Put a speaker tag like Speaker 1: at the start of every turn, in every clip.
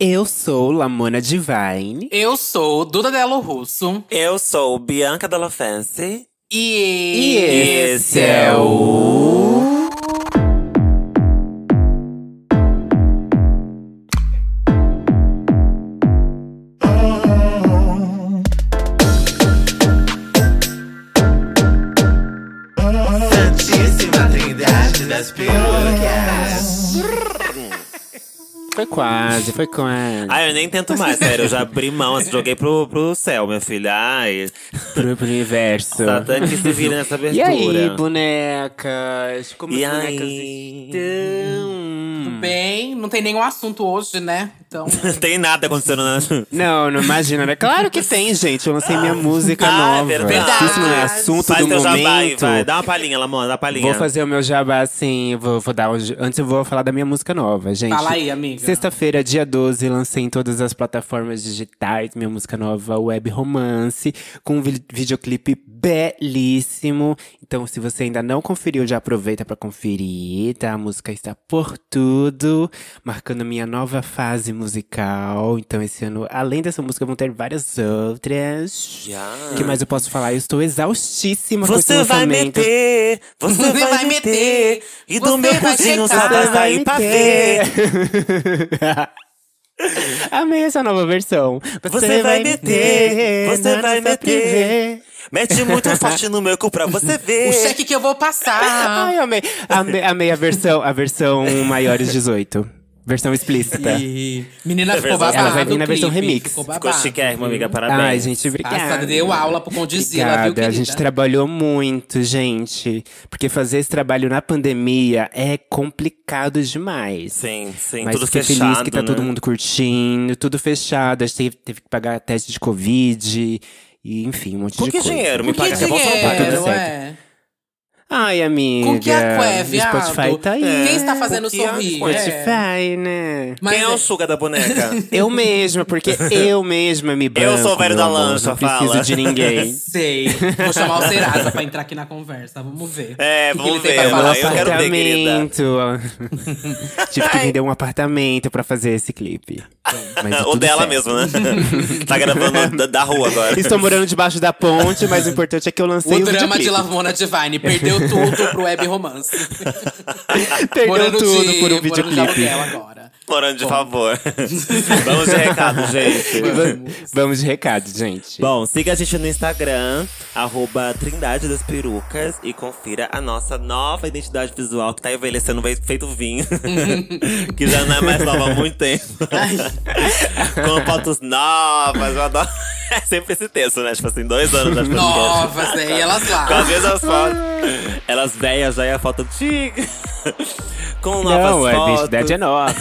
Speaker 1: Eu sou Lamona Divine.
Speaker 2: Eu sou Duda Delo Russo.
Speaker 3: Eu sou Bianca Della Fancy.
Speaker 1: E
Speaker 2: E,
Speaker 1: esse é o.
Speaker 4: Santíssima Trindade das Perucas.
Speaker 1: Foi quase, foi quase.
Speaker 3: Ah, eu nem tento mais, sério. Eu já abri mão, assim, joguei pro, pro céu, minha filha. Ai,
Speaker 1: Pro pro universo.
Speaker 3: Satã que se vira nessa
Speaker 1: E
Speaker 3: abertura.
Speaker 1: aí, bonecas? Como
Speaker 3: E
Speaker 1: as bonecas
Speaker 3: aí?
Speaker 1: estão?
Speaker 2: Bem, não tem nenhum assunto hoje, né? Então,
Speaker 3: Não tem nada acontecendo na.
Speaker 1: Não, não imagina. né? Claro que tem, gente. Eu lancei minha música
Speaker 3: Ah, é
Speaker 1: nova.
Speaker 3: verdade.
Speaker 1: Se isso não é assunto
Speaker 3: Faz
Speaker 1: do
Speaker 3: teu
Speaker 1: momento.
Speaker 3: jabá aí, vai. Dá uma palhinha, Lamona, dá uma palhinha.
Speaker 1: Vou fazer o meu jabá assim, vou, vou dar um, antes eu vou falar da minha música nova, gente.
Speaker 2: Fala aí, amiga.
Speaker 1: Sexta-feira, dia 12, lancei em todas as plataformas digitais minha música nova Web Romance, com um vi- videoclipe belíssimo. Então, se você ainda não conferiu, já aproveita pra conferir, tá? A música está por tudo, marcando minha nova fase musical. Então, esse ano, além dessa música, vão ter várias outras.
Speaker 3: Yeah.
Speaker 1: O que mais eu posso falar? Eu estou exaustíssima com esse
Speaker 3: Você vai
Speaker 1: lançamento.
Speaker 3: meter, você vai meter, e do
Speaker 2: você
Speaker 3: meu
Speaker 2: vai
Speaker 3: putinho
Speaker 2: deitar.
Speaker 3: só vai
Speaker 2: Você
Speaker 3: sair pra ver.
Speaker 1: Amei essa nova versão.
Speaker 3: Você vai meter, você
Speaker 1: na
Speaker 3: vai
Speaker 1: nossa
Speaker 3: meter.
Speaker 1: privê.
Speaker 3: Mete muito forte no meu cu pra você ver.
Speaker 2: o cheque que eu vou passar.
Speaker 1: Ai, amei. amei. Amei a versão, a versão maiores 18. Versão explícita.
Speaker 2: E menina ficou
Speaker 3: Ela vai
Speaker 2: babado.
Speaker 1: vir na
Speaker 2: o
Speaker 1: versão
Speaker 2: clipe,
Speaker 1: remix.
Speaker 2: Ficou
Speaker 3: É Ficou
Speaker 2: babado.
Speaker 3: chiquérrimo, amiga, parabéns.
Speaker 1: é Ai, gente,
Speaker 2: Passada,
Speaker 1: obrigada.
Speaker 2: deu aula pro Condizila, viu,
Speaker 1: Obrigada.
Speaker 2: querida?
Speaker 1: A gente trabalhou muito, gente. Porque fazer esse trabalho na pandemia é complicado demais.
Speaker 3: Sim, sim,
Speaker 1: Mas
Speaker 3: tudo
Speaker 1: fiquei
Speaker 3: fechado,
Speaker 1: feliz que tá
Speaker 3: né?
Speaker 1: todo mundo curtindo, tudo fechado. A gente teve, teve que pagar teste de Covid. E enfim, um monte
Speaker 3: Com
Speaker 1: de
Speaker 3: que
Speaker 1: coisa.
Speaker 3: dinheiro?
Speaker 2: Com
Speaker 3: Me
Speaker 2: que
Speaker 3: paga, que eu vou
Speaker 2: dinheiro,
Speaker 3: soltar.
Speaker 1: Tá tudo certo.
Speaker 2: é?
Speaker 1: Ai, amiga.
Speaker 2: Com
Speaker 3: é
Speaker 2: que a cué,
Speaker 1: o
Speaker 2: viado?
Speaker 1: Spotify tá aí.
Speaker 2: Quem está fazendo
Speaker 3: com que a
Speaker 2: sorrir?
Speaker 3: cué?
Speaker 2: É.
Speaker 1: Spotify, né?
Speaker 2: Mas
Speaker 3: Quem é o suga da boneca?
Speaker 1: Eu mesma, porque eu mesma me banco,
Speaker 3: sou o velho
Speaker 1: meu
Speaker 3: da
Speaker 1: amor,
Speaker 3: lança,
Speaker 1: Não preciso
Speaker 3: fala.
Speaker 1: de ninguém.
Speaker 2: Sei. Vou chamar o Serasa pra entrar aqui na conversa. Vamos ver.
Speaker 3: É,
Speaker 2: O que que
Speaker 3: vamos
Speaker 2: ele tem
Speaker 3: ver,
Speaker 2: pra
Speaker 3: vamos
Speaker 2: falar
Speaker 3: ver. Eu quero ver, querida.
Speaker 1: apartamento. Tive que vender um apartamento pra fazer esse clipe. Mas é
Speaker 3: Ou
Speaker 1: tudo certo.
Speaker 3: dela mesmo, né? tá gravando da, da rua agora.
Speaker 1: Estou morando debaixo da ponte, mas o importante é que eu lancei
Speaker 2: O
Speaker 1: o,
Speaker 2: drama de
Speaker 1: videoclipe.
Speaker 2: Lamona Divine perdeu tudo pro web romance.
Speaker 1: Perdeu
Speaker 2: Morando
Speaker 1: tudo
Speaker 2: de-
Speaker 1: por um
Speaker 2: morando de
Speaker 1: videoclipe.
Speaker 2: aluguel agora.
Speaker 3: Morando de favor. Vamos de recado, gente.
Speaker 1: Vamos- Vamos de recado, gente.
Speaker 3: Bom, siga a gente no Instagram, arroba Trindade das Perucas, e confira a nossa nova identidade visual que tá envelhecendo ve- feito vinho. que já não é mais nova há muito tempo. Com fotos novas, eu adoro. É sempre esse texto, né? Tipo assim, dois anos das
Speaker 2: Novas, né? E elas lá.
Speaker 3: Com as mesmas fotos. Elas velhas, já é a foto antiga. Com novas
Speaker 1: Não, a
Speaker 3: fotos.
Speaker 1: identidade é nova.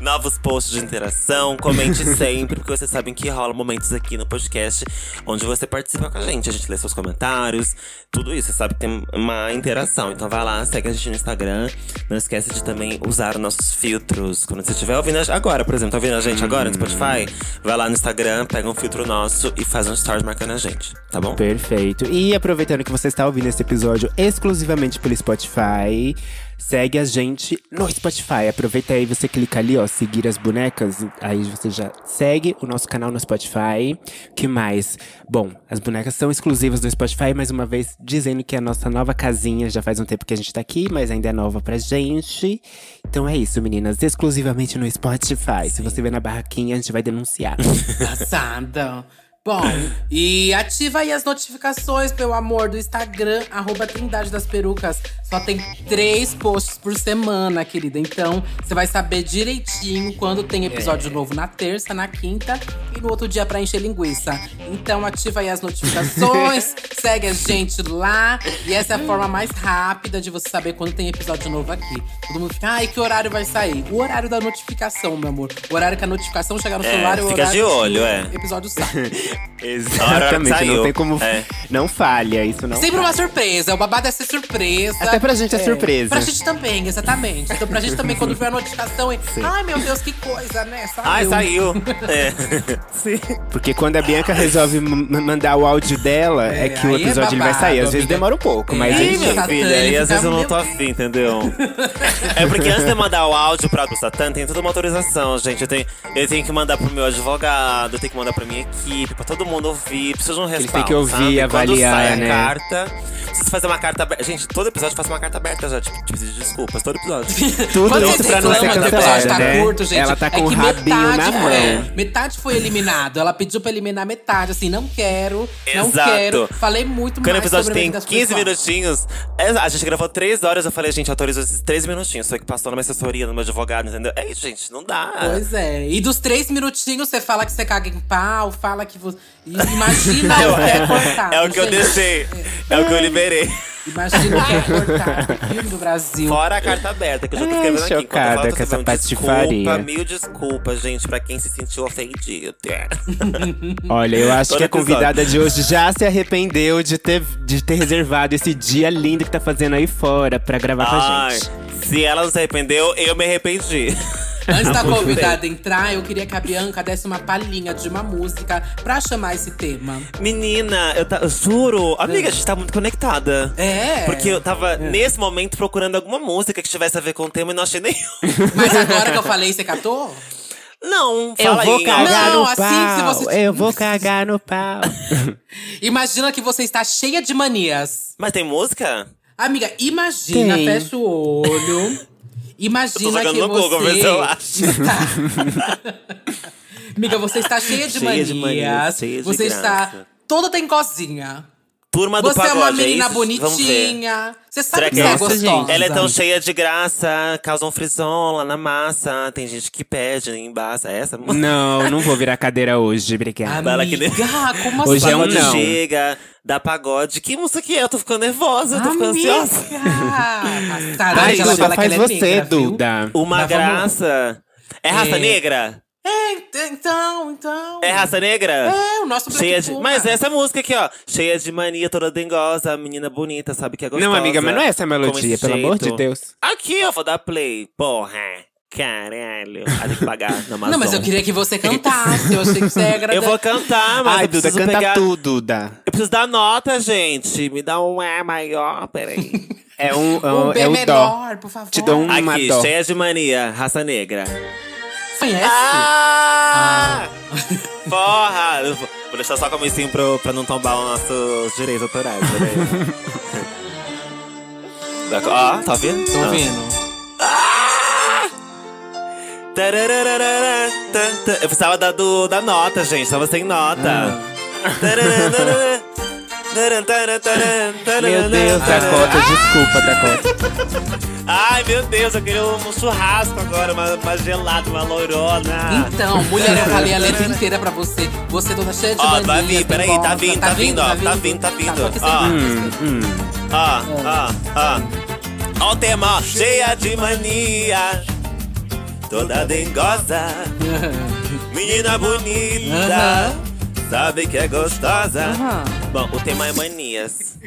Speaker 3: Novos posts de interação, comente sempre, porque vocês sabem que rola momentos aqui no podcast onde você participa com a gente. A gente lê seus comentários, tudo isso. Você sabe que tem uma interação. Então vai lá, segue a gente no Instagram. Não esquece de também usar os nossos filtros. Quando você estiver ouvindo a gente agora, por exemplo, tá ouvindo a gente agora no Spotify? Vai lá no Instagram, pega um filtro nosso e faz um story marcando a gente, tá bom?
Speaker 1: Perfeito. E aproveitando que você está ouvindo esse episódio exclusivamente pelo Spotify, segue a gente no Spotify. Aproveita aí, você clica ali, ó, seguir as bonecas. Aí você já segue o nosso canal no Spotify. que mais? Bom, as bonecas são exclusivas do Spotify, mais uma vez dizendo que é a nossa nova casinha. Já faz um tempo que a gente tá aqui, mas ainda é nova pra gente. Então é isso, meninas. Exclusivamente no Spotify. Se você vê na barraquinha, a gente vai denunciar.
Speaker 2: Passada. Bom, e ativa aí as notificações, meu amor, do Instagram, arroba Trindade das Perucas. Só tem três posts por semana, querida. Então, você vai saber direitinho quando tem episódio novo na terça, na quinta e no outro dia pra encher linguiça. Então, ativa aí as notificações, segue a gente lá. E essa é a forma mais rápida de você saber quando tem episódio novo aqui. Todo mundo fica, ai, que horário vai sair? O horário da notificação, meu amor. O horário que a notificação chegar no
Speaker 3: É,
Speaker 2: celular é o
Speaker 3: fica
Speaker 2: horário
Speaker 3: de olho,
Speaker 2: que o
Speaker 3: é.
Speaker 2: episódio sai.
Speaker 3: A hora
Speaker 1: Exatamente,
Speaker 3: que saiu.
Speaker 1: não tem como.
Speaker 3: É.
Speaker 1: Não falha, isso não.
Speaker 2: Sempre uma surpresa, o babado é ser surpresa.
Speaker 1: Então. Até pra gente é, surpresa.
Speaker 2: Pra gente também, exatamente. Então pra
Speaker 3: Ah,
Speaker 2: gente também, quando vem a notificação, é… Ai, meu Deus, que coisa, né? Saiu.
Speaker 3: Ai, saiu! É.
Speaker 5: Sim.
Speaker 1: Porque quando a Bianca resolve m- mandar o áudio dela, é,
Speaker 2: É,
Speaker 1: que o
Speaker 2: aí é
Speaker 1: episódio ele vai
Speaker 2: babado,
Speaker 1: sair. Às vezes
Speaker 2: amiga.
Speaker 1: demora um pouco, mas
Speaker 2: É,
Speaker 3: Sim,
Speaker 1: enfim.
Speaker 3: minha
Speaker 2: Satã,
Speaker 3: filha, né? e
Speaker 2: ele
Speaker 3: às vezes eu
Speaker 2: ficava,
Speaker 3: não tô
Speaker 2: "Meu
Speaker 3: afim, entendeu? tá é porque antes de eu mandar o áudio pra o Satã, tem toda uma autorização, gente. Eu tenho, eu tenho que mandar pro meu advogado, eu tenho que mandar pra minha equipe, pra todo mundo ouvir. Preciso de um respaldo,
Speaker 1: Eles têm que ouvir,
Speaker 3: sabe?
Speaker 1: avaliar,
Speaker 3: Quando sai
Speaker 1: né?
Speaker 3: a carta, preciso fazer uma carta aberta. Gente, todo episódio eu faço uma carta aberta já, tipo, te pedi desculpas, todo episódio.
Speaker 1: Tudo
Speaker 2: Quando
Speaker 1: isso
Speaker 2: vocês
Speaker 1: pra não ser
Speaker 2: reclamam que o
Speaker 1: cancelada,
Speaker 2: episódio tá
Speaker 1: né?
Speaker 2: curto, gente,
Speaker 1: Ela tá com
Speaker 2: é
Speaker 1: o
Speaker 2: que
Speaker 1: rabinho na
Speaker 2: metade
Speaker 1: mão.
Speaker 2: é, metade foi eliminado. Ela pediu pra eliminar metade, assim, não quero, não
Speaker 3: Exato.
Speaker 2: quero. Falei muito
Speaker 3: Quando o
Speaker 2: mais
Speaker 3: episódio
Speaker 2: sobre a
Speaker 3: tem
Speaker 2: vida das
Speaker 3: 15
Speaker 2: pessoas.
Speaker 3: minutinhos, é, a gente gravou 3 horas, eu falei, gente, autorizo esses 3 minutinhos. Só que passou numa assessoria, no meu advogado, entendeu? É isso, gente, não dá.
Speaker 2: Pois é. E dos três minutinhos, você fala que você caga em pau, fala que você. E Imagina o que é cortado.
Speaker 3: É o que eu
Speaker 2: gente.
Speaker 3: deixei. É o que eu liberei.
Speaker 2: Imagina o que é cortado. Filho do Brasil.
Speaker 3: Fora a carta aberta, que eu já tô
Speaker 1: Ai,
Speaker 3: escrevendo aqui. Enquanto eu
Speaker 1: chocada
Speaker 3: falo, eu tô
Speaker 1: com essa
Speaker 3: escrevendo
Speaker 1: patifaria.
Speaker 3: Desculpa, mil desculpas, gente, pra quem se sentiu ofendido.
Speaker 1: Olha, eu acho
Speaker 3: Todo
Speaker 1: que a
Speaker 3: episódio.
Speaker 1: convidada de hoje já se arrependeu de ter, de ter reservado esse dia lindo que tá fazendo aí fora pra gravar com a
Speaker 3: Ai,
Speaker 1: gente.
Speaker 3: se ela não se arrependeu, eu me arrependi.
Speaker 2: Antes da convidada entrar, eu queria que a Bianca desse uma palhinha de uma música pra chamar esse tema.
Speaker 3: Menina, eu, tá, eu juro. Amiga, a gente tá muito conectada.
Speaker 2: É.
Speaker 3: Porque eu tava, nesse momento, procurando alguma música que tivesse a ver com o tema e não achei nenhum.
Speaker 2: Mas agora que eu falei, você catou?
Speaker 3: Não,
Speaker 1: Eu
Speaker 3: fala
Speaker 1: vou
Speaker 3: aí.
Speaker 1: cagar
Speaker 2: Não,
Speaker 1: no
Speaker 2: assim,
Speaker 1: pau.
Speaker 2: se você-
Speaker 1: Eu vou cagar no pau.
Speaker 2: Imagina que você está cheia de manias.
Speaker 3: Mas tem música?
Speaker 2: Amiga, imagina,
Speaker 1: Tem.
Speaker 2: fecha o olho.
Speaker 3: Eu tô
Speaker 2: Imagina
Speaker 3: jogando
Speaker 2: que
Speaker 3: no
Speaker 2: você.
Speaker 3: Google, ver se eu acho.
Speaker 2: Amiga, você está cheia de
Speaker 3: Cheia
Speaker 2: manias.
Speaker 3: de manias, cheia de
Speaker 2: você
Speaker 3: graça.
Speaker 2: está toda tencosinha.
Speaker 3: Turma do
Speaker 2: Você é
Speaker 3: pagode.
Speaker 2: uma
Speaker 3: isso?
Speaker 2: menina
Speaker 3: Vamos ver.
Speaker 2: bonitinha. Você sabe
Speaker 3: Será
Speaker 2: que você
Speaker 3: que
Speaker 2: é
Speaker 3: é?
Speaker 1: Nossa, gente,
Speaker 2: gostosa.
Speaker 3: Ela é tão cheia de graça, causa um frisson lá na massa. Tem gente que pede, embaça. É Essa música.
Speaker 1: não, não vou virar cadeira hoje, obrigada.
Speaker 2: Amiga,
Speaker 3: Ela que nem-
Speaker 2: como assim?
Speaker 1: Hoje é um
Speaker 3: Pagode
Speaker 1: não.
Speaker 3: chega, dá pagode. Que música que é? Eu tô ficando nervosa, eu tô ficando
Speaker 2: Amiga!
Speaker 3: ansiosa.
Speaker 2: Passada,
Speaker 1: Ai,
Speaker 2: tá ela
Speaker 1: Duda,
Speaker 2: fala que
Speaker 1: faz
Speaker 2: ela é
Speaker 1: você,
Speaker 2: negra, viu?
Speaker 1: Duda.
Speaker 3: Uma
Speaker 2: Mas vamos-
Speaker 3: graça. É raça
Speaker 2: É.
Speaker 3: negra?
Speaker 2: É, ent- então, então.
Speaker 3: É raça negra?
Speaker 2: É, o nosso Black
Speaker 3: Cheia de...
Speaker 2: Puma.
Speaker 3: Mas é assim, essa música aqui, ó. Cheia de mania, toda dengosa, menina bonita, sabe que é gostosa.
Speaker 1: Não, amiga, mas não é essa a
Speaker 3: Com
Speaker 1: melodia,
Speaker 3: esse
Speaker 1: pelo amor de
Speaker 3: jeito.
Speaker 1: Deus.
Speaker 3: Aqui, eu vou dar play. Porra, caralho. Ah, tem que pagar na
Speaker 2: Não, mas eu
Speaker 3: Amazon.
Speaker 2: queria que você cantasse. Eu achei que você era.
Speaker 3: Eu vou cantar, mas
Speaker 1: Ai,
Speaker 3: eu
Speaker 1: Duda,
Speaker 3: preciso
Speaker 1: canta
Speaker 3: pegar...
Speaker 1: tudo, Duda.
Speaker 3: Eu preciso dar nota, gente. Me dá um é maior, peraí.
Speaker 1: É um, é
Speaker 2: Um
Speaker 1: um-
Speaker 2: B
Speaker 1: é o dó.
Speaker 2: menor, por favor.
Speaker 1: Te dou um uma
Speaker 3: Aqui,
Speaker 1: dó.
Speaker 3: cheia de mania, raça negra.
Speaker 2: Conhece?
Speaker 3: Ah! Porra! Eu Vou vou deixar só como assim pro, pra não tombar os nossos direitos autorais. tá peraí. Ó, tá ouvindo?
Speaker 2: Tô
Speaker 3: Não.
Speaker 2: ouvindo.
Speaker 3: Tararararara, tan, tan. Eu precisava da, do, da nota, gente. Tava sem nota.
Speaker 1: Ah.
Speaker 3: Tararararara, taran, taran, taran, taran,
Speaker 1: Meu Deus,
Speaker 3: taran.
Speaker 1: Dakota, desculpa, Dakota.
Speaker 3: Ai, meu Deus, eu queria um churrasco agora, uma, uma gelada, uma loirona.
Speaker 2: Então, mulher, eu falei a letra inteira pra você. Você toda cheia de
Speaker 3: Ó,
Speaker 2: manias.
Speaker 3: tá vindo, peraí, tá
Speaker 2: dengosa.
Speaker 3: vindo, tá vindo, ó, tá vindo, tá vindo.
Speaker 2: Tá acontecendo
Speaker 3: Ó.
Speaker 2: isso.
Speaker 3: Ó, ó, ó. Ah, Ó o tema, ó. Cheia de mania, toda dengosa, menina bonita. Sabe que é gostosa. Bom, o tema é manias.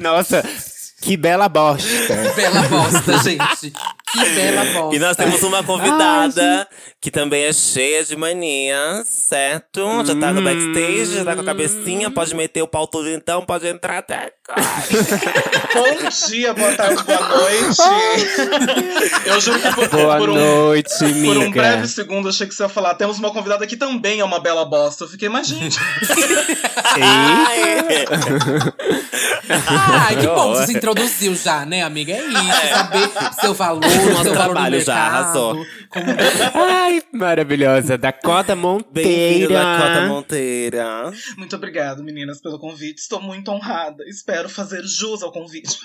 Speaker 1: Nossa, que bela bosta.
Speaker 2: Bela bosta, gente. Que bela bosta.
Speaker 3: E nós temos uma convidada que também é cheia de manias, certo? Já tá no backstage, já tá com a cabecinha, pode meter o pau todo então, pode entrar até agora.
Speaker 6: Bom dia, boa tarde, boa noite. Eu juro que por,
Speaker 1: Boa
Speaker 6: por um,
Speaker 1: noite,
Speaker 6: por um
Speaker 1: amiga.
Speaker 6: breve segundo eu achei que você ia falar. Temos uma convidada que também é uma bela bosta. Eu fiquei, mas gente.
Speaker 3: Ai.
Speaker 2: Ah, que bom que
Speaker 3: horror.
Speaker 2: você se introduziu já, né, amiga? É isso, saber seu valor,
Speaker 3: Nosso
Speaker 2: seu valor
Speaker 3: trabalho
Speaker 2: no
Speaker 3: já
Speaker 2: mercado,
Speaker 3: arrasou.
Speaker 2: como-
Speaker 1: Ai, maravilhosa. Dakota
Speaker 3: Bem-vindo,
Speaker 1: Monteira.
Speaker 3: Dakota Monteira.
Speaker 6: Muito obrigado, meninas, pelo convite. Estou muito honrada. Espero fazer jus ao convite.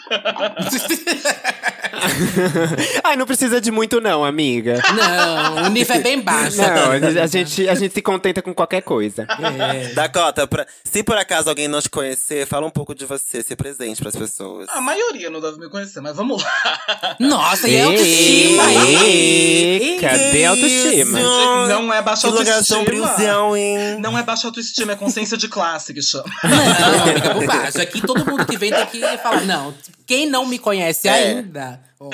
Speaker 1: Ai, não precisa de muito não, amiga.
Speaker 2: Não, o nível é bem baixo.
Speaker 1: Não, a gente, a gente se contenta com qualquer coisa.
Speaker 2: É.
Speaker 3: Dakota, pra- se por acaso alguém não te conhecer, fala um pouco de você, se presente pras pessoas.
Speaker 6: A maioria não deve me conhecer, mas vamos lá.
Speaker 2: Nossa, e é
Speaker 1: Ei,
Speaker 2: autoestima, hein?
Speaker 1: ei, cadê a autoestima?
Speaker 3: Isso!
Speaker 6: Não é baixa
Speaker 3: Que lugar
Speaker 6: autoestima.
Speaker 3: sombriozão, hein?
Speaker 6: Não é baixa autoestima, é consciência de classe que chama.
Speaker 2: Não, amiga, bobagem. Aqui todo mundo que vem tem que falar, não, quem não me conhece
Speaker 3: É.
Speaker 2: ainda… Ó,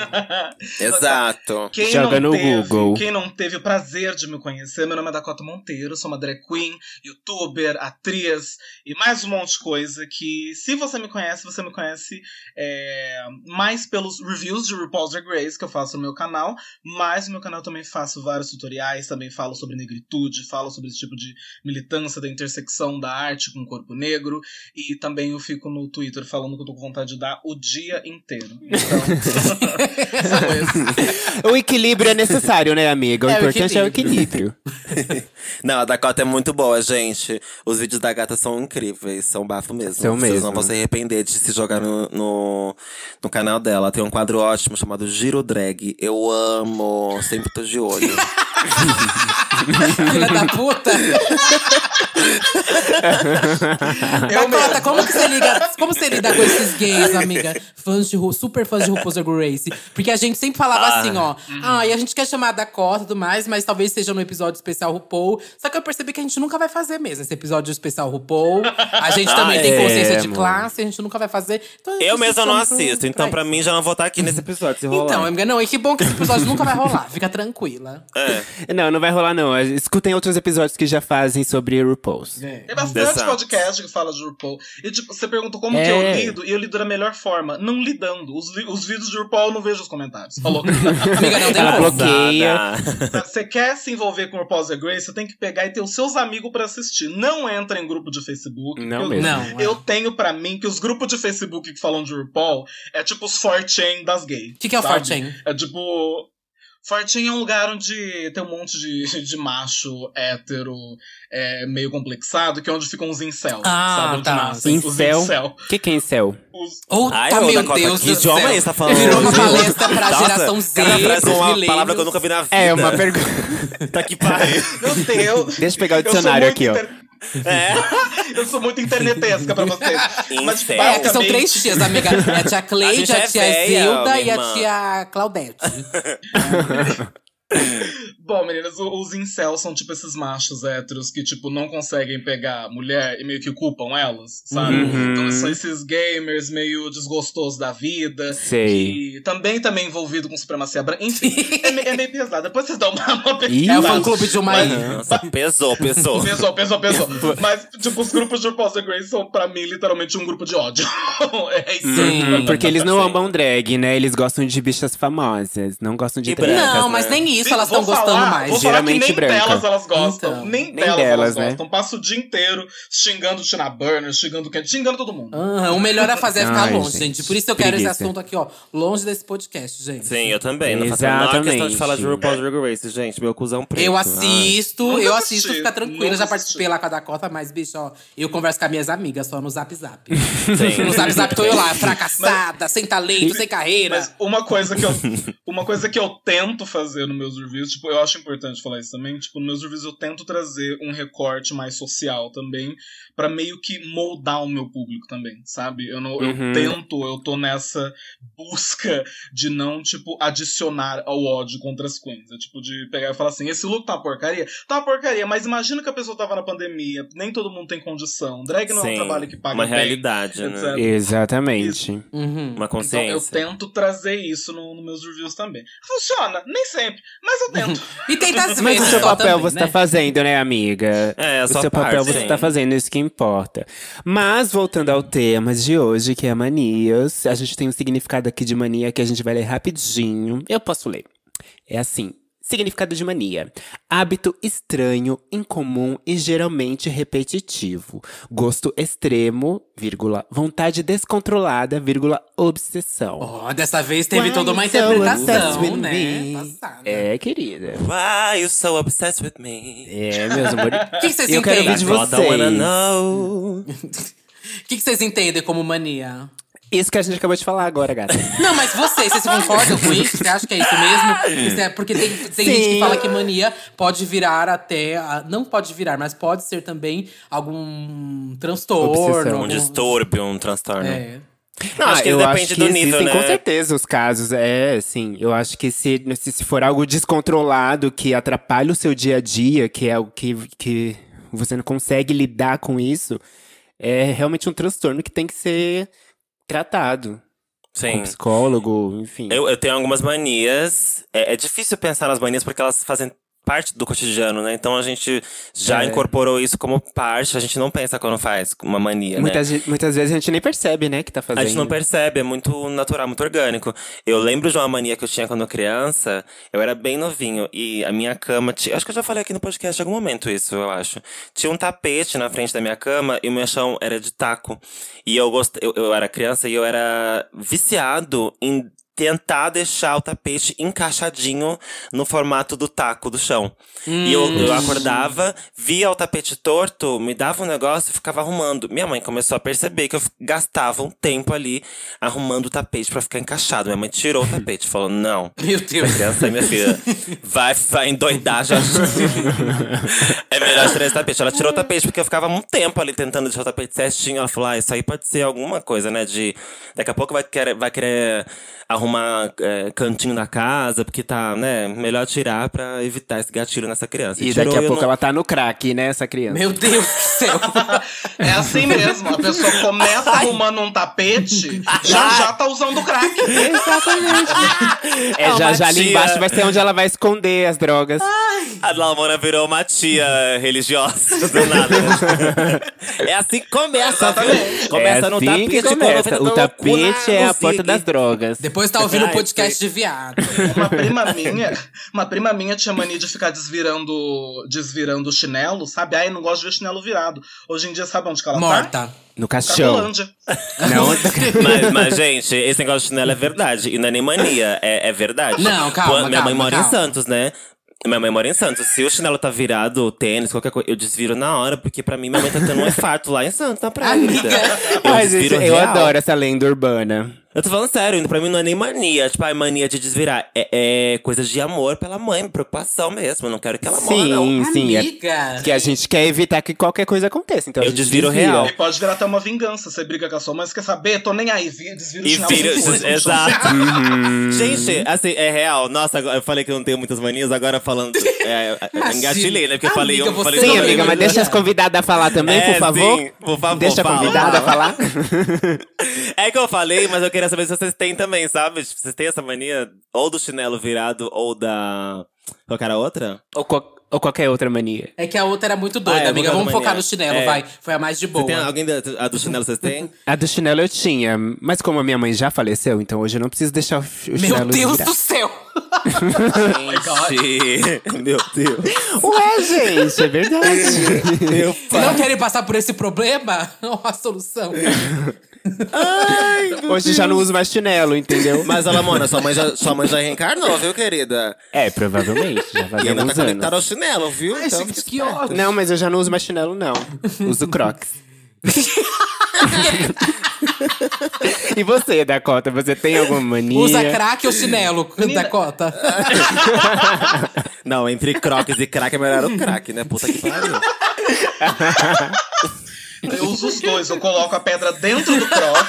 Speaker 3: Exato.
Speaker 6: Quem
Speaker 1: Joga
Speaker 6: não
Speaker 1: no
Speaker 6: teve,
Speaker 1: Google.
Speaker 6: Quem não teve o prazer de me conhecer, meu nome é Dakota Monteiro, sou uma drag queen, youtuber, atriz e mais um monte de coisa que, se você me conhece, você me conhece é, mais pelos reviews de RuPaul's Drag Race que eu faço no meu canal, mas no meu canal eu também faço vários tutoriais, também falo sobre negritude, falo sobre esse tipo de militância da intersecção da arte com o corpo negro e também eu fico no Twitter falando que eu tô com vontade de dar o dia inteiro. Então,
Speaker 1: O equilíbrio é necessário, né, amiga? O
Speaker 2: É, o
Speaker 1: importante é o equilíbrio.
Speaker 3: Não, a Dakota é muito boa, gente. Os vídeos da gata são incríveis, são bafo mesmo.
Speaker 1: São
Speaker 3: Vocês
Speaker 1: mesmo.
Speaker 3: não vão se arrepender de se jogar no, no, no canal dela. Tem um quadro ótimo chamado Giro Drag. Eu amo, sempre tô de olho.
Speaker 2: filha da puta!
Speaker 3: É
Speaker 2: Dakota, como que você liga? Como você lida com esses gays, amiga? Fãs de Ru- super fãs de RuPaul's Drag Race. Porque a gente sempre falava assim, ó. Ah, e a gente quer chamar a Dakota e tudo mais, mas talvez seja no episódio especial RuPaul. Só que eu percebi que a gente nunca vai fazer mesmo esse episódio especial RuPaul. A gente também
Speaker 3: Ah,
Speaker 2: tem
Speaker 3: é,
Speaker 2: consciência de
Speaker 1: amor.
Speaker 2: classe, a gente nunca vai fazer. Então,
Speaker 3: eu mesma não
Speaker 2: estamos pro-
Speaker 3: assisto, então pra
Speaker 2: isso.
Speaker 3: mim já não vou estar aqui nesse episódio. Se rolar.
Speaker 2: Então, amiga, não, e que bom que esse episódio nunca vai rolar. Fica tranquila.
Speaker 3: é.
Speaker 1: Não, não vai rolar, não. Escutem outros episódios que já fazem sobre RuPaul's.
Speaker 6: Tem bastante
Speaker 3: Exato.
Speaker 6: podcast que fala de RuPaul. E tipo, você perguntou como
Speaker 1: É.
Speaker 6: que eu lido, e eu lido da melhor forma, não lidando. Os, vi- os vídeos de RuPaul eu não vejo os comentários. Falou.
Speaker 2: Amiga, não tem
Speaker 3: Ah,
Speaker 1: Ela
Speaker 2: como.
Speaker 1: Tá bloqueia.
Speaker 3: Passada.
Speaker 6: você quer se envolver com RuPaul's Drag Race, você tem que pegar e ter os seus amigos pra assistir. Não entra em grupo de Facebook.
Speaker 1: Não
Speaker 6: eu,
Speaker 1: mesmo.
Speaker 2: Não, é.
Speaker 6: Eu tenho pra mim que os grupos de Facebook que falam de RuPaul é tipo os 4chan das gays. O
Speaker 2: que que é o 4chan?
Speaker 6: É tipo... 4chan é um lugar onde tem um monte de, de macho hétero é, meio complexado, que é onde ficam os incel.
Speaker 2: Ah,
Speaker 6: sabe? Onde
Speaker 2: tá.
Speaker 6: nascem os
Speaker 1: Incel.
Speaker 6: incel.
Speaker 1: O que, que é incel?
Speaker 6: Os-
Speaker 2: Outra,
Speaker 3: Ai, ô,
Speaker 2: meu
Speaker 3: Dakota,
Speaker 2: Deus
Speaker 3: que
Speaker 2: do
Speaker 3: idioma
Speaker 2: céu.
Speaker 3: é esse que tá falando?
Speaker 2: Virou uma
Speaker 3: hoje?
Speaker 2: palestra pra
Speaker 3: Nossa,
Speaker 2: geração Z,
Speaker 3: Cada frase é
Speaker 2: pros
Speaker 3: uma
Speaker 2: millennials.
Speaker 3: palavra que eu nunca vi na vida.
Speaker 1: É uma pergunta.
Speaker 3: Tá que pariu.
Speaker 6: Meu Deus!
Speaker 1: Deixa eu pegar o
Speaker 6: sou
Speaker 1: dicionário
Speaker 6: muito É.
Speaker 1: aqui, ó.
Speaker 6: Eu sou muito internetesca pra vocês. Mas
Speaker 3: Incel.
Speaker 2: É, que são
Speaker 6: basicamente,
Speaker 2: três tias, amiga. É a tia
Speaker 3: A gente
Speaker 2: Cleide, a,
Speaker 3: é
Speaker 2: tia
Speaker 3: véia,
Speaker 2: Zilda e
Speaker 3: minha
Speaker 2: a
Speaker 3: irmã.
Speaker 2: tia Claudete.
Speaker 6: Bom, meninas, o- os incels são tipo esses machos héteros que, tipo, não conseguem pegar mulher e meio que culpam elas, sabe?
Speaker 1: Uhum.
Speaker 6: Então são esses gamers meio desgostosos da vida.
Speaker 1: Sei.
Speaker 6: Que também também envolvido com supremacia branca. Enfim, é, me- é meio pesado. Depois vocês dão uma, uma
Speaker 1: Ih,
Speaker 2: É o
Speaker 1: Tá.
Speaker 2: fã-clube de uma ilha.
Speaker 3: Nossa, pesou, pesou.
Speaker 6: Pesou, pesou, pesou. Mas, tipo, os grupos de RuPaul's Drag Race são, pra mim, literalmente um grupo de ódio. é isso.
Speaker 1: Sim, porque eles não
Speaker 3: Sim.
Speaker 1: amam drag, né? Eles gostam de bichas famosas, não gostam de
Speaker 3: E
Speaker 1: drag.
Speaker 3: brancas,
Speaker 2: Não, mas
Speaker 3: né?
Speaker 2: nem isso elas
Speaker 6: Vou
Speaker 2: estão gostando
Speaker 6: falar-
Speaker 2: mais.
Speaker 6: Vou falar
Speaker 1: Geralmente
Speaker 6: que nem
Speaker 1: branca.
Speaker 6: delas elas gostam.
Speaker 2: Então.
Speaker 6: nem,
Speaker 1: Nem
Speaker 6: delas,
Speaker 1: delas,
Speaker 6: elas
Speaker 1: né?
Speaker 6: gostam. Passa o dia inteiro xingando Tina Burner, xingando quem, xingando todo mundo.
Speaker 2: Ah, o melhor a fazer é ficar
Speaker 1: Ai,
Speaker 2: longe, gente.
Speaker 1: gente,
Speaker 2: Por isso eu quero esse
Speaker 1: preguiça.
Speaker 2: assunto aqui, ó. Longe desse podcast, gente.
Speaker 3: Sim, eu também. Não faço a menor questão de
Speaker 1: Exatamente.
Speaker 3: falar de RuPaul's Drag Race, gente. Meu cuzão preto. Ah,
Speaker 2: Eu
Speaker 3: Ai.
Speaker 2: assisto,
Speaker 6: Nunca
Speaker 2: eu
Speaker 6: assisti,
Speaker 2: assisto, fica tranquila.
Speaker 6: nunca
Speaker 2: Já participei lá com a Dakota, mas, bicho, ó, eu converso com as minhas amigas só no zap zap.
Speaker 3: Sim.
Speaker 2: no zap zap tô eu lá, fracassada, sem talento, sem carreira.
Speaker 6: Mas uma coisa que eu uma coisa que eu tento fazer nos meus reviews, tipo, eu acho importante falar isso também, tipo, nos meus reviews eu tento trazer um recorte mais social também, pra meio que moldar o meu público também, sabe? Eu não eu
Speaker 1: Uhum.
Speaker 6: tento, eu tô nessa busca de não tipo adicionar ao ódio contra as queens, é tipo de pegar e falar assim, esse look tá uma porcaria, tá uma porcaria, mas imagina que a pessoa tava na pandemia, nem todo mundo tem condição, drag não é um
Speaker 3: Sim,
Speaker 6: trabalho que paga
Speaker 3: Uma
Speaker 6: bem.
Speaker 3: realidade, né?
Speaker 2: Então,
Speaker 6: etc.
Speaker 1: Exatamente.
Speaker 2: Uhum.
Speaker 3: Uma
Speaker 6: Então, eu
Speaker 3: consciência.
Speaker 6: tento trazer isso no- nos meus reviews também. Funciona, nem sempre, mas eu tento.
Speaker 2: E tenta às
Speaker 1: Mas
Speaker 2: vezes
Speaker 1: o seu
Speaker 2: só
Speaker 1: papel
Speaker 2: também,
Speaker 1: você
Speaker 2: né?
Speaker 1: tá fazendo, né, amiga?
Speaker 3: É, a
Speaker 1: o
Speaker 3: sua
Speaker 1: seu papel
Speaker 3: parte,
Speaker 1: você
Speaker 3: sim.
Speaker 1: tá fazendo, isso que importa. Mas, voltando ao tema de hoje, que é manias, a gente tem um significado aqui de mania que a gente vai ler rapidinho. Eu posso ler. É assim. Significado de mania. Hábito estranho, incomum e geralmente repetitivo. Gosto extremo, vírgula, vontade descontrolada, vírgula, obsessão.
Speaker 2: Ó, dessa vez teve
Speaker 1: Why
Speaker 2: toda uma
Speaker 1: you so
Speaker 2: interpretação,
Speaker 1: obsessed with
Speaker 2: né?
Speaker 1: me?
Speaker 2: Passada.
Speaker 1: É, querida.
Speaker 3: Why you so obsessed with me?
Speaker 1: É, meus amores.
Speaker 2: O que que vocês
Speaker 1: Eu quero
Speaker 2: entendem?
Speaker 1: ouvir de
Speaker 3: Dakota wanna
Speaker 1: vocês.
Speaker 3: know.
Speaker 2: O que que vocês entendem como mania?
Speaker 1: Isso que a gente acabou de falar agora, gata.
Speaker 2: Não, mas vocês, vocês concordam com isso? Você acha que é isso mesmo? Isso é porque tem, tem gente que
Speaker 1: Sim.
Speaker 2: fala que mania pode virar até. a- Não pode virar, mas pode ser também algum transtorno.
Speaker 1: Obsessão.
Speaker 2: algum-
Speaker 3: Um distúrbio, um transtorno.
Speaker 2: É.
Speaker 3: Não, acho que
Speaker 1: Ah, eu
Speaker 3: depende do nível,
Speaker 1: existem,
Speaker 3: né?
Speaker 1: com certeza, os casos. É, sim. Eu acho que se, se, se for algo descontrolado, que atrapalha o seu dia a dia, que é algo que, que você não consegue lidar com isso, é realmente um transtorno que tem que ser tratado. com
Speaker 3: Sim.
Speaker 1: um psicólogo, enfim.
Speaker 3: Eu, eu tenho algumas manias. É, é difícil pensar nas manias porque elas fazem parte do cotidiano, né? Então a gente já
Speaker 1: É.
Speaker 3: incorporou isso como parte. A gente não pensa quando faz uma mania, né?
Speaker 1: muitas, ge- muitas vezes a gente nem percebe, né, que tá fazendo.
Speaker 3: A gente não percebe, é muito natural, muito orgânico. Eu lembro de uma mania que eu tinha quando criança, eu era bem novinho, e a minha cama tinha. Acho que eu já falei aqui no podcast em algum momento isso, eu acho. Tinha um tapete na frente da minha cama e o meu chão era de taco. E eu gost... eu, eu era criança e eu era viciado em tentar deixar o tapete encaixadinho no formato do taco do chão. E eu, eu acordava, via o tapete torto, me dava um negócio e ficava arrumando. Minha mãe começou a perceber que eu f- gastava um tempo ali arrumando o tapete pra ficar encaixado. Minha mãe tirou o tapete, falou: "Não,
Speaker 2: Meu Deus.
Speaker 3: criança aí, minha filha. Vai, vai endoidar já. é melhor tirar esse tapete. Ela tirou o tapete porque eu ficava um tempo ali tentando deixar o tapete certinho. Ela falou: ah, isso aí pode ser alguma coisa, né? De. Daqui a pouco vai querer, vai querer arrumar é, cantinho na casa, porque tá, né? Melhor tirar pra evitar esse gatilho nessa criança.
Speaker 1: E
Speaker 3: tirou,
Speaker 1: daqui a
Speaker 3: eu
Speaker 1: pouco
Speaker 3: não-
Speaker 1: ela tá no crack, né, essa criança.
Speaker 2: Meu Deus do céu.
Speaker 6: É assim mesmo. A pessoa começa arrumando um tapete, já já tá usando crack.
Speaker 1: É,
Speaker 3: É
Speaker 1: já,
Speaker 3: uma
Speaker 1: já ali
Speaker 3: tia.
Speaker 1: embaixo vai ser onde ela vai esconder as drogas.
Speaker 3: A Lamona virou uma tia religiosa do nada. é assim que começa, viu? Começa
Speaker 1: é
Speaker 3: no
Speaker 1: assim
Speaker 3: tapete.
Speaker 1: que
Speaker 3: quando fica
Speaker 1: começa.
Speaker 3: tão
Speaker 1: O
Speaker 3: loucura,
Speaker 1: tapete é
Speaker 3: não
Speaker 1: a
Speaker 3: sei
Speaker 1: porta
Speaker 3: que-
Speaker 1: das drogas.
Speaker 2: Depois tá ouvindo o
Speaker 3: Ai,
Speaker 2: podcast de viado.
Speaker 6: Uma prima minha, uma prima minha tinha mania de ficar desvirando, desvirando o chinelo, sabe? Ai, não gosto de ver chinelo virado. Hoje em dia sabe onde que ela tá?
Speaker 2: Morta.
Speaker 1: No caixão.
Speaker 6: Cracolândia.
Speaker 1: Não,
Speaker 3: Mas, mas, gente, esse negócio de chinelo é verdade. E não é nem mania, é, é verdade.
Speaker 2: Não, calma,
Speaker 3: Quando- minha mãe
Speaker 2: calma,
Speaker 3: mora
Speaker 2: calma.
Speaker 3: em Santos, né? Minha mãe mora em Santos. Se o chinelo tá virado, o tênis, qualquer coisa, eu desviro na hora, porque pra mim minha mãe tá tendo um infarto lá em Santos, na praia.
Speaker 2: Amiga. é
Speaker 3: querida. Eu
Speaker 1: Ai, gente,
Speaker 3: desviro
Speaker 1: eu
Speaker 3: um real.
Speaker 1: adoro essa lenda urbana.
Speaker 3: Eu tô falando sério, pra mim não é nem mania. Tipo, ai, mania de desvirar. É, é coisa de amor pela mãe, preocupação mesmo. Eu não quero que ela morra, não.
Speaker 1: Sim, sim. é-
Speaker 2: Amiga.
Speaker 1: que a gente quer evitar que qualquer coisa aconteça. Então a
Speaker 3: Eu
Speaker 1: gente
Speaker 3: desviro
Speaker 1: desvira.
Speaker 3: real.
Speaker 6: E pode virar até uma vingança. Você briga com a sua mãe, você quer saber? Tô nem aí, vi- desvira o
Speaker 3: E
Speaker 6: chinelo.
Speaker 3: vira.
Speaker 6: sem dúvida.
Speaker 3: Exato.
Speaker 1: Uhum.
Speaker 3: Gente, assim, é real. Nossa, agora- eu falei que eu não tenho muitas manias, agora falando. É,
Speaker 2: Imagina.
Speaker 3: engatilhei, né? Porque eu falei
Speaker 2: Amiga,
Speaker 3: um, falei
Speaker 2: você
Speaker 1: Sim,
Speaker 2: Não,
Speaker 3: dois.
Speaker 1: amiga,
Speaker 2: eu-
Speaker 1: mas deixa as convidadas falar também,
Speaker 3: É,
Speaker 1: por favor.
Speaker 3: sim, por favor,
Speaker 1: Deixa a
Speaker 3: fala.
Speaker 1: convidada falar.
Speaker 3: É que eu falei, mas eu queria saber se vocês têm também, sabe? Tipo, vocês têm essa mania ou do chinelo virado ou da. Qual que era a outra?
Speaker 1: ou, qual- ou qualquer outra mania.
Speaker 2: É que a outra era muito doida,
Speaker 3: Ah, é,
Speaker 2: amiga.
Speaker 3: vou
Speaker 2: Vamos
Speaker 3: botar no
Speaker 2: focar no
Speaker 3: banheiro.
Speaker 2: chinelo,
Speaker 3: É.
Speaker 2: vai. Foi a mais de boa.
Speaker 3: Tem alguém da a do chinelo vocês têm?
Speaker 1: A do chinelo eu tinha, mas como a minha mãe já faleceu, então hoje eu não preciso deixar o, f- o
Speaker 2: Meu
Speaker 1: chinelo
Speaker 2: Deus
Speaker 1: virado.
Speaker 2: do céu!
Speaker 3: Gente, meu Deus.
Speaker 1: Ué, gente, é verdade.
Speaker 3: Meu
Speaker 2: Não querem passar por esse problema? Uma solução.
Speaker 1: hoje já não uso mais chinelo, entendeu?
Speaker 3: Mas, Alamona, sua mãe, já, sua mãe já reencarnou, viu, querida?
Speaker 1: É, provavelmente, já
Speaker 3: E
Speaker 1: fazia
Speaker 3: ainda tá
Speaker 1: alguns anos.
Speaker 3: conectada ao chinelo, viu? Então,
Speaker 2: Ai, gente, que ódio.
Speaker 1: Então, Não, mas eu já não uso mais chinelo, não. Uso crocs. e você, Dakota, você tem alguma mania?
Speaker 2: Usa crack ou chinelo, Dakota?
Speaker 3: Não, entre croques e crack é melhor o crack, né? Puta que pariu.
Speaker 6: Eu uso os dois. Eu coloco a pedra dentro do croc,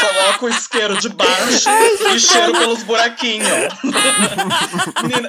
Speaker 6: coloco o isqueiro de baixo e cheiro pelos buraquinhos. Menina,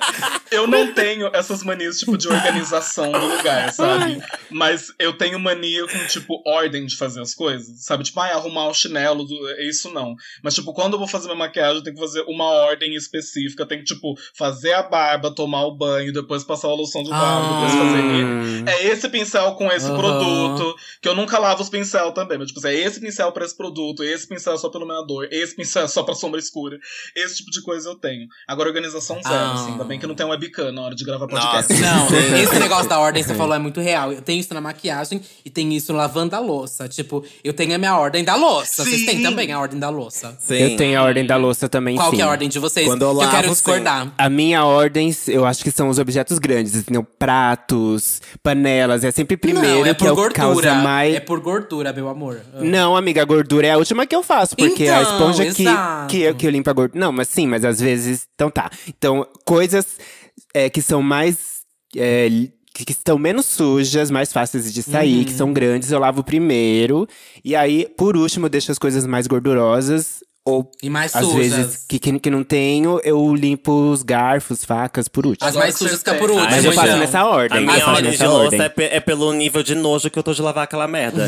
Speaker 6: eu não tenho essas manias, tipo, de organização do lugar, sabe? Mas eu tenho mania com, tipo, ordem de fazer as coisas, sabe? Tipo, ai, arrumar o chinelo, do- é isso não. Mas, tipo, quando eu vou fazer minha maquiagem, eu tenho que fazer uma ordem específica. Eu tenho que, tipo, fazer a barba, tomar o banho, depois passar a loção de barba, depois fazer... É esse pincel com esse
Speaker 2: Aham.
Speaker 6: produto. Que eu nunca lavo os pincel também. Mas, tipo, assim, é esse pincel pra esse produto, esse pincel é só pro iluminador, esse pincel é só pra sombra escura. Esse tipo de coisa eu tenho. Agora, organização zero,
Speaker 2: Ah.
Speaker 6: assim. Ainda bem que não tem webcam na hora de gravar
Speaker 3: Nossa.
Speaker 6: podcast.
Speaker 2: Não,
Speaker 3: Sim.
Speaker 2: esse negócio da ordem que você falou é muito real. Eu tenho isso na maquiagem e tenho isso lavando a louça. Tipo, eu tenho a minha ordem da louça. Vocês
Speaker 6: Sim.
Speaker 2: têm também a ordem da louça.
Speaker 3: Sim.
Speaker 1: Eu tenho a ordem da louça também,
Speaker 2: Qual
Speaker 1: sim.
Speaker 2: que é a ordem de vocês?
Speaker 3: Quando eu
Speaker 2: Que
Speaker 3: lavo,
Speaker 2: quero
Speaker 3: sim.
Speaker 2: discordar.
Speaker 1: A minha ordem, eu acho que são os objetos grandes, entendeu? Pratos, panelas, é sempre primeiro
Speaker 2: não, é
Speaker 1: que
Speaker 2: por
Speaker 1: é o que
Speaker 2: gordura.
Speaker 1: causa mais...
Speaker 2: É por gordura, meu amor.
Speaker 1: Não, amiga, a gordura é a última que eu faço, porque a
Speaker 2: Ah. Então,
Speaker 1: esponja que,
Speaker 2: exato.
Speaker 1: que, eu, que eu limpo a gordura. Não, mas sim, mas às vezes. Então tá. Então, coisas é, que são mais. é, li- que que estão menos sujas, mais fáceis de sair, que são grandes, eu lavo primeiro. E aí, por último, eu deixo as coisas mais gordurosas Ou
Speaker 2: E mais
Speaker 1: às
Speaker 2: sujas.
Speaker 1: vezes que, que, que não tenho, eu limpo os garfos, facas por último.
Speaker 2: As mais
Speaker 6: Agora que
Speaker 2: sujas
Speaker 6: você
Speaker 2: fica por
Speaker 6: tem.
Speaker 2: último.
Speaker 1: Mas eu faço
Speaker 3: não.
Speaker 2: então.
Speaker 1: nessa ordem.
Speaker 3: A
Speaker 1: eu
Speaker 3: minha
Speaker 1: faço
Speaker 3: ordem de
Speaker 1: nessa
Speaker 3: louça
Speaker 1: ordem.
Speaker 3: é, pe- é pelo nível de nojo que eu tô de lavar aquela merda.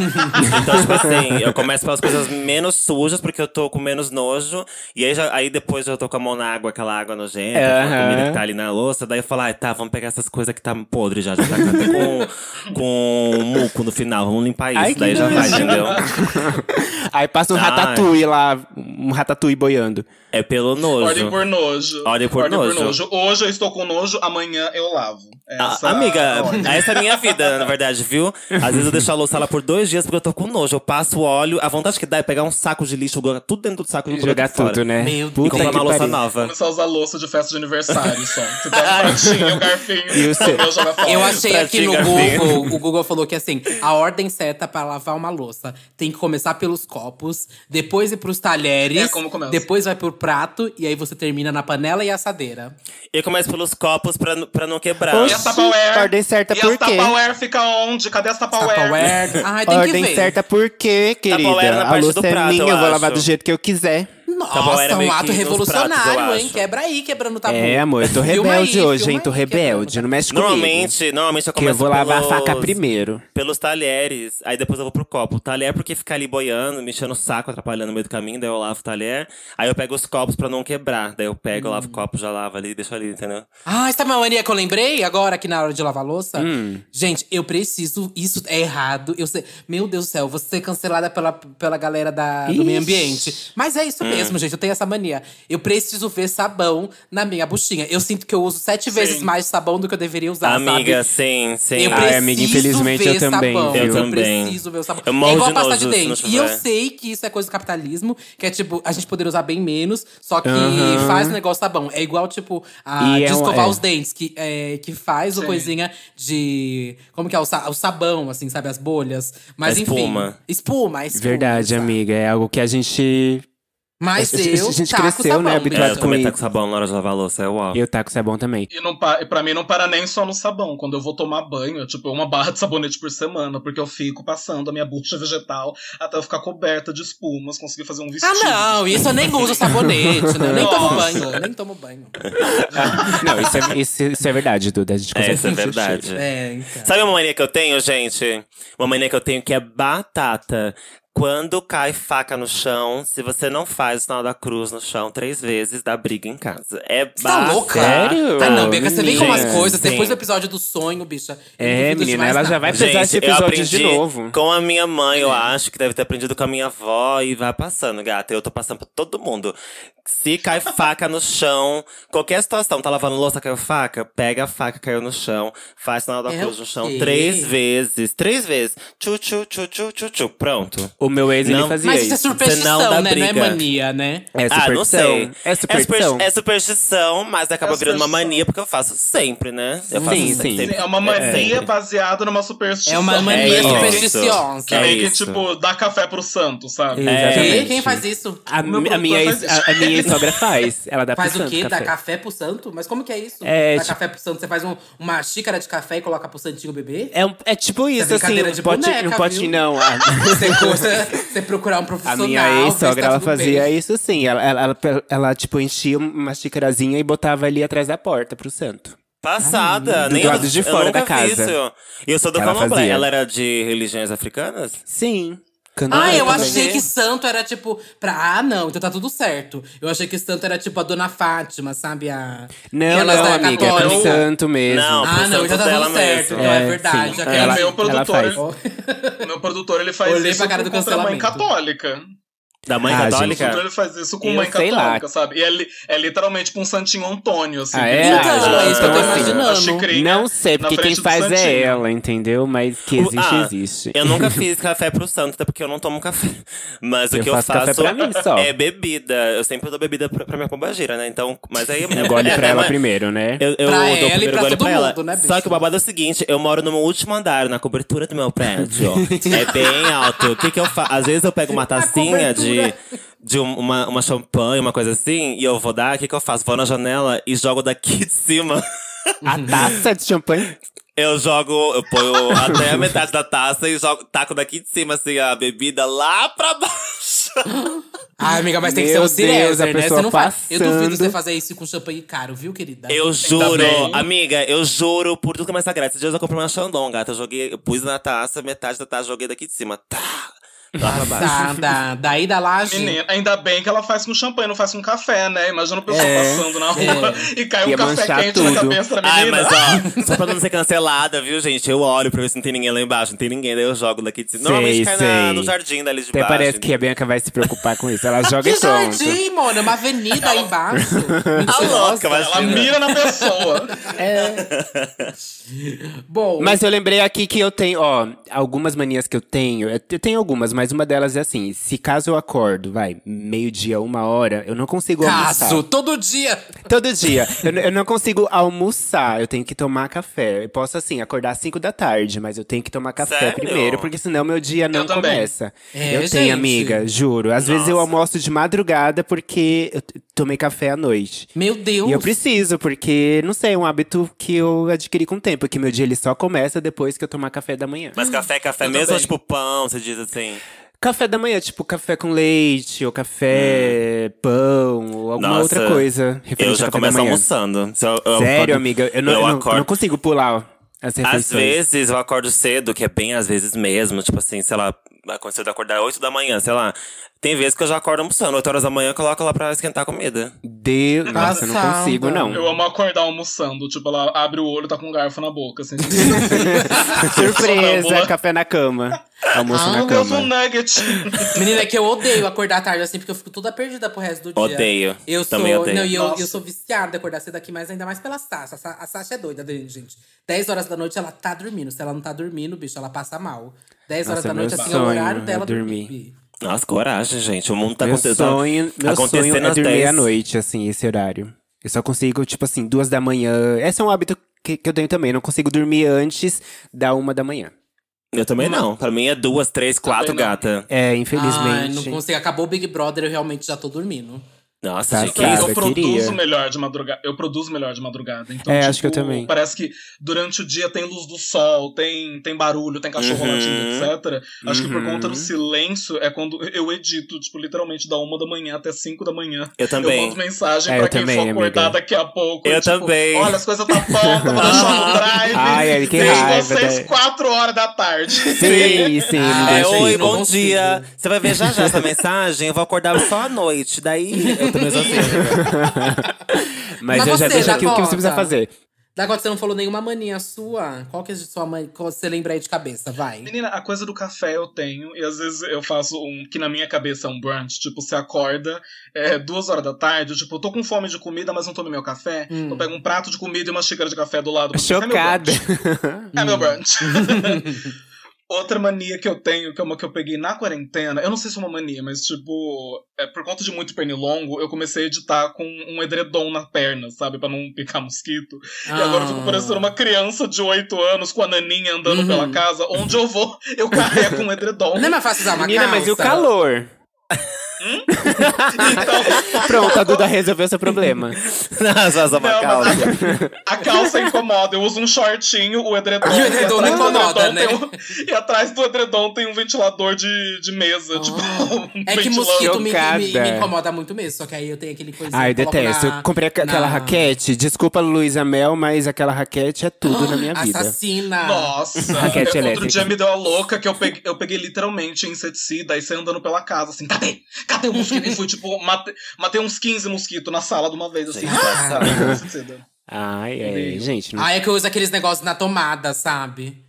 Speaker 3: então, tipo assim, eu começo pelas coisas menos sujas, porque eu tô com menos nojo. E aí, já- aí depois eu tô com a mão na água, aquela água nojenta, aquela
Speaker 1: Aham.
Speaker 3: comida que tá ali na louça. Daí eu falo, ai tá, vamos pegar essas coisas que tá podre já, já tá com, com um muco no final. Vamos limpar isso,
Speaker 1: Ai, que
Speaker 3: daí já vai,
Speaker 1: nojo.
Speaker 3: entendeu?
Speaker 1: Aí passa um
Speaker 3: Ai.
Speaker 1: ratatouille lá, um ratatouille boiando.
Speaker 3: É pelo nojo.
Speaker 6: Ordem por nojo.
Speaker 3: Ordem por nojo.
Speaker 6: Hoje eu estou com nojo, amanhã eu lavo.
Speaker 3: Ah,
Speaker 6: Essa
Speaker 3: amiga,
Speaker 6: a ordem.
Speaker 3: essa é a minha vida, na verdade, viu? Às vezes eu deixo a louça lá por dois dias porque eu tô com nojo. Eu passo o óleo, a vontade que dá é pegar um saco de lixo, jogar tudo dentro do saco e
Speaker 1: Jogar
Speaker 3: tudo Um fora.
Speaker 1: tudo, né?
Speaker 2: Meu Deus.
Speaker 1: Puta
Speaker 3: E comprar
Speaker 1: que
Speaker 3: uma louça
Speaker 1: pariu.
Speaker 3: nova.
Speaker 6: Começar a usar louça de festa de aniversário só. Você dá um pratinho, um garfinho,
Speaker 1: E o seu?
Speaker 6: comeu, joga fora.
Speaker 2: Eu achei
Speaker 3: Pra
Speaker 2: aqui no
Speaker 3: chegar
Speaker 2: Google, o Google falou que assim, a ordem certa pra lavar uma louça tem que começar pelos copos, depois ir pros talheres,
Speaker 6: É como começa.
Speaker 2: depois vai pro prato e aí você termina na panela e assadeira.
Speaker 3: Eu começo pelos copos pra, n- pra não quebrar.
Speaker 6: E
Speaker 1: Oxi.
Speaker 6: as Tupperware?
Speaker 1: Ordem certa
Speaker 6: e
Speaker 1: por
Speaker 6: as
Speaker 1: quê?
Speaker 6: Tupperware fica onde? Cadê as Tupperware?
Speaker 2: Tupperware. Ai, tem que
Speaker 1: Ordem
Speaker 2: ver.
Speaker 1: certa por quê,
Speaker 3: Tupperware
Speaker 1: querida?
Speaker 3: Tá na
Speaker 1: A
Speaker 3: parte
Speaker 1: louça
Speaker 3: do
Speaker 1: é
Speaker 3: prato,
Speaker 1: minha,
Speaker 3: eu
Speaker 1: eu vou lavar
Speaker 3: acho.
Speaker 1: do jeito que eu quiser.
Speaker 3: Tupperware
Speaker 2: Nossa,
Speaker 3: é meio
Speaker 2: um
Speaker 3: que
Speaker 2: ato
Speaker 3: nos
Speaker 2: revolucionário,
Speaker 3: pratos, eu
Speaker 2: hein?
Speaker 3: acho.
Speaker 2: Quebra aí, quebrando o
Speaker 3: Tá
Speaker 2: tabu.
Speaker 1: É, amor, eu tô
Speaker 2: Filma
Speaker 1: rebelde
Speaker 2: aí,
Speaker 1: hoje,
Speaker 2: filma
Speaker 1: hein? Tô
Speaker 2: aí, quebrando
Speaker 1: rebelde,
Speaker 2: o
Speaker 1: não mexe comigo.
Speaker 3: Normalmente, normalmente eu
Speaker 1: Que
Speaker 3: começo
Speaker 1: eu vou lavar a
Speaker 3: pelos,
Speaker 1: faca primeiro.
Speaker 3: Pelos talheres, aí depois eu vou pro copo. O talher, porque ficar ali boiando, mexendo o saco, atrapalhando no meio do caminho, daí eu lavo o talher. Aí eu pego os copos pra não quebrar. Daí eu pego,
Speaker 1: Hum.
Speaker 3: eu lavo o copo, já lavo ali, deixo ali, entendeu?
Speaker 2: Ah, sabe uma mania que eu lembrei agora aqui na hora de lavar a louça? Gente, eu preciso. Isso é errado. Eu sei, meu Deus do céu, eu vou ser cancelada pela, pela galera da, do
Speaker 1: Ixi.
Speaker 2: meio ambiente. Mas é isso mesmo, gente. Eu tenho essa mania. Eu preciso ver sabão na minha buchinha. Eu sinto que eu uso sete vezes mais sabão do que eu deveria usar,
Speaker 3: Amiga,
Speaker 2: Tá, sabe?
Speaker 3: sim, sim. Ah, é
Speaker 1: Ai,
Speaker 2: Eu preciso
Speaker 1: Ah, é, amiga, infelizmente
Speaker 2: ver
Speaker 1: eu também,
Speaker 2: sabão.
Speaker 3: viu?
Speaker 2: Eu,
Speaker 3: Eu também.
Speaker 2: preciso ver o sabão.
Speaker 3: Eu morro
Speaker 2: é igual
Speaker 3: de
Speaker 2: pasta de
Speaker 3: nojo se não
Speaker 2: dente. E eu
Speaker 3: tiver.
Speaker 2: sei que isso é coisa do capitalismo, que é tipo, a gente poder usar bem menos, só que
Speaker 1: Aham.
Speaker 2: faz o negócio sabão. É igual, tipo, a
Speaker 1: E
Speaker 2: de
Speaker 1: é um-
Speaker 2: escovar
Speaker 1: é.
Speaker 2: os dentes, que, é, que faz o
Speaker 6: Sim.
Speaker 2: coisinha de. Como que é? O, sa- o sabão, assim, sabe? As bolhas. Mas
Speaker 3: A
Speaker 2: enfim.
Speaker 3: espuma.
Speaker 2: Espuma, a espuma.
Speaker 1: Verdade,
Speaker 2: sabe?
Speaker 1: amiga. É algo que a gente.
Speaker 2: Mas
Speaker 1: A gente-
Speaker 2: eu.
Speaker 1: a gente
Speaker 2: taco
Speaker 1: cresceu, né,
Speaker 2: sabão, mesmo.
Speaker 1: habituado
Speaker 3: É, eu também
Speaker 1: comigo.
Speaker 3: tá com sabão na hora de lavar a louça, é uau.
Speaker 1: Eu taco sabão também.
Speaker 6: E não pa- e pra mim não para nem só no sabão. Quando eu vou tomar banho, é tipo uma barra de sabonete por semana, porque eu fico passando a minha bucha vegetal até eu ficar coberta de espumas, conseguir fazer um vestido.
Speaker 2: Ah, não, isso eu nem uso sabonete, né? Eu nem tomo
Speaker 6: Nossa.
Speaker 2: banho, eu nem tomo banho.
Speaker 1: Não, isso é, isso- isso é verdade, Duda. A gente
Speaker 3: É,
Speaker 1: consegue
Speaker 3: isso é
Speaker 1: sentir o
Speaker 3: verdade.
Speaker 2: É, então.
Speaker 3: Sabe uma mania que eu tenho, gente? Uma mania que eu tenho que é batata. Quando cai faca no chão, se você não faz o sinal da cruz no chão três vezes, dá briga em casa. É
Speaker 2: Você tá
Speaker 3: batata.
Speaker 2: louca?
Speaker 1: Sério?
Speaker 2: Ah, não, Bianca, você vem com umas
Speaker 1: Gente,
Speaker 2: coisas. Depois do
Speaker 3: sim.
Speaker 2: episódio do sonho, bicha. eu não
Speaker 1: É,
Speaker 2: duvido de
Speaker 1: menina,
Speaker 2: mais
Speaker 1: ela já
Speaker 2: nada.
Speaker 1: vai precisar esse
Speaker 3: Gente, eu
Speaker 1: episódio
Speaker 3: aprendi
Speaker 1: de novo.
Speaker 3: com a minha mãe, eu acho, que deve ter aprendido com a minha avó e vai passando, gata. Eu tô passando pra todo mundo. Se cai faca no chão, qualquer situação, tá lavando louça, caiu faca, pega a faca, caiu no chão, faz sinal da
Speaker 2: É
Speaker 3: cruz
Speaker 2: o
Speaker 3: no chão
Speaker 2: quê?
Speaker 3: três vezes. Três vezes. Tchu, tchu, tchu, tchu, tchu, tchu. Pronto.
Speaker 1: O meu ex, ele
Speaker 3: Não.
Speaker 1: fazia
Speaker 2: Mas isso é
Speaker 1: isso.
Speaker 2: superstição,
Speaker 3: Senão
Speaker 2: né?
Speaker 3: dá
Speaker 2: Não é
Speaker 3: briga.
Speaker 2: mania, né?
Speaker 1: É
Speaker 3: ah, não sei.
Speaker 1: superstição. É superstição.
Speaker 3: super- é superstição, mas acaba
Speaker 6: É
Speaker 3: virando uma
Speaker 6: superstição.
Speaker 3: mania, porque eu faço sempre, né? Eu
Speaker 1: Sim,
Speaker 3: faço
Speaker 1: sim.
Speaker 3: sempre.
Speaker 6: É uma mania
Speaker 3: sempre.
Speaker 6: baseada numa superstição.
Speaker 2: É uma
Speaker 3: É
Speaker 2: mania
Speaker 3: isso.
Speaker 2: supersticiosa.
Speaker 6: Que meio
Speaker 3: É
Speaker 6: que,
Speaker 3: isso.
Speaker 6: tipo, dá café pro santo, sabe?
Speaker 1: É.
Speaker 2: Quê?
Speaker 1: Exatamente. Ah,
Speaker 2: Quem faz isso?
Speaker 1: A,
Speaker 6: Meu
Speaker 1: mi- a
Speaker 6: produtor
Speaker 1: minha
Speaker 6: faz
Speaker 1: ex, a, a minha sogra faz. Ela dá
Speaker 2: Faz
Speaker 1: pro
Speaker 2: o quê?
Speaker 1: santo
Speaker 2: Dá café pro santo? Mas como que é isso?
Speaker 1: É,
Speaker 2: Dá
Speaker 1: tipo-
Speaker 2: café pro santo? Você faz um- uma xícara de café e coloca pro santinho beber?
Speaker 1: É, um- é tipo isso, assim.
Speaker 2: brincadeira
Speaker 1: Não
Speaker 2: de
Speaker 1: pode,
Speaker 2: boneca,
Speaker 1: não pode,
Speaker 2: viu?
Speaker 1: não. A,
Speaker 2: Você, coisa- você procurar um
Speaker 1: a
Speaker 2: profissional.
Speaker 1: minha
Speaker 2: ver se tá
Speaker 1: ex-sogra, ela
Speaker 2: tudo bem.
Speaker 1: fazia isso sim. Ela, ela, ela- ela, tipo, enchia uma xicarazinha e botava ali atrás da porta pro santo.
Speaker 3: Passada,
Speaker 1: do
Speaker 3: nem
Speaker 1: lado
Speaker 3: eu,
Speaker 1: de
Speaker 3: eu
Speaker 1: fora
Speaker 3: nunca
Speaker 1: da casa.
Speaker 3: vi isso. E eu sou do
Speaker 1: Ela
Speaker 3: Candomblé.
Speaker 1: fazia.
Speaker 3: Ela era de religiões africanas?
Speaker 1: Sim.
Speaker 2: Ah, eu
Speaker 1: também.
Speaker 2: achei que santo era tipo. Pra... Ah, não, então tá tudo certo. Eu achei que santo era tipo a dona Fátima, sabe? A...
Speaker 1: Não,
Speaker 2: Aquelas
Speaker 1: não,
Speaker 2: da
Speaker 1: amiga. É pro
Speaker 2: católica.
Speaker 1: santo mesmo.
Speaker 3: Não,
Speaker 2: Ah, não,
Speaker 3: santo
Speaker 2: então tá
Speaker 3: dela
Speaker 2: tudo certo.
Speaker 3: mesmo.
Speaker 2: Então é,
Speaker 1: É,
Speaker 2: verdade.
Speaker 1: sim.
Speaker 2: já
Speaker 6: É,
Speaker 1: Ela-
Speaker 6: o
Speaker 2: quero-
Speaker 6: meu produtor,
Speaker 1: faz.
Speaker 6: o meu produtor, ele faz
Speaker 2: Olhei
Speaker 6: isso
Speaker 2: pra cara do
Speaker 6: com contra a mãe
Speaker 2: cancelamento.
Speaker 6: católica.
Speaker 3: Da mãe
Speaker 1: Ah,
Speaker 3: católica?
Speaker 6: Então ele faz isso com
Speaker 1: Eu
Speaker 6: mãe
Speaker 1: sei lá.
Speaker 6: católica, sabe? E é, li- é literalmente com um santinho Antônio, assim.
Speaker 1: Ah,
Speaker 6: que
Speaker 1: é?
Speaker 6: ele
Speaker 2: Então,
Speaker 6: usa
Speaker 1: é isso que eu tô
Speaker 6: a- a
Speaker 2: imaginando.
Speaker 6: xicrinha
Speaker 1: Não sei,
Speaker 6: né? na
Speaker 1: porque quem
Speaker 6: frente do
Speaker 1: faz
Speaker 6: santinho.
Speaker 1: é ela, entendeu? Mas que
Speaker 3: O-
Speaker 1: existe,
Speaker 3: ah,
Speaker 1: existe.
Speaker 3: Eu nunca fiz café pro santo, até porque eu não tomo café. Mas
Speaker 1: Eu
Speaker 3: o que
Speaker 1: faço
Speaker 3: eu
Speaker 1: café
Speaker 3: faço
Speaker 1: pra mim só.
Speaker 3: é bebida. Eu sempre dou bebida pra, pra minha pombagira, né? Então, mas aí
Speaker 1: Eu gole
Speaker 3: é,
Speaker 1: pra
Speaker 3: é,
Speaker 1: ela
Speaker 3: mas-
Speaker 1: primeiro, né?
Speaker 3: Eu, eu
Speaker 2: Pra
Speaker 3: dou o
Speaker 2: ela e
Speaker 3: primeiro
Speaker 2: pra
Speaker 3: gole
Speaker 2: todo
Speaker 3: pra ela.
Speaker 2: mundo, né, bicho?
Speaker 3: Só que o babado é o seguinte: eu moro no meu último andar, na cobertura do meu prédio. é bem alto. O que, que eu faço? Às vezes eu pego uma tacinha
Speaker 2: cobertura.
Speaker 3: de, de um- uma, uma champanhe, uma coisa assim, e eu vou dar. O que, que eu faço? Vou na janela e jogo daqui de cima.
Speaker 1: A taça de champanhe?
Speaker 3: Eu jogo, eu ponho até a metade da taça e jogo, taco daqui de cima, assim, a bebida lá pra baixo.
Speaker 2: Ai, amiga, mas tem que ser
Speaker 1: Meu
Speaker 2: um
Speaker 1: Deus, a
Speaker 2: Cereza, né? Você
Speaker 1: pessoa
Speaker 2: não faz. Eu duvido
Speaker 1: passando.
Speaker 2: você fazer isso com champanhe caro, viu, querida?
Speaker 1: Tá
Speaker 3: Eu juro,
Speaker 6: bem.
Speaker 3: amiga, eu juro por tudo que é mais sagrado. Esses dias eu comprei uma Xandon, gata. Eu joguei, eu pus na taça, metade da taça, joguei daqui de cima. Tá! Lá pra baixo.
Speaker 2: Passada. Daí Tá, da laje.
Speaker 6: Menina, ainda bem que ela faz com champanhe, não faz com café, né? Imagina o pessoal
Speaker 1: É.
Speaker 6: passando na rua e cai um
Speaker 1: Ia
Speaker 6: café
Speaker 1: manchar
Speaker 6: quente na
Speaker 1: tudo.
Speaker 6: cabeça da
Speaker 3: Ai,
Speaker 6: menina.
Speaker 3: mas ó, só pra não ser cancelada, viu, gente? Eu olho pra ver se não tem ninguém lá embaixo, não tem ninguém, daí eu jogo daqui de cima.
Speaker 1: Sei,
Speaker 3: Normalmente cai na,
Speaker 1: sei.
Speaker 3: no jardim dali de
Speaker 1: Até
Speaker 3: baixo.
Speaker 1: parece que é a Bianca vai se preocupar com isso. Ela joga
Speaker 2: Que
Speaker 1: e pronto.
Speaker 2: jardim, mano? É Uma avenida aí embaixo. Mentirosa.
Speaker 3: é louca, mas- né?
Speaker 6: Ela mira na pessoa.
Speaker 2: Bom,
Speaker 1: É. Mas eu lembrei aqui que eu tenho, ó, algumas manias que eu tenho. Eu te- eu tenho algumas, mas uma delas é assim: se caso eu acordo, vai, meio-dia, uma hora, eu não consigo
Speaker 2: caso,
Speaker 1: almoçar.
Speaker 2: todo dia.
Speaker 1: Todo dia. eu, n- eu não consigo almoçar, eu tenho que tomar café. Eu posso, assim, acordar às 5 da tarde, mas eu tenho que tomar café
Speaker 3: Sério?
Speaker 1: primeiro, porque senão meu dia não
Speaker 6: também.
Speaker 1: começa.
Speaker 2: É,
Speaker 1: eu
Speaker 2: gente.
Speaker 1: tenho, amiga, juro. Às vezes eu
Speaker 3: Nossa.
Speaker 1: almoço de madrugada porque eu t- tomei café à noite.
Speaker 2: Meu Deus.
Speaker 1: E eu preciso, porque, não sei, é um hábito que eu adquiri com o tempo. Que meu dia ele só começa depois que eu tomar café da manhã.
Speaker 3: Mas café, café
Speaker 6: Eu
Speaker 3: mesmo,
Speaker 6: também.
Speaker 3: ou tipo pão, você diz assim.
Speaker 1: Café da manhã, tipo café com leite, ou café, pão, ou alguma
Speaker 3: Hum. Nossa,
Speaker 1: outra coisa. Referente
Speaker 3: Eu
Speaker 1: ao
Speaker 3: já
Speaker 1: café da
Speaker 3: começo
Speaker 1: manhã.
Speaker 3: almoçando. Se eu- eu
Speaker 1: Sério,
Speaker 3: acordo-
Speaker 1: amiga? Eu não, eu não- eu não consigo pular as refeições.
Speaker 3: Às vezes eu acordo cedo, que é bem às vezes mesmo. Tipo assim, sei lá, aconteceu de acordar 8 da manhã, sei lá. Tem vezes que eu já acordo almoçando, 8 horas da manhã eu coloco lá pra esquentar a comida.
Speaker 1: Deus, nossa, eu não
Speaker 2: Passada.
Speaker 1: consigo, não.
Speaker 6: Eu amo acordar almoçando. Tipo, ela abre o olho e tá com um garfo na boca. Assim,
Speaker 1: Surpresa, café na cama. Almoço
Speaker 6: Meu
Speaker 1: na
Speaker 6: Deus, um
Speaker 1: cama.
Speaker 6: nugget.
Speaker 2: Menina, é que eu odeio acordar tarde assim, porque eu fico toda perdida pro resto do dia.
Speaker 3: Odeio.
Speaker 2: Eu sou,
Speaker 3: Também odeio.
Speaker 2: Não, e eu,
Speaker 6: Nossa.
Speaker 2: eu sou viciada em acordar cedo aqui, mas ainda mais pela Sasha. A Sa- A Sasha é doida, gente. 10 horas da noite ela tá dormindo. Se ela não tá dormindo, bicho, ela passa mal. 10 horas
Speaker 1: Nossa,
Speaker 2: da
Speaker 1: meu
Speaker 2: noite, assim, é o
Speaker 1: sonho
Speaker 2: horário
Speaker 1: é
Speaker 2: dela dormir.
Speaker 1: dormir.
Speaker 2: bi.
Speaker 3: Nossa, coragem, gente. O mundo tá
Speaker 1: meu
Speaker 3: acontecendo.
Speaker 1: sonho, meu
Speaker 3: acontecendo
Speaker 1: sonho é
Speaker 3: às
Speaker 1: dormir
Speaker 3: 10.
Speaker 1: à noite, assim, esse horário. Eu só consigo, tipo assim, duas da manhã. Esse é um hábito que, que eu tenho também. Eu não consigo dormir antes da uma da manhã.
Speaker 3: Eu também não. Pra mim é duas, três, quatro,
Speaker 6: Também não.
Speaker 3: gata.
Speaker 1: É,
Speaker 2: Ai,
Speaker 1: infelizmente.
Speaker 2: não consigo. Acabou o Big Brother, eu realmente já tô dormindo.
Speaker 3: Nossa,
Speaker 1: Tá
Speaker 3: gente, que
Speaker 1: certo.
Speaker 3: isso.
Speaker 6: eu
Speaker 1: eu
Speaker 6: produzo
Speaker 1: queria.
Speaker 6: melhor de madrugada. Eu produzo melhor de madrugada. Então,
Speaker 1: É,
Speaker 6: tipo,
Speaker 1: acho que eu também.
Speaker 6: Parece que durante o dia tem luz do sol, tem, tem barulho, tem cachorro
Speaker 3: Uhum.
Speaker 6: latindo, etc. Acho que por
Speaker 1: Uhum.
Speaker 6: conta do silêncio é quando eu edito, tipo, literalmente da uma da manhã até cinco da manhã.
Speaker 3: Eu também.
Speaker 6: Eu mando mensagem
Speaker 1: É,
Speaker 6: pra
Speaker 1: eu
Speaker 6: quem
Speaker 1: também,
Speaker 6: for acordar
Speaker 1: amiga.
Speaker 6: daqui a pouco.
Speaker 3: Eu
Speaker 6: e, tipo,
Speaker 3: também.
Speaker 6: Olha, as coisas tá prontas, vou deixar no drive.
Speaker 1: Ai, ai, que
Speaker 6: Vejo
Speaker 1: raiva,
Speaker 6: vocês
Speaker 1: né?
Speaker 6: quatro horas da tarde.
Speaker 1: Sim, sim, me
Speaker 2: Ah,
Speaker 3: É,
Speaker 1: deixa
Speaker 2: gente,
Speaker 3: oi,
Speaker 1: aí.
Speaker 2: não
Speaker 3: bom
Speaker 2: consigo.
Speaker 3: dia. Você vai ver já já essa mensagem. Eu vou acordar só à noite. Daí eu também sou assim.
Speaker 1: Mas,
Speaker 2: Mas
Speaker 1: eu já
Speaker 2: você,
Speaker 1: vejo
Speaker 2: já
Speaker 1: aqui o que você precisa
Speaker 2: conta.
Speaker 1: fazer.
Speaker 2: Da quando você não falou nenhuma mania sua, qual que é a sua mãe? Qual você lembra aí de cabeça? Vai.
Speaker 6: Menina, a coisa do café eu tenho, e às vezes eu faço um que na minha cabeça é um brunch. Tipo, você acorda é, duas horas da tarde, tipo, eu tô com fome de comida, mas não tomo meu café.
Speaker 2: Hum.
Speaker 6: Eu pego um prato de comida e uma xícara de café do lado. porque isso
Speaker 1: Chocada.
Speaker 6: É meu brunch. É meu brunch. Outra mania que eu tenho, que é uma que eu peguei na quarentena, eu não sei se é uma mania, mas tipo, é, por conta de muito pernilongo, eu comecei a editar com um edredom na perna, sabe? Pra não picar mosquito. E agora eu fico parecendo uma criança de 8 anos com a naninha andando
Speaker 2: Ah. Uhum.
Speaker 6: pela casa. Onde eu vou, eu carrego um edredom.
Speaker 2: Não é mais fácil usar uma
Speaker 1: Menina, mas e o
Speaker 2: calça?
Speaker 1: calor?
Speaker 2: Hum?
Speaker 1: Pronto, a Duda resolveu seu problema.
Speaker 3: Nossa, essa
Speaker 6: Não,
Speaker 3: calça.
Speaker 6: A calça incomoda. Eu uso um shortinho, o edredom.
Speaker 2: E o edredom não
Speaker 6: atrás do
Speaker 2: incomoda, né?
Speaker 6: edredom tem um- e atrás do edredom tem um ventilador de, de mesa. Tipo, um
Speaker 2: É que
Speaker 6: ventilando.
Speaker 2: mosquito me, me-
Speaker 1: Chocada.
Speaker 2: me incomoda muito mesmo, só que aí eu tenho aquele coisinho.
Speaker 1: Ai,
Speaker 2: que eu coloco
Speaker 1: detesto.
Speaker 2: na-
Speaker 1: Eu comprei aqua- aquela
Speaker 2: na-
Speaker 1: raquete. Desculpa, Luísa Mel, mas aquela raquete é tudo na minha vida.
Speaker 2: Ah, Assassina.
Speaker 6: Nossa,
Speaker 1: Raquete
Speaker 6: outro
Speaker 1: elétrica.
Speaker 6: dia me deu a louca que eu peguei, eu peguei literalmente inseticida e saí andando pela casa, assim, cadê? Cadê o mosquito? E fui, tipo, mate- matei uns 15 mosquitos na sala de uma vez, assim, passada, com inseticida.
Speaker 1: Ai, ai, gente. Não...
Speaker 2: Ai, é que eu uso aqueles negócios na tomada, sabe?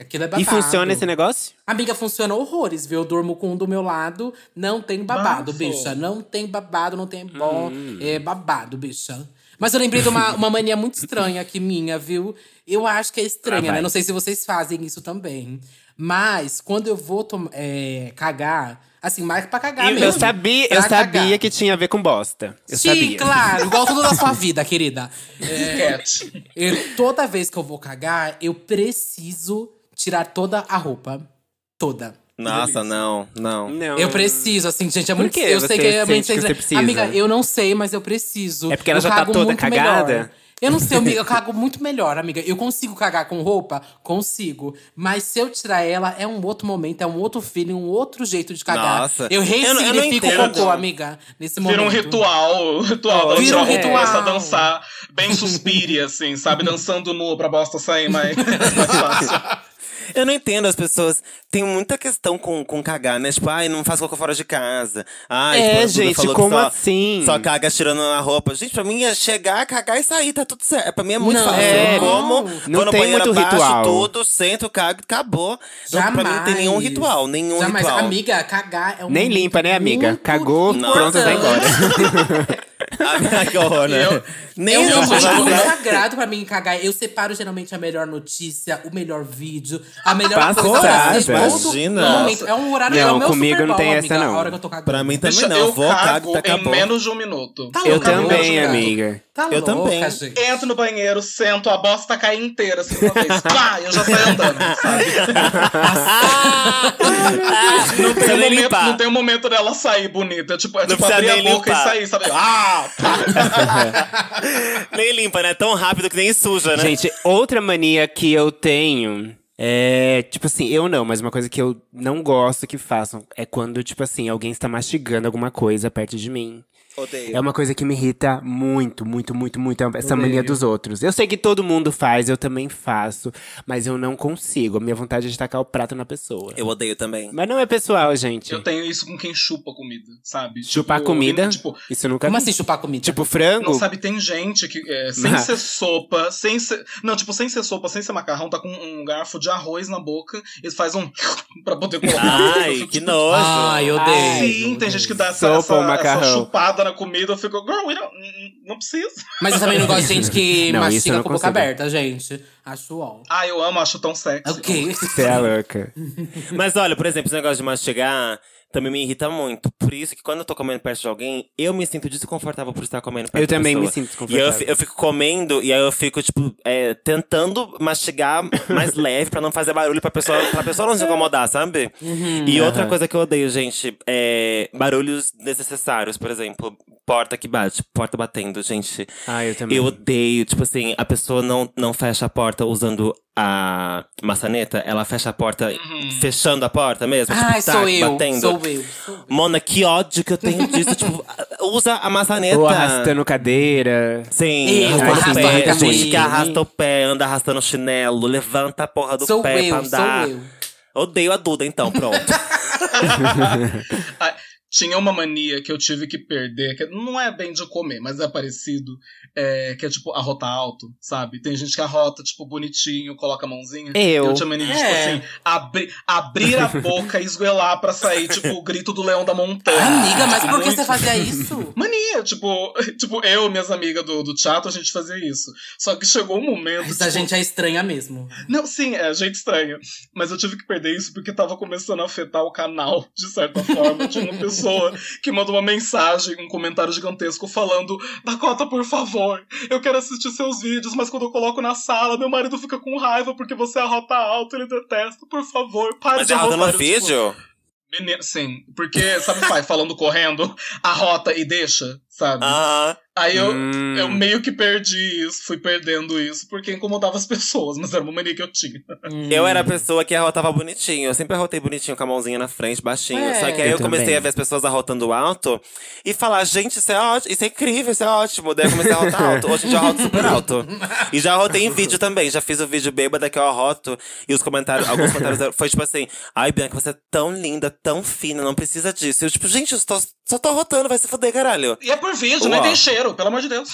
Speaker 2: Aquilo é babado.
Speaker 1: e funciona esse negócio?
Speaker 2: Amiga, funciona horrores, viu? Eu durmo com um do meu lado, não tem babado,
Speaker 6: Bafo.
Speaker 2: bicha. Não tem babado, não tem bom.
Speaker 1: Hum.
Speaker 2: É babado, bicha. Mas eu lembrei de uma, uma mania muito estranha aqui minha, viu? Eu acho que é estranha,
Speaker 1: Ah,
Speaker 2: né?
Speaker 1: vai.
Speaker 2: Não sei se vocês fazem isso também. Mas quando eu vou tom- é, cagar, assim, marca pra cagar mesmo.
Speaker 1: eu sabia, eu
Speaker 2: pra cagar.
Speaker 1: sabia que tinha a ver com bosta. Eu
Speaker 2: Sim,
Speaker 1: sabia.
Speaker 2: claro, igual tudo da sua vida, querida. É.
Speaker 6: Cat.
Speaker 2: Eu- toda vez que eu vou cagar, eu preciso tirar toda a roupa. Toda.
Speaker 3: Nossa, não, não.
Speaker 1: Não.
Speaker 2: Eu preciso, assim, gente, é
Speaker 1: Por
Speaker 2: muito.
Speaker 1: que
Speaker 2: Eu
Speaker 1: você
Speaker 2: sei que é
Speaker 1: sente
Speaker 2: muito
Speaker 1: que você
Speaker 2: estranho.
Speaker 1: precisa?
Speaker 2: Amiga, eu não sei, mas eu preciso.
Speaker 1: É porque ela
Speaker 2: eu
Speaker 1: já tá
Speaker 2: cago
Speaker 1: toda
Speaker 2: muito
Speaker 1: cagada?
Speaker 2: melhor. Eu não sei, amiga, eu cago muito melhor, amiga. Eu consigo cagar com roupa? Consigo. Mas se eu tirar ela, é um outro momento, é um outro feeling, um outro jeito de cagar.
Speaker 3: Nossa.
Speaker 2: Eu
Speaker 3: Eu não- eu não
Speaker 2: ressignifico o
Speaker 3: entendo.
Speaker 2: cocô, amiga, nesse momento.
Speaker 6: Vira um ritual, ritual da
Speaker 2: Vira um
Speaker 3: É.
Speaker 6: Johnny
Speaker 2: ritual.
Speaker 6: Começa a dançar bem suspire, assim, sabe? Dançando nu pra bosta sair mais, mais fácil.
Speaker 3: Eu não entendo, as pessoas têm muita questão com, com cagar, né? Tipo, ai, não faz cocô fora de casa. Ai,
Speaker 1: É,
Speaker 3: tipo, a Duda
Speaker 1: gente,
Speaker 3: falou que
Speaker 1: como
Speaker 3: só-
Speaker 1: assim?
Speaker 3: Só caga tirando a roupa. Gente, pra mim é chegar, cagar e sair, tá tudo certo. Pra mim é muito
Speaker 2: Não.
Speaker 3: fácil.
Speaker 2: É,
Speaker 3: eu como,
Speaker 2: não.
Speaker 3: vou
Speaker 1: Não
Speaker 3: no
Speaker 1: tem
Speaker 3: banheiro,
Speaker 1: muito
Speaker 3: baixo
Speaker 1: ritual.
Speaker 3: tudo, sento, cago, acabou. Não, pra mim não tem nenhum ritual, nenhum
Speaker 2: Jamais.
Speaker 3: ritual.
Speaker 2: Amiga, cagar é um
Speaker 1: Nem limpa, né, amiga?
Speaker 2: muito
Speaker 1: Cagou, pronto, vai embora.
Speaker 3: Ai, que horror, né?
Speaker 6: Eu-
Speaker 3: Nem
Speaker 2: Eu é um
Speaker 3: isso,
Speaker 2: momento
Speaker 3: já-
Speaker 2: muito sagrado pra mim cagar. Eu separo geralmente a melhor notícia, o melhor vídeo, a melhor
Speaker 1: Passa,
Speaker 2: coisa pra fazer.
Speaker 1: sabe?
Speaker 2: todo
Speaker 3: Imagina.
Speaker 2: momento. É um horário é
Speaker 1: tá, Não,
Speaker 2: o meu
Speaker 1: comigo
Speaker 2: Super
Speaker 1: não tem
Speaker 2: Bowl,
Speaker 1: essa,
Speaker 2: amiga,
Speaker 1: não.
Speaker 2: A hora que eu tô cagando.
Speaker 3: Pra mim também
Speaker 6: Deixa,
Speaker 3: não.
Speaker 6: eu
Speaker 3: vou,
Speaker 6: cago
Speaker 3: cago, tá
Speaker 6: em
Speaker 3: acabou.
Speaker 6: menos de um minuto.
Speaker 2: Tá
Speaker 1: Eu
Speaker 2: louca,
Speaker 1: também,
Speaker 2: amiga.
Speaker 1: amiga.
Speaker 2: Tá
Speaker 3: Eu
Speaker 2: louca,
Speaker 3: também.
Speaker 2: gente.
Speaker 6: Entro no banheiro, sento, a bosta cai inteira, assim, de uma vez. Pá, eu já saio andando, sabe? Não um. tem,
Speaker 3: Precisa
Speaker 6: um
Speaker 3: nem
Speaker 6: momento,
Speaker 3: Ah! limpar.
Speaker 6: não tem um momento dela sair bonita. É tipo, é
Speaker 3: Não
Speaker 6: tipo
Speaker 3: precisa
Speaker 6: abrir a
Speaker 3: nem
Speaker 6: boca
Speaker 3: limpar.
Speaker 6: e sair, sabe? Ah,
Speaker 3: Nem limpa, né? Tão rápido que nem suja, né?
Speaker 1: Gente, outra mania que eu tenho é, tipo assim, eu não, mas uma coisa que eu não gosto que façam é quando, tipo assim, alguém está mastigando alguma coisa perto de mim.
Speaker 3: odeio.
Speaker 1: É uma coisa que me irrita muito, muito, muito, muito. é Essa mania dos outros. Eu sei que todo mundo faz, eu também faço, mas eu não consigo. A minha vontade é de tacar o prato na pessoa.
Speaker 3: Eu odeio também.
Speaker 1: Mas não é pessoal, gente.
Speaker 6: Eu tenho isso com quem chupa comida, sabe?
Speaker 1: Chupar
Speaker 6: Tipo,
Speaker 1: comida?
Speaker 6: Tipo,
Speaker 1: isso nunca
Speaker 2: Como
Speaker 1: vi.
Speaker 2: assim chupar comida?
Speaker 1: Tipo
Speaker 6: não
Speaker 1: frango?
Speaker 6: sabe, tem gente que é, sem
Speaker 1: Ah.
Speaker 6: ser sopa, sem ser. Não, tipo, sem ser sopa, sem ser macarrão, tá com um garfo de arroz na boca e faz um. pra poder colocar. Eu
Speaker 3: Ai,
Speaker 6: fico,
Speaker 3: que
Speaker 6: tipo,
Speaker 3: nojo.
Speaker 1: Ah.
Speaker 2: Ai,
Speaker 1: né?
Speaker 2: eu odeio.
Speaker 6: Sim, tem gente que dá essa,
Speaker 1: Sopa
Speaker 6: essa-
Speaker 1: ou
Speaker 6: essa
Speaker 1: macarrão?
Speaker 6: chupada na comida, eu fico, girl, we don't- n- não precisa.
Speaker 2: Mas eu também não gosto de gente que
Speaker 1: Não, isso eu
Speaker 2: mastiga
Speaker 1: não
Speaker 2: com a boca
Speaker 1: consigo.
Speaker 2: aberta, gente. Acho ó.
Speaker 6: Ah, eu amo, acho tão sexy.
Speaker 2: Ok.
Speaker 1: Você é louca.
Speaker 3: Mas olha, por exemplo, esse negócio de mastigar também me irrita muito. Por isso que quando eu tô comendo perto de alguém, eu me sinto desconfortável por estar comendo perto
Speaker 1: Eu
Speaker 3: da
Speaker 1: também me
Speaker 3: pessoa.
Speaker 1: sinto
Speaker 3: E eu
Speaker 1: desconfortável.
Speaker 3: fi- eu, fico comendo, e aí eu fico, tipo, é, tentando mastigar mais leve pra não fazer barulho pra pessoa, pra pessoa não se incomodar, sabe?
Speaker 2: Uhum.
Speaker 3: e outra coisa que eu odeio, gente, é barulhos desnecessários, por exemplo. Porta que bate, porta batendo, gente.
Speaker 1: Ah, eu também.
Speaker 3: Eu odeio, tipo assim, a pessoa não, não fecha a porta usando a maçaneta, ela fecha a porta fechando a porta mesmo.
Speaker 2: Uhum. Ai,
Speaker 1: tá
Speaker 3: tipo,
Speaker 2: sou
Speaker 3: tac,
Speaker 2: eu,
Speaker 3: batendo.
Speaker 2: sou eu. sou eu.
Speaker 3: Mona, que ódio que eu tenho disso. tipo, usa a maçaneta.
Speaker 1: Ou arrastando cadeira.
Speaker 3: Sim,
Speaker 2: Eu
Speaker 3: arrastando o pé.
Speaker 1: arrasto
Speaker 3: Gente
Speaker 1: muito.
Speaker 3: que arrasta o pé, anda arrastando o chinelo, levanta a porra do
Speaker 2: Sou
Speaker 3: pé pra
Speaker 2: eu, sou
Speaker 3: andar.
Speaker 2: eu.
Speaker 3: Odeio a Duda, então, pronto.
Speaker 6: Tá Ah, Tinha uma mania que eu tive que perder, que não é bem de comer, mas é parecido, é, que é tipo arrotar alto, sabe? Tem gente que arrota, tipo, bonitinho, coloca a mãozinha.
Speaker 1: Eu.
Speaker 6: tinha mania de,
Speaker 2: É.
Speaker 6: tipo assim, abri- abrir a boca e esgoelar pra sair, tipo, o grito do leão da montanha.
Speaker 2: Amiga, mas
Speaker 6: Tipo,
Speaker 2: por que
Speaker 6: muito-
Speaker 2: você fazia isso?
Speaker 6: Mania, tipo, tipo, eu e minhas amigas do, do teatro, a gente fazia isso. Só que chegou um momento.
Speaker 2: Essa
Speaker 6: tipo,
Speaker 2: gente é estranha mesmo.
Speaker 6: Não, sim, é gente estranha. Mas eu tive que perder isso porque tava começando a afetar o canal, de certa forma. Tinha uma pessoa que mandou uma mensagem, um comentário gigantesco, falando: Dakota, por favor, eu quero assistir seus vídeos, mas quando eu coloco na sala, meu marido fica com raiva porque você arrota alto, ele detesta, por favor, pare
Speaker 3: Mas
Speaker 6: de
Speaker 3: ela
Speaker 6: arrotar.
Speaker 3: no
Speaker 6: Eu, tipo,
Speaker 3: vídeo.
Speaker 6: "Menina, sim, porque, sabe, pai, falando correndo, arrota e deixa, sabe?
Speaker 3: Ah,
Speaker 6: Aí eu,
Speaker 1: Hum.
Speaker 6: eu meio que perdi isso, fui perdendo isso porque incomodava as pessoas, mas era uma mania que eu tinha.
Speaker 3: Eu era a pessoa que arrotava bonitinho. Eu sempre arrotei bonitinho, com a mãozinha na frente, baixinho.
Speaker 2: É.
Speaker 3: Só que aí
Speaker 1: Eu
Speaker 3: eu, comecei
Speaker 1: também.
Speaker 3: a ver as pessoas arrotando alto e falar, gente, isso é ótimo, isso é incrível, isso é ótimo. Daí eu comecei a arrotar alto. Hoje em dia eu arroto super alto. E já arrotei em vídeo também. Já fiz o vídeo bêbada que eu arroto. E os comentários, alguns comentários eram- foi tipo assim: ai, Bianca, você é tão linda, tão fina, não precisa disso. E eu, tipo, gente, eu só, só tô arrotando, vai se fuder, caralho.
Speaker 6: E é por vídeo,
Speaker 3: Uau.
Speaker 6: nem tem cheiro, pelo amor de Deus.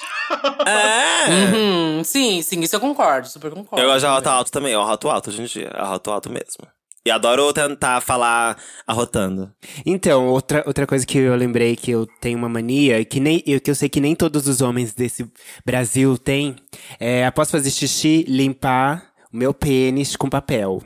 Speaker 3: É!
Speaker 2: Uhum, sim, sim, isso eu concordo, super concordo.
Speaker 3: Eu já arroto alto também, eu arroto alto hoje em dia. Eu arroto alto mesmo. E adoro tentar falar arrotando.
Speaker 1: Então, outra, outra coisa que eu lembrei que eu tenho uma mania, e que, nem, eu, que eu sei que nem todos os homens desse Brasil têm, é após fazer xixi, limpar o meu pênis com papel.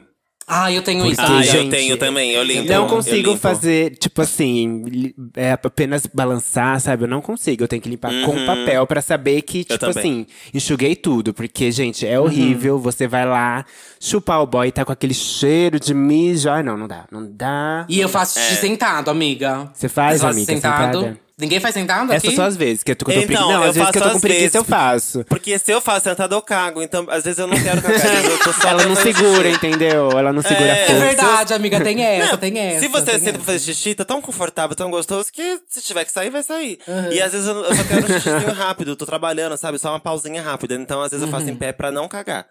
Speaker 2: Ah, eu tenho isso.
Speaker 1: Porque,
Speaker 3: Ah,
Speaker 2: amiga.
Speaker 1: gente,
Speaker 3: eu tenho também, eu limpo.
Speaker 1: não
Speaker 3: eu
Speaker 1: consigo
Speaker 3: limpo.
Speaker 1: fazer, tipo assim, li- é, apenas balançar, sabe? Eu não consigo. Eu tenho que limpar com papel pra saber que, tipo
Speaker 3: Uhum. também. Uhum.
Speaker 1: assim, enxuguei tudo. Porque, gente, é horrível. Você vai lá chupar o boy e tá com aquele cheiro de mijo. Ai, não, não dá. Não dá.
Speaker 2: E eu faço xixi sentado, amiga.
Speaker 1: Você faz,
Speaker 2: Eu faço
Speaker 1: amiga, sentada?
Speaker 2: Ninguém faz sentado aqui?
Speaker 1: Essas são as vezes que eu tô com preguiça.
Speaker 3: Então,
Speaker 1: Não,
Speaker 3: eu
Speaker 1: às vezes que eu tô
Speaker 3: faço
Speaker 1: com
Speaker 3: às
Speaker 1: preguiça, eu
Speaker 3: vezes.
Speaker 1: faço.
Speaker 3: Porque se eu faço sentada, eu cago. Então, às vezes eu não quero cagar. É, eu tô só
Speaker 1: Ela não
Speaker 3: tentando
Speaker 1: segura, entendeu? Ela não segura a
Speaker 3: É
Speaker 2: É
Speaker 1: força.
Speaker 2: verdade, amiga, tem essa,
Speaker 3: Não,
Speaker 2: tem essa.
Speaker 3: Se você
Speaker 2: tem
Speaker 3: senta
Speaker 2: essa.
Speaker 3: pra fazer xixi, tá tão confortável, tão gostoso que se tiver que sair, vai sair. E às vezes eu, eu só quero um xixizinho rápido, eu tô trabalhando, sabe? Só uma pausinha rápida. Então, às vezes eu faço em pé pra não cagar.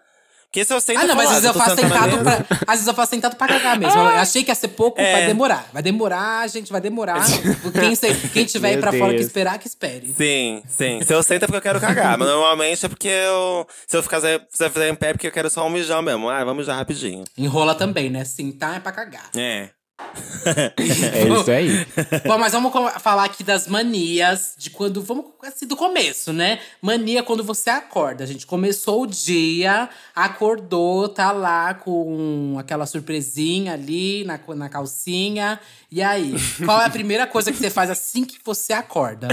Speaker 3: Porque se eu sento,
Speaker 2: Uhum. Ah, não,
Speaker 3: falo,
Speaker 2: mas às vezes eu
Speaker 3: tô
Speaker 2: faço
Speaker 3: sentando
Speaker 2: sentado
Speaker 3: mesmo.
Speaker 2: pra. Às vezes eu faço sentado pra cagar mesmo. Eu achei que ia ser pouco,
Speaker 3: É.
Speaker 2: vai demorar. Vai demorar, gente, vai demorar. Quem, se- quem tiver aí
Speaker 1: Meu
Speaker 2: pra fora que
Speaker 1: Deus.
Speaker 2: esperar, que espere.
Speaker 3: Sim, sim. Se eu sento é porque eu quero cagar. mas normalmente é porque eu. Se eu ficar se eu fizer em pé é porque eu quero só um mijão mesmo. Ah, vamos mijar rapidinho.
Speaker 2: Enrola também, né? Sentar é pra cagar.
Speaker 3: É.
Speaker 1: É isso aí.
Speaker 2: Bom, mas vamos co- falar aqui das manias de quando. Vamos assim, do começo, né? Mania é quando você acorda, gente. Começou o dia, acordou, tá lá com aquela surpresinha ali na, co- na calcinha. E aí, qual é a primeira coisa que você faz assim que você acorda?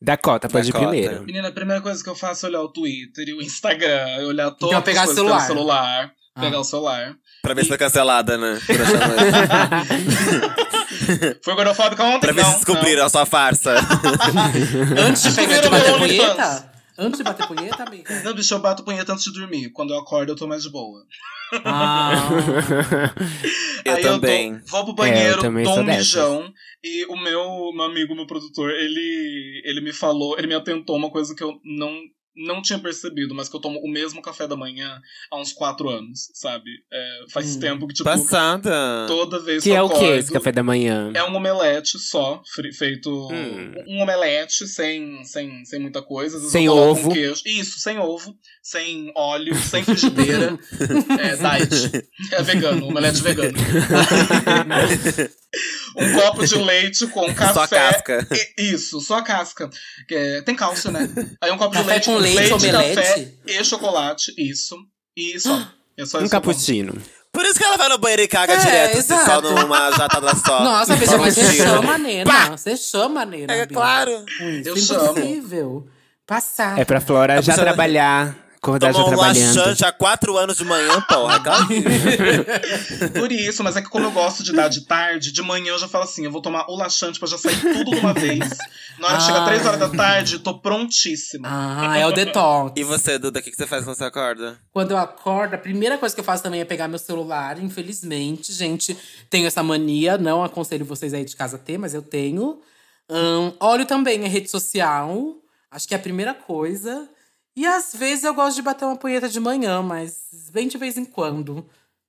Speaker 1: Dakota, pode
Speaker 3: Dakota.
Speaker 1: ir primeiro.
Speaker 6: Menina, a primeira coisa que eu faço é olhar o Twitter e o Instagram. Eu olhar todas
Speaker 2: Então, pegar
Speaker 6: as coisas
Speaker 2: celular.
Speaker 6: pelo celular.
Speaker 2: Ah.
Speaker 6: Pegar o celular.
Speaker 3: Pra ver se foi cancelada, né? Por essa noite.
Speaker 6: Foi gordofóbica ontem,
Speaker 3: pra ver
Speaker 6: não.
Speaker 3: se descobriram a sua farsa.
Speaker 2: Antes de pegar de
Speaker 6: Primeiro
Speaker 2: bater
Speaker 6: meu OnlyFans.
Speaker 2: punheta? Antes de bater punheta, amiga?
Speaker 6: Não. não, bicho, eu bato punheta antes de dormir. Quando eu acordo, eu tô mais de boa.
Speaker 2: Ah,
Speaker 3: Eu
Speaker 6: Aí
Speaker 3: também.
Speaker 6: Eu dou- vou pro
Speaker 1: É, eu
Speaker 6: banheiro,
Speaker 1: também
Speaker 6: dou
Speaker 1: sou
Speaker 6: um
Speaker 1: dessas.
Speaker 6: mijão. E o meu, meu amigo, meu produtor, ele, ele me falou, ele me atentou uma coisa que eu não, não tinha percebido, mas que eu tomo o mesmo café da manhã há uns quatro anos, sabe? É, faz tempo que, tipo,
Speaker 3: Passada.
Speaker 6: toda vez que,
Speaker 1: Que
Speaker 6: eu
Speaker 1: é o
Speaker 6: acordo.
Speaker 1: que esse café da manhã?
Speaker 6: É um omelete só, fri- feito.
Speaker 3: Hum.
Speaker 6: Um omelete sem, sem, sem muita coisa. Às vezes
Speaker 1: Sem
Speaker 6: eu coloco
Speaker 1: ovo.
Speaker 6: Um queijo. Isso, sem ovo, sem óleo, sem frigideira. é, diet. É vegano, omelete vegano. um copo de leite com café.
Speaker 3: Só casca.
Speaker 6: E- Isso, só a casca. Que é- tem cálcio, né? Aí um copo de
Speaker 2: Café
Speaker 6: leite
Speaker 2: com leite, omelete?
Speaker 6: café e chocolate. Isso. E só. É
Speaker 1: Um
Speaker 6: só isso que eu como.
Speaker 1: cappuccino.
Speaker 3: Por isso que ela vai no banheiro e caga
Speaker 2: É,
Speaker 3: direto, assim, só
Speaker 2: exato.
Speaker 3: numa jatada só.
Speaker 2: nossa,
Speaker 3: Só
Speaker 2: veja,
Speaker 3: um
Speaker 2: mas você
Speaker 3: tiro.
Speaker 2: chama a nena.
Speaker 3: Pá!
Speaker 2: Você chama a nena.
Speaker 3: É
Speaker 2: amiga.
Speaker 3: claro.
Speaker 2: Isso,
Speaker 6: Eu chamo.
Speaker 2: impossível. Passar.
Speaker 1: É pra Flora já
Speaker 3: precisando-
Speaker 1: trabalhar. Acordar já
Speaker 3: Tomou um
Speaker 1: trabalhando.
Speaker 3: laxante há quatro anos de manhã, porra. é Calma aí.
Speaker 6: Por isso, mas é que como eu gosto de dar de tarde, de manhã eu já falo assim, eu vou tomar o laxante pra já sair tudo de uma vez. Na hora que chega
Speaker 2: Ah.
Speaker 6: 3 horas da tarde, tô prontíssima.
Speaker 2: Ah, é o detox.
Speaker 3: E você, Duda, o que, que você faz quando você acorda?
Speaker 2: Quando eu acordo, a primeira coisa que eu faço também é pegar meu celular. Infelizmente, gente, tenho essa mania. Não aconselho vocês aí de casa a ter, mas eu tenho. Ahn, olho também a rede social. Acho que é a primeira coisa. E às vezes eu gosto de bater uma punheta de manhã, mas bem de vez em quando.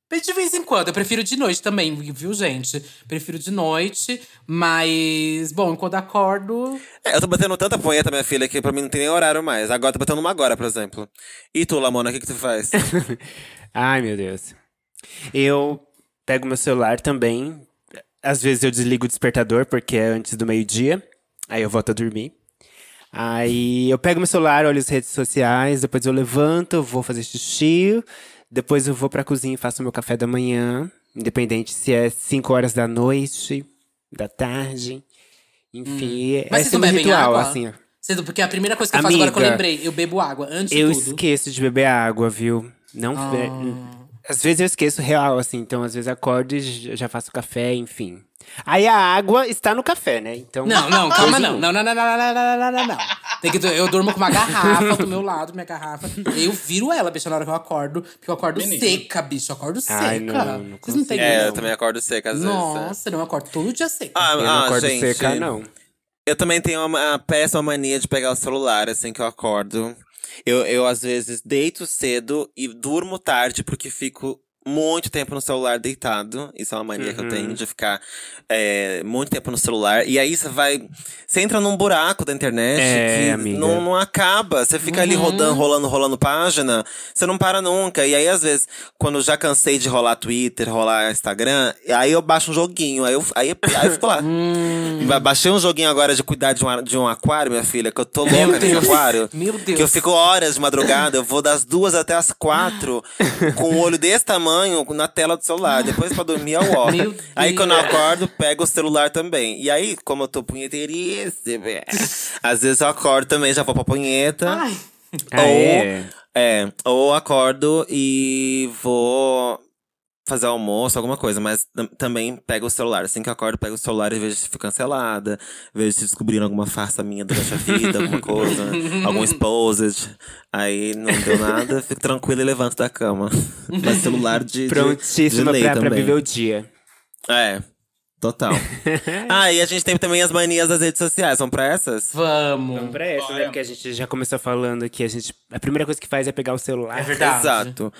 Speaker 2: Bem de vez em quando. Eu prefiro de noite também, viu, gente? Prefiro de noite. Mas, bom, quando acordo.
Speaker 3: É, eu tô batendo tanta punheta, minha filha, que pra mim não tem nem horário mais. Agora, tô batendo uma agora, por exemplo. E tu, Lamona, o que, que tu faz?
Speaker 1: Ai, meu Deus. Eu pego meu celular também. Às vezes eu desligo o despertador, porque é antes do meio-dia. Aí eu volto a dormir. Aí eu pego meu celular, olho as redes sociais, depois eu levanto, eu vou fazer xixi. Depois eu vou pra cozinha e faço meu café da manhã. Independente se é 5 horas da noite, da tarde. Enfim,
Speaker 2: Hum. Mas
Speaker 1: esse é
Speaker 2: vocês não
Speaker 1: o meu
Speaker 2: bebem
Speaker 1: ritual,
Speaker 2: água?
Speaker 1: assim. ó.
Speaker 2: Cedo, porque a primeira coisa que eu faço agora que eu
Speaker 1: Amiga,
Speaker 2: lembrei, eu bebo água antes
Speaker 1: Eu
Speaker 2: de tudo.
Speaker 1: esqueço de Ah. beber água, viu? Não. fe- Às vezes eu esqueço real, assim. Então, às vezes acordo e j- já faço café, enfim. Aí a água está no café, né? Então.
Speaker 2: Não, não, calma,
Speaker 1: Dois em
Speaker 2: não.
Speaker 1: um.
Speaker 2: Não, não, não, não, não, não, não, não, não. Tem que, eu durmo com uma garrafa do meu lado, minha garrafa. Eu viro ela, bicho, na hora que eu acordo. Porque eu acordo
Speaker 6: Menina.
Speaker 2: seca, bicho. Eu acordo seca.
Speaker 1: Ai, não, não
Speaker 2: Vocês não têm
Speaker 1: consigo.
Speaker 3: é,
Speaker 2: noção.
Speaker 3: eu também acordo seca
Speaker 1: é.
Speaker 3: às vezes. né?
Speaker 2: Nossa, não, eu acordo todo dia seca.
Speaker 3: Ah,
Speaker 1: Eu não
Speaker 3: ah,
Speaker 1: acordo
Speaker 3: gente,
Speaker 1: seca, não.
Speaker 3: Eu também tenho uma, uma péssima mania de pegar o celular assim que eu acordo. Eu, eu, às vezes, deito cedo e durmo tarde, porque fico muito tempo no celular deitado. Isso é uma mania que eu
Speaker 1: Uhum.
Speaker 3: tenho, de ficar é, muito tempo no celular. E aí você vai. Você entra num buraco da internet
Speaker 1: É,
Speaker 3: que
Speaker 1: amiga.
Speaker 3: não, não acaba. Você fica
Speaker 2: Uhum.
Speaker 3: ali rodando, rolando, rolando página. Você não para nunca. E aí, às vezes, quando eu já cansei de rolar Twitter, rolar Instagram, aí eu baixo um joguinho. Aí eu, aí, aí eu fico lá.
Speaker 2: Hum.
Speaker 3: Ba- Baixei um joguinho agora de cuidar de um, ar- de um aquário, minha filha, que eu tô louca nesse
Speaker 2: Deus.
Speaker 3: aquário.
Speaker 2: Meu Deus.
Speaker 3: Que eu fico horas de madrugada, eu vou das duas até as quatro, com o olho desse tamanho na tela do celular. Depois pra dormir é o ó.
Speaker 2: Meu
Speaker 3: Aí quando eu
Speaker 2: Deus.
Speaker 3: acordo, pego o celular também. E aí, como eu tô punheteiríssima, às vezes eu acordo também, já vou pra punheta.
Speaker 2: Ai.
Speaker 1: Ah, é?
Speaker 3: É, ou acordo e vou fazer almoço, alguma coisa, mas tam- também pego o celular. Assim que eu acordo, pego o celular e vejo se fui cancelada, vejo se descobriram alguma farsa minha durante a vida, alguma coisa, algum exposed. Aí não deu nada, fico tranquila e levanto da cama. Mas celular de. de-
Speaker 1: Prontíssima
Speaker 3: de lei
Speaker 1: pra, pra
Speaker 3: também.
Speaker 1: viver o dia.
Speaker 3: É, total. ah, e a gente tem também as manias das redes sociais, vão pra essas?
Speaker 1: Vamos
Speaker 2: Vamos.
Speaker 1: pra essa, né?
Speaker 6: Bora.
Speaker 1: Porque a gente já começou falando que a gente. A primeira coisa que faz é pegar o celular.
Speaker 2: É verdade.
Speaker 3: Exato.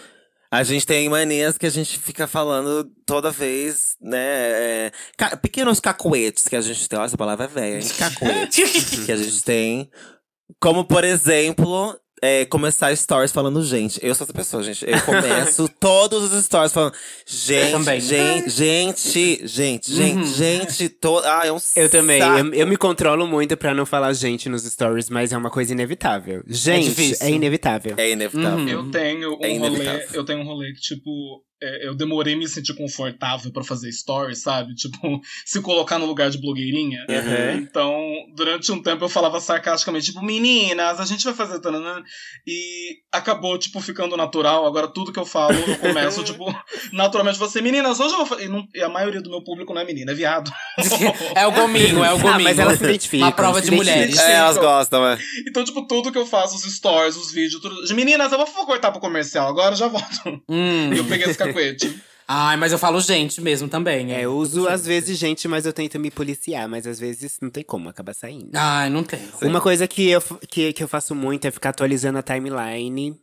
Speaker 3: A gente tem manias que a gente fica falando toda vez, né? é, ca- pequenos cacuetes que a gente tem. Olha, essa palavra é velha, hein? Cacuete. que a gente tem. Como, por exemplo, é, começar stories falando gente. Eu sou essa pessoa, gente. Eu começo todos os stories falando gente,
Speaker 2: também.
Speaker 3: gente, gente, gente, gente, gente. To... Ah, é um
Speaker 1: Uhum. Eu também.
Speaker 3: saco.
Speaker 1: Eu, eu me controlo muito pra não falar gente nos stories, mas é uma coisa inevitável. Gente,
Speaker 2: difícil.
Speaker 1: é, inevitável.
Speaker 3: É inevitável.
Speaker 1: Uhum.
Speaker 6: Eu tenho um
Speaker 3: É inevitável.
Speaker 6: rolê, eu tenho um rolê que, tipo, é, eu demorei me sentir confortável pra fazer stories, sabe? Tipo, se colocar no lugar de blogueirinha.
Speaker 2: É,
Speaker 1: Uhum.
Speaker 6: Então, durante um tempo eu falava sarcasticamente, tipo, meninas, a gente vai fazer tananã. E acabou, tipo, ficando natural. Agora tudo que eu falo, eu começo, tipo, naturalmente, você, meninas, hoje eu vou fazer. E, não- e a maioria do meu público não é menina, é viado.
Speaker 2: É o gominho, é o gominho.
Speaker 1: Ah, mas elas se identificam.
Speaker 2: Uma prova
Speaker 1: se
Speaker 2: de mulheres.
Speaker 3: É, elas gostam, é.
Speaker 6: Então, tipo, tudo que eu faço, os stories, os vídeos, tudo. de Meninas, eu vou cortar pro comercial, agora eu já volto.
Speaker 2: Hum.
Speaker 6: E eu peguei esse cacuete.
Speaker 2: Ai, mas eu falo gente mesmo também.
Speaker 1: É, eu uso às vezes gente, mas eu tento me policiar, mas às vezes não tem como, acaba saindo.
Speaker 2: Ai, não é. tem.
Speaker 1: Uma coisa que eu, f- que, que eu faço muito é ficar atualizando a timeline,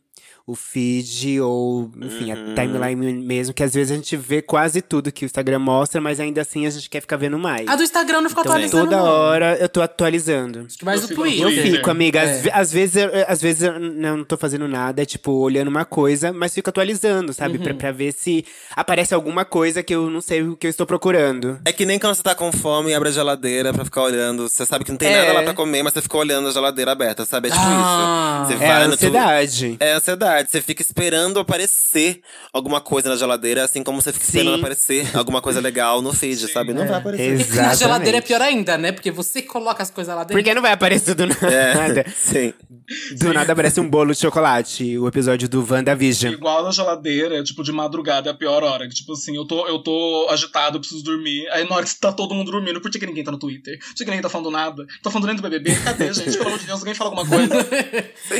Speaker 1: o feed, ou, enfim,
Speaker 2: Uhum.
Speaker 1: a timeline mesmo, que às vezes a gente vê quase tudo que o Instagram mostra, mas ainda assim a gente quer ficar vendo mais.
Speaker 2: A do Instagram não ficou
Speaker 1: Então,
Speaker 2: atualizando.
Speaker 1: toda
Speaker 2: não.
Speaker 1: hora eu tô atualizando.
Speaker 2: Acho que mais
Speaker 6: Eu
Speaker 2: o
Speaker 6: fico-
Speaker 2: Twitter.
Speaker 1: Eu
Speaker 6: Twitter.
Speaker 1: fico, amiga. Às,
Speaker 2: É.
Speaker 1: ve- às vezes, eu, às vezes eu n- não tô fazendo nada, é tipo, olhando uma coisa, mas fico atualizando, sabe?
Speaker 2: Uhum.
Speaker 1: Pra, pra ver se aparece alguma coisa que eu não sei o que eu estou procurando.
Speaker 3: É que nem quando você tá com fome e abre a geladeira pra ficar olhando. Você sabe que não tem
Speaker 1: É.
Speaker 3: nada lá pra comer, mas você fica olhando a geladeira aberta, sabe? É tipo
Speaker 2: Ah.
Speaker 3: isso. Você
Speaker 1: É a
Speaker 3: no tu-
Speaker 1: ansiedade.
Speaker 3: É ansiedade. Você fica esperando aparecer alguma coisa na geladeira, assim como você fica
Speaker 1: Sim.
Speaker 3: esperando aparecer alguma coisa legal no feed, sabe? Não Então vai aparecer.
Speaker 2: Na geladeira é
Speaker 1: Exatamente.
Speaker 2: pior ainda, né? Porque você coloca as coisas lá dentro.
Speaker 1: Porque não vai aparecer do nada.
Speaker 3: Sim.
Speaker 1: Do nada aparece um bolo de chocolate. O episódio do WandaVision.
Speaker 6: Igual na geladeira, tipo, de madrugada é a pior hora. Que, tipo assim, eu tô, eu tô agitado, eu preciso dormir. Aí na hora que tá todo mundo dormindo, por que, que ninguém tá no Twitter? Por que, que ninguém tá falando nada? Tá falando nem do BBB? Cadê, gente? Pelo amor de Deus, alguém fala alguma coisa.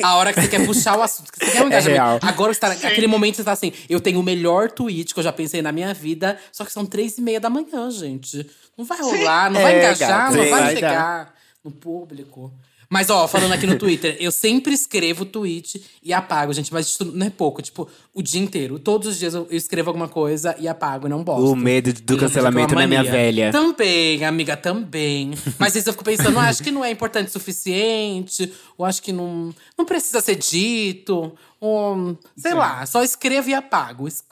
Speaker 2: A hora que você quer puxar o assunto, que você quer um engajamento.
Speaker 1: É real.
Speaker 2: Agora que você tá naquele momento, você tá assim, eu tenho o melhor tweet que eu já pensei na minha vida, só que são três e meia da manhã, gente. Não vai rolar, não vai
Speaker 1: É,
Speaker 2: engajar,
Speaker 1: gata,
Speaker 2: não
Speaker 1: sim.
Speaker 2: vai,
Speaker 1: Vai dar.
Speaker 2: chegar no público. Mas, ó, falando aqui no Twitter, eu sempre escrevo tweet e apago, gente. Mas isso não é pouco, tipo, o dia inteiro. Todos os dias eu eu escrevo alguma coisa e apago, não bosto.
Speaker 1: O medo do
Speaker 2: Eu já
Speaker 1: cancelamento
Speaker 2: fico com
Speaker 1: na
Speaker 2: uma
Speaker 1: minha
Speaker 2: mania.
Speaker 1: velha.
Speaker 2: Também, amiga, também. Mas isso eu fico pensando, ah, acho que não é importante o suficiente, ou acho que não, não precisa ser dito, ou sei lá, só escrevo e apago. Es-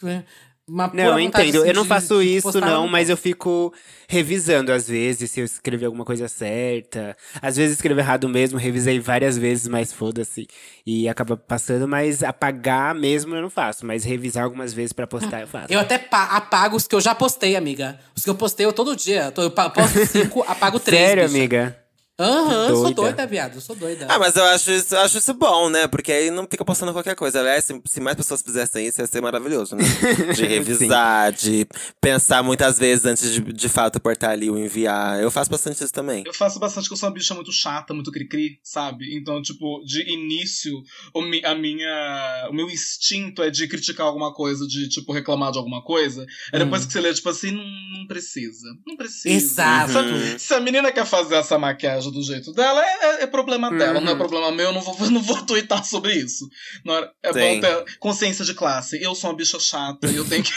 Speaker 2: Uma pura
Speaker 1: Não, eu
Speaker 2: vontade,
Speaker 1: entendo.
Speaker 2: assim,
Speaker 1: Eu não
Speaker 2: de-
Speaker 1: faço
Speaker 2: de
Speaker 1: isso,
Speaker 2: postar
Speaker 1: não,
Speaker 2: um-
Speaker 1: mas eu fico revisando às vezes, se eu escrevi alguma coisa certa. Às vezes escrevo errado mesmo, revisei várias vezes, mas foda-se. E acaba passando, mas apagar mesmo eu não faço. Mas revisar algumas vezes pra postar eu faço.
Speaker 2: Eu até pa- apago os que eu já postei, amiga. Os que eu postei eu todo dia. Tô- Eu pa- posto cinco, apago três.
Speaker 1: Sério,
Speaker 2: bicha.
Speaker 1: amiga?
Speaker 2: Aham, sou
Speaker 1: Doida.
Speaker 2: doida, viado. Sou doida.
Speaker 3: Ah, mas eu acho isso, eu acho isso bom, né? Porque aí não fica postando qualquer coisa. Aliás, se, se mais pessoas fizessem isso, ia ser maravilhoso, né? De revisar, de pensar muitas vezes antes de de fato apertar ali o enviar. Eu faço bastante isso também.
Speaker 6: Eu faço bastante que eu sou uma bicha muito chata, muito cri-cri, sabe? Então, tipo, de início, o, mi- a minha, o meu instinto é de criticar alguma coisa, de, tipo, reclamar de alguma coisa. Aí depois que você lê, tipo assim, não, não precisa. Não precisa.
Speaker 2: Exato.
Speaker 3: Uhum.
Speaker 6: Se, se a menina quer fazer essa maquiagem do jeito dela, é, é- é problema dela,
Speaker 3: Uhum.
Speaker 6: não é problema meu, eu não vou, não vou tuitar sobre isso. Na hora- é
Speaker 3: Sim.
Speaker 6: bom ter consciência de classe. Eu sou uma bicha chata e eu tenho que,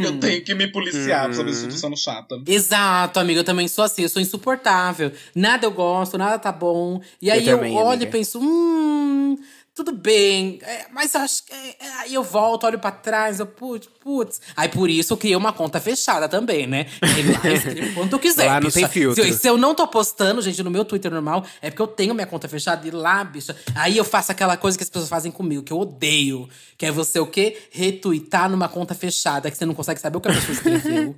Speaker 6: eu tenho que me policiar pra saber se eu
Speaker 3: Uhum.
Speaker 6: tô sendo chata.
Speaker 2: Exato, amiga, eu também sou assim, eu sou insuportável. Nada eu gosto, nada tá bom. E aí eu,
Speaker 1: também,
Speaker 2: olho
Speaker 1: amiga.
Speaker 2: e penso, hum, tudo bem. É, mas eu acho que. é, é, aí eu volto, olho pra trás, eu, putz, putz. Aí por isso eu criei uma conta fechada também, né? E lá eu escrevo quanto eu quiser.
Speaker 1: Lá não
Speaker 2: bicha.
Speaker 1: tem filtro.
Speaker 2: Se eu, se eu não tô postando, gente, no meu Twitter normal, é porque eu tenho minha conta fechada e lá, bicha. Aí eu faço aquela coisa que as pessoas fazem comigo, que eu odeio. Que é você o quê? Retweetar numa conta fechada, que você não consegue saber o que a pessoa escreveu.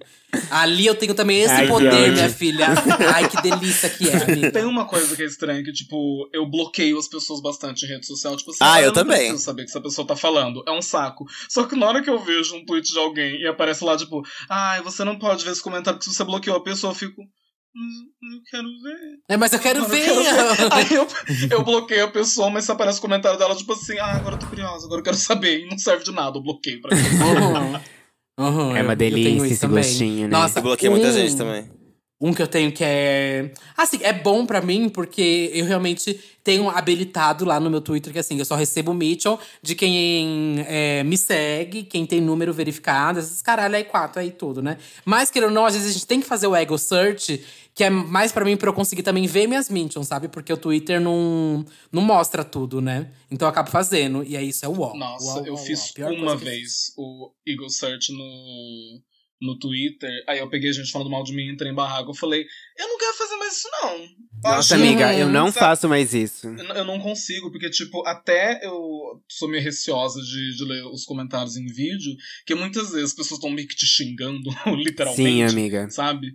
Speaker 2: Ali eu tenho também esse
Speaker 1: Ai, que
Speaker 2: poder,
Speaker 1: ódio.
Speaker 2: minha filha. Ai, que delícia que é, amiga.
Speaker 6: Tem uma coisa que é estranha, que, tipo, eu bloqueio as pessoas bastante em rede social. Tipo, tipo assim,
Speaker 3: Ah, eu
Speaker 6: não
Speaker 3: também.
Speaker 6: preciso saber o que essa pessoa tá falando. É um saco. Só que na hora que eu vejo um tweet de alguém e aparece lá, tipo, ai, você não pode ver esse comentário porque se você bloqueou a pessoa, eu fico. "Hum, Eu quero ver.
Speaker 2: É, mas eu quero
Speaker 6: Eu
Speaker 2: ver.
Speaker 6: quero ver. Aí eu, eu bloqueei a pessoa, mas se aparece o comentário dela, tipo assim, ah, agora eu tô curiosa, agora eu quero saber. E não serve de nada o bloqueio pra mim.
Speaker 2: Uhum. Uhum,
Speaker 1: É uma
Speaker 2: eu- eu tenho
Speaker 1: delícia
Speaker 2: isso
Speaker 1: esse
Speaker 2: também.
Speaker 1: gostinho, né?
Speaker 3: Eu
Speaker 2: Nossa,
Speaker 3: bloqueei muita
Speaker 2: um-
Speaker 3: gente também.
Speaker 2: Um que eu tenho que é. Assim, é bom pra mim, porque eu realmente tenho habilitado lá no meu Twitter que assim, eu só recebo Mitchell de quem é, me segue, quem tem número verificado, esses caralho aí quatro aí tudo, né? Mas querendo ou não, às vezes a gente tem que fazer o ego search, que é mais pra mim pra eu conseguir também ver minhas mentions, sabe? Porque o Twitter não, não mostra tudo, né? Então eu acabo fazendo. E aí isso é o ó.
Speaker 6: Nossa,
Speaker 2: Uó, uó,
Speaker 6: eu
Speaker 2: uó.
Speaker 6: fiz
Speaker 2: Pior coisa
Speaker 6: uma
Speaker 2: que eu fiz.
Speaker 6: vez o Eagle Search no, no Twitter. Aí eu peguei gente falando mal de mim, entrei em barraco. Eu falei, eu não quero fazer mais isso, não.
Speaker 1: Nossa,
Speaker 6: Acho-
Speaker 1: amiga, eu não
Speaker 6: Sabe?
Speaker 1: faço mais isso.
Speaker 6: Eu eu não consigo, porque, tipo, até eu sou meio receosa de, de ler os comentários em vídeo, que muitas vezes as pessoas estão meio que te xingando, literalmente.
Speaker 1: Sim, amiga.
Speaker 6: sabe?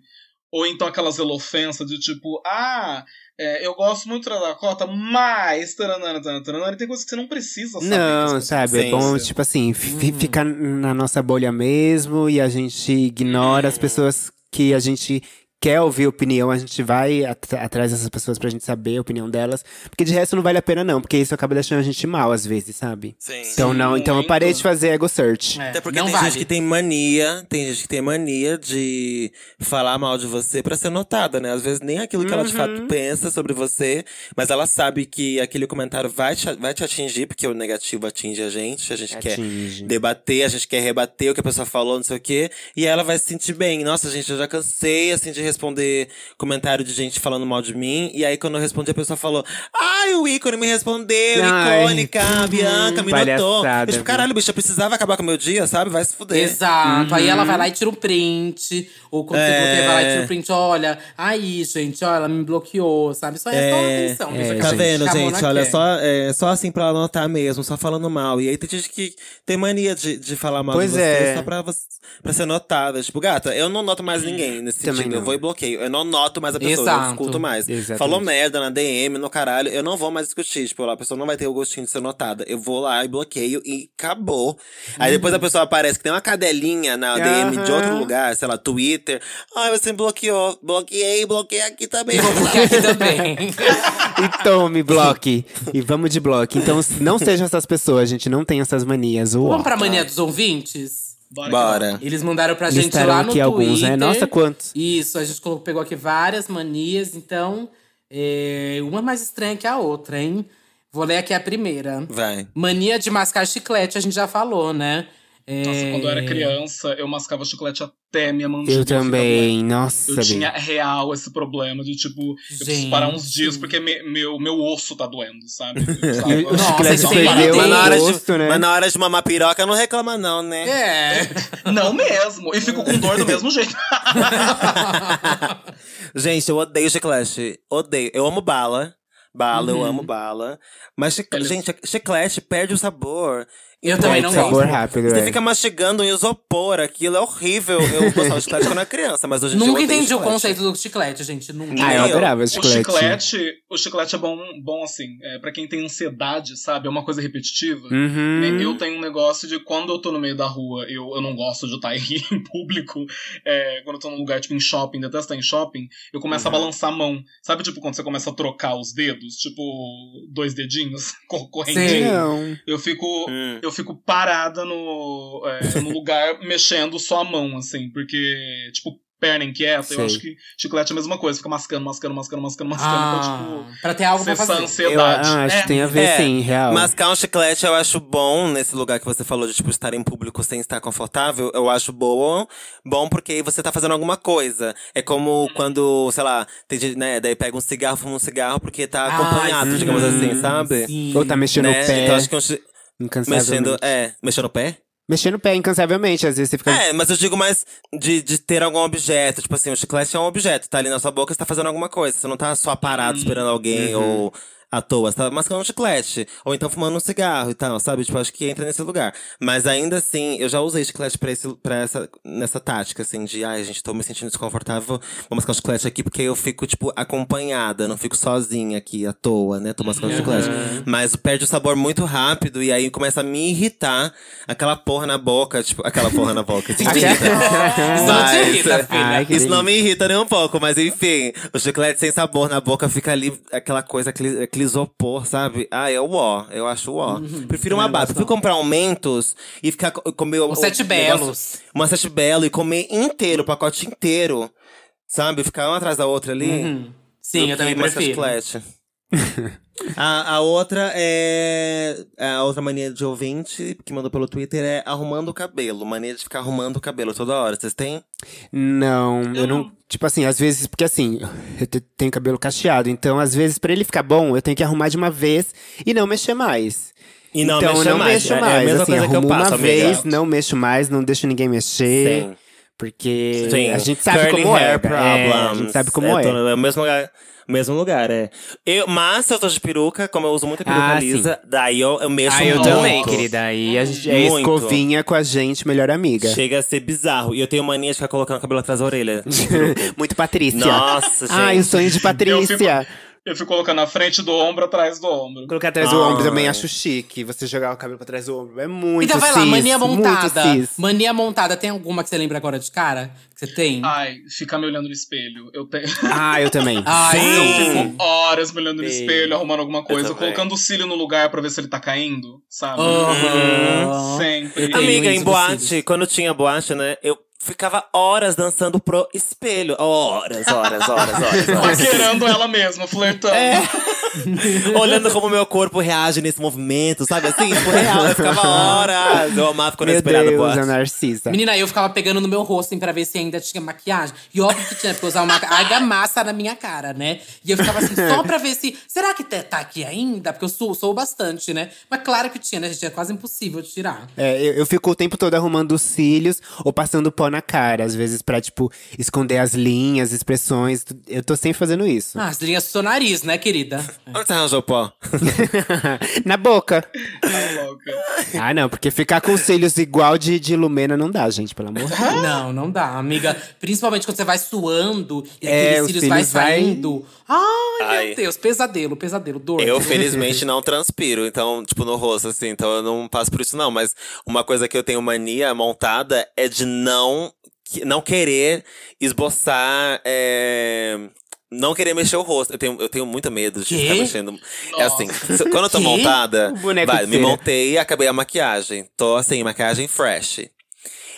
Speaker 6: Ou então aquelas elofensas de tipo, ah, é, eu gosto muito da Dakota, mas. Taranana, taranana, taranana, e tem coisa que você não precisa saber. que
Speaker 1: Não,
Speaker 6: as pessoas
Speaker 1: sabe? É
Speaker 3: Sim,
Speaker 1: bom,
Speaker 6: sim.
Speaker 1: tipo assim,
Speaker 2: Hum.
Speaker 1: fi- ficar na nossa bolha mesmo e a gente ignora
Speaker 2: Hum.
Speaker 1: as pessoas que a gente quer ouvir opinião, a gente vai at- atrás dessas pessoas pra gente saber a opinião delas. Porque de resto não vale a pena, não, porque isso acaba deixando a gente mal às vezes, sabe?
Speaker 3: Sim.
Speaker 1: Então não, então eu
Speaker 6: muito.
Speaker 1: parei de fazer ego search.
Speaker 2: É,
Speaker 3: Até porque
Speaker 2: não
Speaker 3: tem
Speaker 2: vale.
Speaker 3: gente que tem mania, tem gente que tem mania de falar mal de você pra ser notada, né? Às vezes nem aquilo que ela de
Speaker 2: Uhum.
Speaker 3: fato pensa sobre você, mas ela sabe que aquele comentário vai te, vai te atingir, porque o negativo atinge a gente, a gente
Speaker 1: é.
Speaker 3: quer
Speaker 1: Atinge.
Speaker 3: debater, a gente quer rebater o que a pessoa falou, não sei o quê. E ela vai se sentir bem. Nossa, gente, eu já cansei, assim, de responder comentário de gente falando mal de mim. E aí, quando eu respondi, a pessoa falou, ai, o ícone me respondeu,
Speaker 1: Ai.
Speaker 3: icônica, a Bianca me notou. Eu,
Speaker 1: Palhaçada,
Speaker 3: tipo, caralho, bicho, eu precisava acabar com o meu dia, sabe? Vai se fuder.
Speaker 2: Exato. Aí ela vai lá e tira um print. Ou quando você
Speaker 3: É.
Speaker 2: bloqueia, vai lá e tira um print. Olha, aí, gente, olha, ela me bloqueou, sabe? Só é, só atenção.
Speaker 1: é,
Speaker 2: gente.
Speaker 1: tá
Speaker 3: Tá
Speaker 1: gente.
Speaker 3: vendo,
Speaker 2: Acabou
Speaker 3: gente?
Speaker 2: na
Speaker 3: Olha,
Speaker 2: quer.
Speaker 3: só, é, só assim pra ela notar mesmo, só falando mal. E aí tem gente que tem mania de, de falar mal
Speaker 1: Pois
Speaker 3: de você
Speaker 1: é.
Speaker 3: só pra, você- pra ser notada. Tipo, gata, eu não noto mais ninguém nesse
Speaker 1: Também
Speaker 3: sentido.
Speaker 1: não.
Speaker 3: Eu vou e bloqueio. Eu não noto mais a pessoa, eu
Speaker 2: Exato.
Speaker 3: não escuto mais.
Speaker 1: Exatamente.
Speaker 3: Falou merda na DM, no caralho, eu não vou mais discutir. Tipo, lá, a pessoa não vai ter o gostinho de ser notada. Eu vou lá e bloqueio e acabou. Aí depois a pessoa aparece que tem uma cadelinha na DM de outro
Speaker 1: Uhum. Aham.
Speaker 3: lugar, sei lá, Twitter. Ai, você me bloqueou. Bloqueei, bloqueei aqui também. Vou
Speaker 2: Porque
Speaker 3: bloquear
Speaker 2: aqui também.
Speaker 1: E tome, bloque. e vamos de bloque. Então não sejam essas pessoas, gente. Não tenham essas manias. Uó.
Speaker 2: Vamos pra mania dos ouvintes?
Speaker 6: Bora. então. que
Speaker 3: Bora.
Speaker 2: Eles mandaram pra gente
Speaker 1: Listaram
Speaker 2: lá no
Speaker 1: aqui
Speaker 2: Twitter.
Speaker 1: alguns, né? Nossa, quantos.
Speaker 2: Isso, a gente colocou- pegou aqui várias manias. Então, é, uma mais estranha que a outra, hein? Vou ler aqui a primeira.
Speaker 3: Vai.
Speaker 2: Mania de mascar chiclete, a gente já falou, né? É,
Speaker 6: Nossa, quando eu era criança, eu mascava chiclete até minha mandíbula.
Speaker 1: Eu também.
Speaker 6: Eu
Speaker 1: Nossa,
Speaker 6: tinha
Speaker 1: bem.
Speaker 6: real esse problema de tipo, eu preciso
Speaker 2: Gente.
Speaker 6: parar uns dias porque me- meu, meu osso tá doendo, sabe? Eu precisava-
Speaker 1: E O
Speaker 2: Nossa,
Speaker 1: chiclete
Speaker 2: isso aí
Speaker 1: perdeu
Speaker 2: tem
Speaker 3: mas, na hora
Speaker 1: o
Speaker 3: de,
Speaker 1: gosto, né?
Speaker 3: tipo, mas na hora de mamar piroca não reclama, não, né?
Speaker 2: É.
Speaker 6: Não mesmo! E fico com dor do mesmo jeito.
Speaker 3: Gente, eu odeio chiclete. Odeio. Eu amo bala. Bala,
Speaker 2: Uhum.
Speaker 3: eu amo bala. Mas, chic-
Speaker 6: Olha.
Speaker 3: gente, chiclete perde o sabor.
Speaker 2: Eu também não
Speaker 1: Perde É, sabor
Speaker 2: gosto.
Speaker 1: rápido,
Speaker 3: Você
Speaker 1: é.
Speaker 3: fica mastigando um isopor, aquilo é horrível. Eu gostava de chiclete quando era criança, mas hoje em dia eu
Speaker 2: Nunca
Speaker 3: odeio
Speaker 2: entendi o
Speaker 3: chiclete.
Speaker 2: conceito do chiclete, gente. Nunca.
Speaker 1: Ah, eu
Speaker 3: Eu-
Speaker 1: adorava
Speaker 6: O
Speaker 1: chiclete.
Speaker 6: chiclete, o chiclete é bom, bom assim, é, para quem tem ansiedade, sabe? É uma coisa repetitiva.
Speaker 1: Uhum.
Speaker 6: Né, Eu tenho um negócio de quando eu tô no meio da rua, eu, eu não gosto de estar em público. É, quando eu tô num lugar, tipo, em shopping, detesto estar em shopping, eu começo
Speaker 2: Uhum.
Speaker 6: a balançar a mão. Sabe, tipo, quando você começa a trocar os dedos, tipo, dois dedinhos co- correndinho?
Speaker 2: Sim.
Speaker 1: Não.
Speaker 6: Eu fico.
Speaker 3: Hum.
Speaker 6: Eu fico parada no, é, no lugar mexendo só a mão, assim, porque, tipo, perna inquieta, eu
Speaker 1: Sei.
Speaker 6: acho que chiclete é a mesma coisa, fica mascando, mascando, mascando, mascando, mascando,
Speaker 2: Ah,
Speaker 6: pra,
Speaker 2: pra ter algo
Speaker 6: tipo,
Speaker 2: pra
Speaker 6: cessar a
Speaker 2: fazer. ah,
Speaker 1: Eu
Speaker 6: ansiedade.
Speaker 1: acho
Speaker 6: É,
Speaker 1: que tem a ver,
Speaker 3: É,
Speaker 1: sim, real.
Speaker 3: Mascar um chiclete eu acho bom nesse lugar que você falou de tipo, estar em público sem estar confortável. Eu acho bom, bom porque aí você tá fazendo alguma coisa. É como quando, sei lá, tem gente, né? Daí pega um cigarro, fuma um cigarro porque tá
Speaker 2: Ah,
Speaker 3: acompanhado,
Speaker 2: sim.
Speaker 3: digamos assim, sabe?
Speaker 2: Sim.
Speaker 1: Ou tá mexendo
Speaker 3: Né?
Speaker 1: o pé.
Speaker 3: Então acho que um chi-
Speaker 1: incansavelmente.
Speaker 3: mexendo,
Speaker 1: Mexendo...
Speaker 3: é, mexendo o pé?
Speaker 1: o pé incansavelmente, às vezes você fica.
Speaker 3: É, mas eu digo mais de, de ter algum objeto. Tipo assim, o chiclete é um objeto, tá ali na sua boca, você tá fazendo alguma coisa. Você não tá só parado esperando alguém ou à toa. Você tá mascando um chiclete. Ou então fumando um cigarro e tal, sabe? Tipo, acho que entra nesse lugar. Mas ainda assim, eu já usei chiclete pra, esse, pra essa, nessa tática, assim, de ai, gente, tô me sentindo desconfortável, vou mascar um chiclete aqui, porque eu fico, tipo, acompanhada, não fico sozinha aqui à toa, né? Tô mascando um chiclete. Mas perde o sabor muito rápido e aí começa a me irritar aquela porra na boca, tipo, aquela porra na boca. Te irrita.
Speaker 2: Isso não te
Speaker 3: Mas-
Speaker 2: irrita, filha.
Speaker 1: Ai, que
Speaker 3: Isso não me irrita nem um pouco, mas enfim, o chiclete sem sabor na boca fica ali aquela coisa, aquele, aquele isopor, sabe? Ah, é o ó, eu acho o ó.
Speaker 2: Uhum,
Speaker 3: Prefiro uma baba. Prefiro comprar um Mentos e ficar co- comer o.
Speaker 2: é Os
Speaker 3: o
Speaker 2: sete
Speaker 3: negócio-
Speaker 2: belos.
Speaker 3: Uma sete belo e comer inteiro, o pacote inteiro. Sabe? Ficar uma atrás da outra ali.
Speaker 2: Uhum. Sim,
Speaker 3: do
Speaker 2: eu também
Speaker 3: que mascar
Speaker 2: prefiro.
Speaker 3: chiclete. a, a outra é. A outra mania de ouvinte que mandou pelo Twitter é arrumando o cabelo. Mania de ficar arrumando o cabelo toda hora. Vocês têm?
Speaker 1: Não, eu não. Tipo assim, às vezes, porque assim, eu te- tenho cabelo cacheado, então às vezes pra ele ficar bom, eu tenho que arrumar de uma vez e não mexer mais.
Speaker 3: E não
Speaker 1: então
Speaker 3: mexer
Speaker 1: eu não
Speaker 3: mais.
Speaker 1: mexo
Speaker 3: É- é a
Speaker 1: mais.
Speaker 3: mesma
Speaker 1: assim,
Speaker 3: coisa que eu
Speaker 1: arrumo
Speaker 3: passo,
Speaker 1: uma
Speaker 3: amiga.
Speaker 1: vez, não mexo mais, não deixo ninguém mexer.
Speaker 3: Sim.
Speaker 1: Porque
Speaker 3: Sim.
Speaker 1: a gente sabe
Speaker 3: Curly
Speaker 1: como é.
Speaker 3: hair
Speaker 1: é. A gente
Speaker 3: problems.
Speaker 1: sabe como
Speaker 3: Eu
Speaker 1: é.
Speaker 3: tô no mesmo lugar, mesmo lugar é. Eu, mas se eu tô de peruca, como eu uso muita peruca
Speaker 1: Ah,
Speaker 3: lisa, daí eu, eu mexo
Speaker 1: Ah, eu
Speaker 3: muito.
Speaker 1: também, querida. Aí a gente é
Speaker 3: Muito.
Speaker 1: escovinha com a gente, melhor amiga.
Speaker 3: Chega a ser bizarro. E eu tenho mania de ficar colocando o cabelo atrás da orelha. de peruca.
Speaker 1: Muito Patrícia.
Speaker 3: Nossa, gente.
Speaker 1: Ai, o sonho de
Speaker 6: Eu fico-
Speaker 1: Patrícia.
Speaker 6: Eu fico colocando na frente do ombro, atrás do ombro.
Speaker 1: Colocar atrás do ombro
Speaker 3: Ai.
Speaker 1: também acho chique. Você jogar o cabelo pra trás do ombro é muito
Speaker 2: então vai lá,
Speaker 1: cis,
Speaker 2: mania
Speaker 1: muito
Speaker 2: montada.
Speaker 1: cis.
Speaker 2: Mania montada, tem alguma que você lembra agora de cara? Que você tem?
Speaker 3: Ah,
Speaker 6: Ai, ficar me olhando no espelho. Eu tenho.
Speaker 1: Ah, eu também.
Speaker 2: Ai, sim.
Speaker 6: Horas me olhando no
Speaker 1: Sim.
Speaker 6: espelho, arrumando alguma coisa,
Speaker 3: também.
Speaker 6: colocando o cílio no lugar pra ver se ele tá caindo, sabe?
Speaker 2: Aham.
Speaker 6: Sempre.
Speaker 2: Tenho isso
Speaker 3: Amiga,
Speaker 2: dos
Speaker 3: em boate,
Speaker 2: cílios.
Speaker 3: quando tinha boate, né, eu ficava horas dançando pro espelho. Horas, horas, horas, horas. horas.
Speaker 6: Paquerando ela mesma, flertando.
Speaker 1: É.
Speaker 3: Olhando como meu corpo reage nesse movimento, sabe assim? Tipo, real, eu ficava horas. Eu amava quando eu
Speaker 1: Meu
Speaker 3: esperava
Speaker 1: Deus,
Speaker 3: boate.
Speaker 1: a
Speaker 3: Tá.
Speaker 1: Narcisa.
Speaker 2: Menina, eu ficava pegando no meu rosto, assim, pra ver se ainda tinha maquiagem. E óbvio que tinha, porque eu usava uma argamassa na minha cara, né? E eu ficava assim, só pra ver se… Será que tá tá aqui ainda? Porque eu sou, sou bastante, né? Mas claro que tinha, né, gente? É quase impossível tirar.
Speaker 1: É, eu, eu fico o tempo todo arrumando os cílios ou passando pó na cara, às vezes pra, tipo, esconder as linhas, expressões. Tu- Eu tô sempre fazendo isso.
Speaker 2: Ah, as linhas do seu nariz, né, querida?
Speaker 3: Onde você arranjou pó?
Speaker 1: na boca.
Speaker 6: Tá louca.
Speaker 1: Ah, não, porque ficar com os cílios igual de, de Lumena não dá, gente, pelo amor de Deus.
Speaker 2: Não, não dá, amiga. Principalmente quando você vai suando e
Speaker 1: É,
Speaker 2: aqueles
Speaker 1: os
Speaker 2: cílios
Speaker 1: cílios
Speaker 2: vai
Speaker 1: vai-
Speaker 2: saindo. Ai,
Speaker 3: Ai.
Speaker 2: meu Deus, pesadelo, pesadelo, dor.
Speaker 3: Eu, felizmente, não transpiro, então, tipo, no rosto, assim, então eu não passo por isso, não. Mas uma coisa que eu tenho mania montada é de não, que- não querer esboçar. é, Não querer mexer o rosto. Eu tenho, eu tenho muito medo de
Speaker 2: Quê?
Speaker 3: ficar mexendo. É assim, se- quando eu tô
Speaker 2: Quê?
Speaker 3: montada,
Speaker 1: O boneco
Speaker 3: vai,
Speaker 1: de
Speaker 3: me
Speaker 1: cera.
Speaker 3: montei e acabei a maquiagem. Tô assim, maquiagem fresh.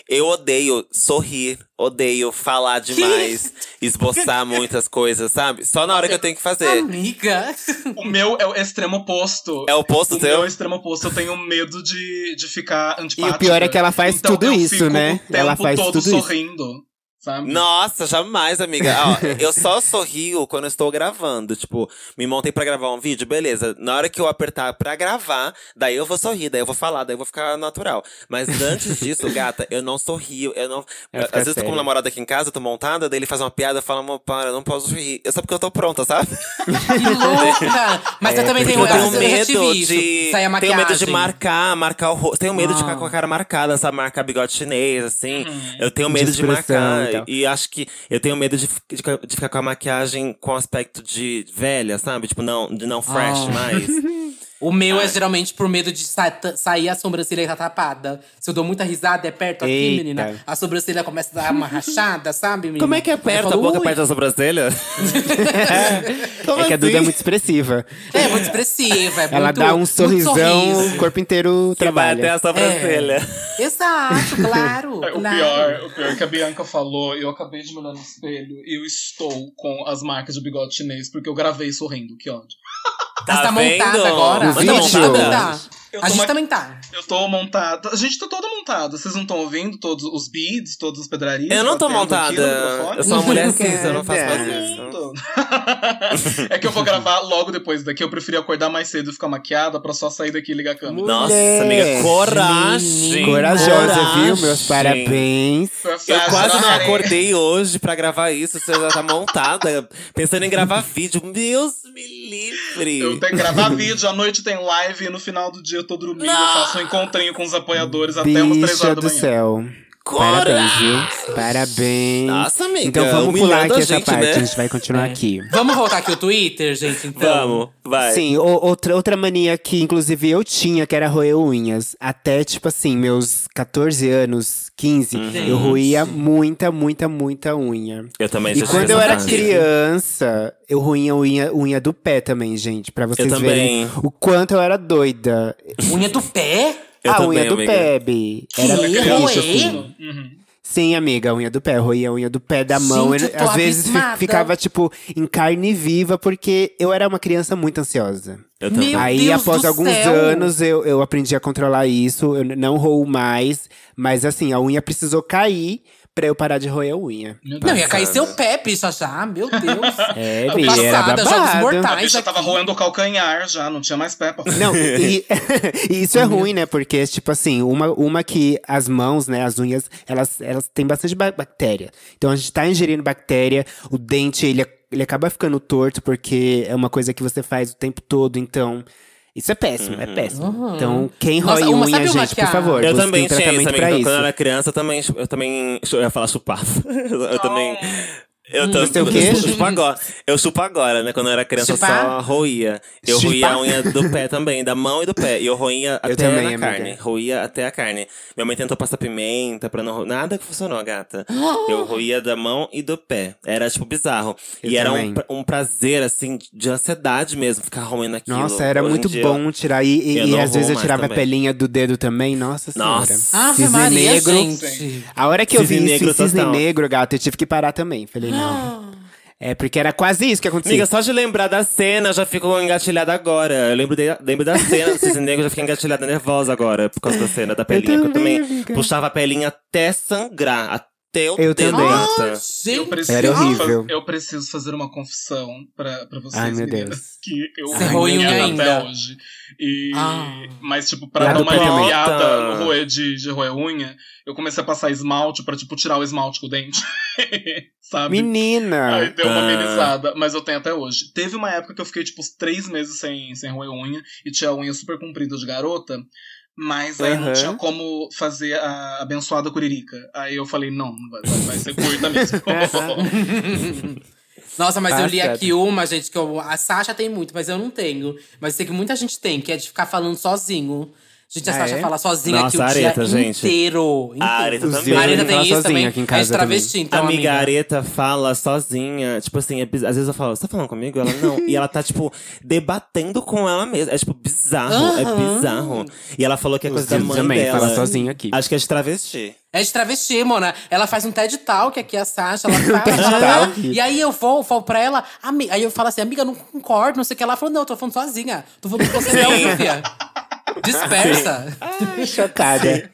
Speaker 3: Eu odeio sorrir, odeio falar demais, esboçar muitas coisas, sabe? Só na hora que eu tenho que fazer.
Speaker 2: Amiga!
Speaker 6: O meu é o extremo oposto.
Speaker 3: É o oposto
Speaker 6: O meu é o
Speaker 3: teu?
Speaker 6: extremo oposto. Eu tenho medo de, de ficar
Speaker 1: E
Speaker 6: antipática.
Speaker 1: o pior é que ela faz
Speaker 6: Então,
Speaker 1: tudo
Speaker 6: eu
Speaker 1: isso,
Speaker 6: fico
Speaker 1: né?
Speaker 6: O tempo
Speaker 1: Ela faz
Speaker 6: todo
Speaker 1: tudo isso.
Speaker 6: sorrindo, sabe?
Speaker 3: Nossa, jamais, amiga. Ó, eu só sorrio quando eu estou gravando. Tipo, me montei pra gravar um vídeo, beleza. Na hora que eu apertar pra gravar, daí eu vou sorrir, daí eu vou falar, daí eu vou ficar natural. Mas antes disso, gata, eu não sorrio. Eu não.
Speaker 1: Vai
Speaker 3: Às
Speaker 1: ficar
Speaker 3: vezes eu tô com
Speaker 1: sério.
Speaker 3: um namorado aqui em casa, eu tô montada, daí ele faz uma piada, fala, amor, para, eu não posso sorrir. Eu só porque eu tô pronta, sabe?
Speaker 2: Que louca! Mas eu também
Speaker 3: É, Porque
Speaker 2: tenho,
Speaker 3: eu tenho
Speaker 2: eu já tive
Speaker 3: medo
Speaker 2: isso, sair
Speaker 3: de.
Speaker 2: a
Speaker 3: Tenho
Speaker 2: maquiagem.
Speaker 3: medo de marcar, marcar o rosto. Tenho medo
Speaker 2: Ah. Uhum.
Speaker 3: de ficar com a cara marcada, essa marca bigode chinês, assim. Eu tenho
Speaker 1: De
Speaker 3: medo de,
Speaker 1: expressão
Speaker 3: marcar.
Speaker 1: e
Speaker 3: E,
Speaker 1: tal.
Speaker 3: acho que eu tenho medo de, fi- de ficar- de ficar com a maquiagem com aspecto de velha, sabe? Tipo, não, de não fresh
Speaker 2: Ah.
Speaker 3: mais.
Speaker 2: O meu é geralmente por medo de sa- sair a sobrancelha tá tapada. Se eu dou muita risada, é perto aqui,
Speaker 1: Eita.
Speaker 2: menina. A sobrancelha começa a dar uma rachada, sabe, menina?
Speaker 3: Como é que
Speaker 2: Aí
Speaker 3: é
Speaker 2: eu
Speaker 3: perto a
Speaker 2: falo,
Speaker 3: boca
Speaker 2: "Ui".
Speaker 3: perto da sobrancelha? Como
Speaker 1: É que a Duda é
Speaker 3: assim?
Speaker 1: muito expressiva.
Speaker 2: É, muito expressiva, é
Speaker 1: Ela
Speaker 2: muito-
Speaker 1: dá um
Speaker 2: muito
Speaker 1: sorrisão,
Speaker 2: sorriso.
Speaker 1: o corpo inteiro
Speaker 3: Que vai até
Speaker 1: trabalha.
Speaker 3: a
Speaker 2: É.
Speaker 3: sobrancelha.
Speaker 2: Tá Exato, claro.
Speaker 6: É, O
Speaker 2: claro.
Speaker 6: pior, o pior é que a Bianca falou, eu acabei de me olhar no espelho e eu estou com as marcas de bigode chinês porque eu gravei sorrindo, que ódio.
Speaker 2: Mas tá
Speaker 3: vendo?
Speaker 2: montada agora.
Speaker 1: No
Speaker 3: Mas tá
Speaker 1: vídeo?
Speaker 3: montada?
Speaker 6: Eu
Speaker 2: A
Speaker 6: tô
Speaker 2: gente
Speaker 6: ma-
Speaker 2: também tá.
Speaker 6: Eu tô montado. A gente tá todo montado. Vocês não estão ouvindo todos os beads, todos os pedrarias?
Speaker 3: Eu não tô
Speaker 6: batendo aqui
Speaker 3: montada.
Speaker 6: no
Speaker 1: um
Speaker 6: microfone?
Speaker 3: Eu sou uma mulher
Speaker 1: Querida.
Speaker 3: cis, eu não faço mais isso.
Speaker 6: Lindo. é que eu vou gravar logo depois daqui. Eu preferi acordar mais cedo e ficar maquiada pra só sair daqui e ligar a câmera.
Speaker 3: Nossa,
Speaker 1: Mulher.
Speaker 3: amiga, coragem.
Speaker 1: Corajosa, viu?
Speaker 3: coragem.
Speaker 1: Meus parabéns.
Speaker 3: Eu quase não
Speaker 6: Sarah.
Speaker 3: acordei hoje pra gravar isso. Você já tá montada, pensando em gravar vídeo. Deus me livre.
Speaker 6: Eu tenho que gravar vídeo, à noite tem live e no final do dia eu tô dormindo, eu faço um encontrinho com os apoiadores até umas 3
Speaker 1: Bicha
Speaker 6: horas da
Speaker 1: do
Speaker 6: manhã.
Speaker 1: céu. Parabéns, viu? Parabéns.
Speaker 3: Nossa, amiga,
Speaker 1: Então vamos
Speaker 3: humilhando
Speaker 1: pular aqui
Speaker 3: a
Speaker 1: essa
Speaker 3: um gente,
Speaker 1: parte.
Speaker 3: né?
Speaker 1: A gente vai continuar aqui.
Speaker 2: Vamos voltar aqui o Twitter, gente, então.
Speaker 3: Vamos, vai.
Speaker 1: Sim, o- outra, outra mania que, inclusive, eu tinha, que era roer unhas. Até, tipo assim, meus 14 anos, 15,
Speaker 6: Uhum.
Speaker 1: eu roía muita, muita, muita unha.
Speaker 3: Eu também
Speaker 1: E
Speaker 3: já tive
Speaker 1: quando eu
Speaker 3: essa
Speaker 1: era
Speaker 3: fase.
Speaker 1: criança, eu ruía unha, unha do pé também, gente. Pra vocês
Speaker 3: também.
Speaker 1: verem o quanto eu era doida.
Speaker 2: Unha do pé?
Speaker 3: Eu
Speaker 1: a
Speaker 3: também,
Speaker 1: unha do
Speaker 3: amiga.
Speaker 1: pé, Bi. Era
Speaker 2: Que
Speaker 1: bicho,
Speaker 2: roer?
Speaker 1: assim. Sim, amiga, a unha do pé. Eu roía a unha do pé, da
Speaker 2: Gente,
Speaker 1: mão. Eu-
Speaker 2: eu tô
Speaker 1: às vezes fi-
Speaker 2: abismada.
Speaker 1: ficava, tipo, em carne viva, porque eu era uma criança muito ansiosa.
Speaker 3: Eu também.
Speaker 2: Meu
Speaker 1: Aí,
Speaker 2: Deus
Speaker 1: após
Speaker 2: do
Speaker 1: alguns
Speaker 2: céu.
Speaker 1: anos, eu, eu aprendi a controlar isso. Eu n- não roo mais. Mas, assim, a unha precisou cair pra eu parar de roer a unha.
Speaker 2: Não, ia cair seu pé, bicha, já. Meu Deus.
Speaker 1: É,
Speaker 2: Tô
Speaker 1: Bi, era
Speaker 2: passada, jogos
Speaker 1: babado.
Speaker 6: A
Speaker 2: mortais
Speaker 6: bicha tava
Speaker 2: aqui.
Speaker 6: roendo o calcanhar já, não tinha mais pé pra fazer.
Speaker 1: Não, e, e isso é
Speaker 2: Uhum.
Speaker 1: ruim, né? Porque, tipo assim, uma, uma que as mãos, né, as unhas, elas, elas têm bastante ba- bactéria. Então a gente tá ingerindo bactéria, o dente, ele, ele acaba ficando torto, porque é uma coisa que você faz o tempo todo, então. Isso é péssimo, é péssimo. Então, quem
Speaker 2: Uhum. Nossa,
Speaker 1: rói
Speaker 2: uma-
Speaker 1: unha,
Speaker 2: sabe uma
Speaker 1: gente,
Speaker 2: que
Speaker 1: por
Speaker 2: a-
Speaker 1: favor,
Speaker 3: Eu
Speaker 1: busquem
Speaker 3: também
Speaker 1: um
Speaker 3: tinha isso,
Speaker 1: tratamento pra
Speaker 3: amiga. Quando eu
Speaker 1: isso.
Speaker 3: era criança, eu também. Eu também. Eu ia falar chupava. Eu, eu também. Eu também.
Speaker 1: Você Hum. o quê?
Speaker 3: Eu, chupo agora. eu chupo agora, né? Quando eu era criança, eu só
Speaker 2: Chupar?
Speaker 3: roía. Eu
Speaker 1: Chupar?
Speaker 3: roía a unha do pé também, da mão e do pé. E eu roía até
Speaker 1: também,
Speaker 3: a
Speaker 1: amiga.
Speaker 3: carne. Roía até a carne. Minha mãe tentou passar pimenta pra não. ro- Nada que funcionou, gata. Eu roía da mão e do pé. Era, tipo, bizarro.
Speaker 1: Eu
Speaker 3: e era
Speaker 1: também.
Speaker 3: um, pra- um prazer, assim, de ansiedade mesmo, ficar roendo aquilo.
Speaker 1: Nossa, era
Speaker 3: Hoje em
Speaker 1: muito
Speaker 3: dia,
Speaker 1: bom tirar. E, e-
Speaker 3: eu
Speaker 1: e
Speaker 3: não
Speaker 1: às vezes
Speaker 3: roo
Speaker 1: eu
Speaker 3: mais
Speaker 1: tirava a
Speaker 3: também.
Speaker 1: pelinha do dedo também. Nossa senhora.
Speaker 3: Nossa.
Speaker 2: Ave
Speaker 1: Cisne
Speaker 2: Maria,
Speaker 1: negro.
Speaker 2: gente.
Speaker 1: A hora que eu vi
Speaker 3: Cisne
Speaker 1: isso,
Speaker 3: negro
Speaker 1: em cisne
Speaker 3: total.
Speaker 1: negro, gato, eu tive que parar também. Falei, não. É, porque era quase isso que acontecia.
Speaker 3: Amiga, só de lembrar da cena, já fico engatilhada agora. Eu lembro, de- lembro da cena do Cisne Negro, já fiquei engatilhada, nervosa agora. Por causa da cena da pelinha. que eu
Speaker 1: também,
Speaker 3: tá também
Speaker 1: amiga. tá
Speaker 3: puxava a pelinha até sangrar. Até o
Speaker 1: Eu
Speaker 3: dedo,
Speaker 1: também.
Speaker 3: gata.
Speaker 6: Eu
Speaker 2: Gente,
Speaker 6: preciso,
Speaker 1: Era horrível.
Speaker 6: Eu preciso fazer uma confissão pra, pra vocês,
Speaker 1: Ai, meu
Speaker 6: meninas,
Speaker 1: Deus.
Speaker 6: Que eu
Speaker 2: Você
Speaker 6: roio
Speaker 2: roeu
Speaker 6: até
Speaker 2: ainda?
Speaker 6: hoje. E,
Speaker 2: Ah.
Speaker 6: Mas, tipo,
Speaker 1: E a
Speaker 6: pra dar
Speaker 1: do
Speaker 6: uma
Speaker 1: pé também.
Speaker 6: aliviada
Speaker 3: Nossa.
Speaker 6: no roer de, de roer unha, eu comecei a passar esmalte pra, tipo, tirar o esmalte com o dente. Sabe?
Speaker 1: Menina!
Speaker 6: Aí deu uma
Speaker 3: Ah.
Speaker 6: amenizada, mas eu tenho até hoje. Teve uma época que eu fiquei, tipo, uns três meses sem, sem roer unha e tinha a unha super comprida de garota. Mas aí
Speaker 1: Aham.
Speaker 6: não tinha como fazer a abençoada curirica. Aí eu falei, não, vai, vai- vai ser curta mesmo.
Speaker 2: Nossa, mas eu li
Speaker 1: Passada.
Speaker 2: aqui uma, gente, que eu, a Sasha tem muito, mas eu não tenho. Mas sei que muita gente tem, que é de ficar falando sozinho. Gente, a
Speaker 1: Ah,
Speaker 2: Sasha
Speaker 1: é?
Speaker 2: fala sozinha
Speaker 3: Nossa,
Speaker 2: aqui o
Speaker 3: areta,
Speaker 2: dia
Speaker 3: gente.
Speaker 2: inteiro. inteiro.
Speaker 1: Ah,
Speaker 3: areta também.
Speaker 2: A areta
Speaker 1: Eu falo
Speaker 2: tem isso
Speaker 1: sozinha
Speaker 2: também.
Speaker 1: aqui em
Speaker 2: é
Speaker 1: casa
Speaker 2: de travesti, então,
Speaker 3: amiga,
Speaker 2: amiga.
Speaker 3: a Areta fala sozinha. Tipo assim, é biz- às vezes eu falo, você tá falando comigo? Ela não. e ela tá, tipo, debatendo com ela mesma. É, tipo, bizarro. É
Speaker 2: Aham.
Speaker 3: bizarro. E ela falou que é coisa da
Speaker 1: Cisne
Speaker 3: mãe
Speaker 1: também,
Speaker 3: dela.
Speaker 1: fala sozinha aqui.
Speaker 3: Acho que é de travesti.
Speaker 2: É de travesti, mona. Ela faz um TED Talk aqui, a Sasha. Ela faz,
Speaker 1: Um TED
Speaker 2: ela fala,
Speaker 1: Talk.
Speaker 2: E aí eu vou, falo pra ela, ami- aí eu falo assim, amiga, eu não concordo, não sei o que. Ela falou, não, eu tô falando sozinha. Tô falando com você, não, Lívia. Dispersa.
Speaker 1: Ai, chocada.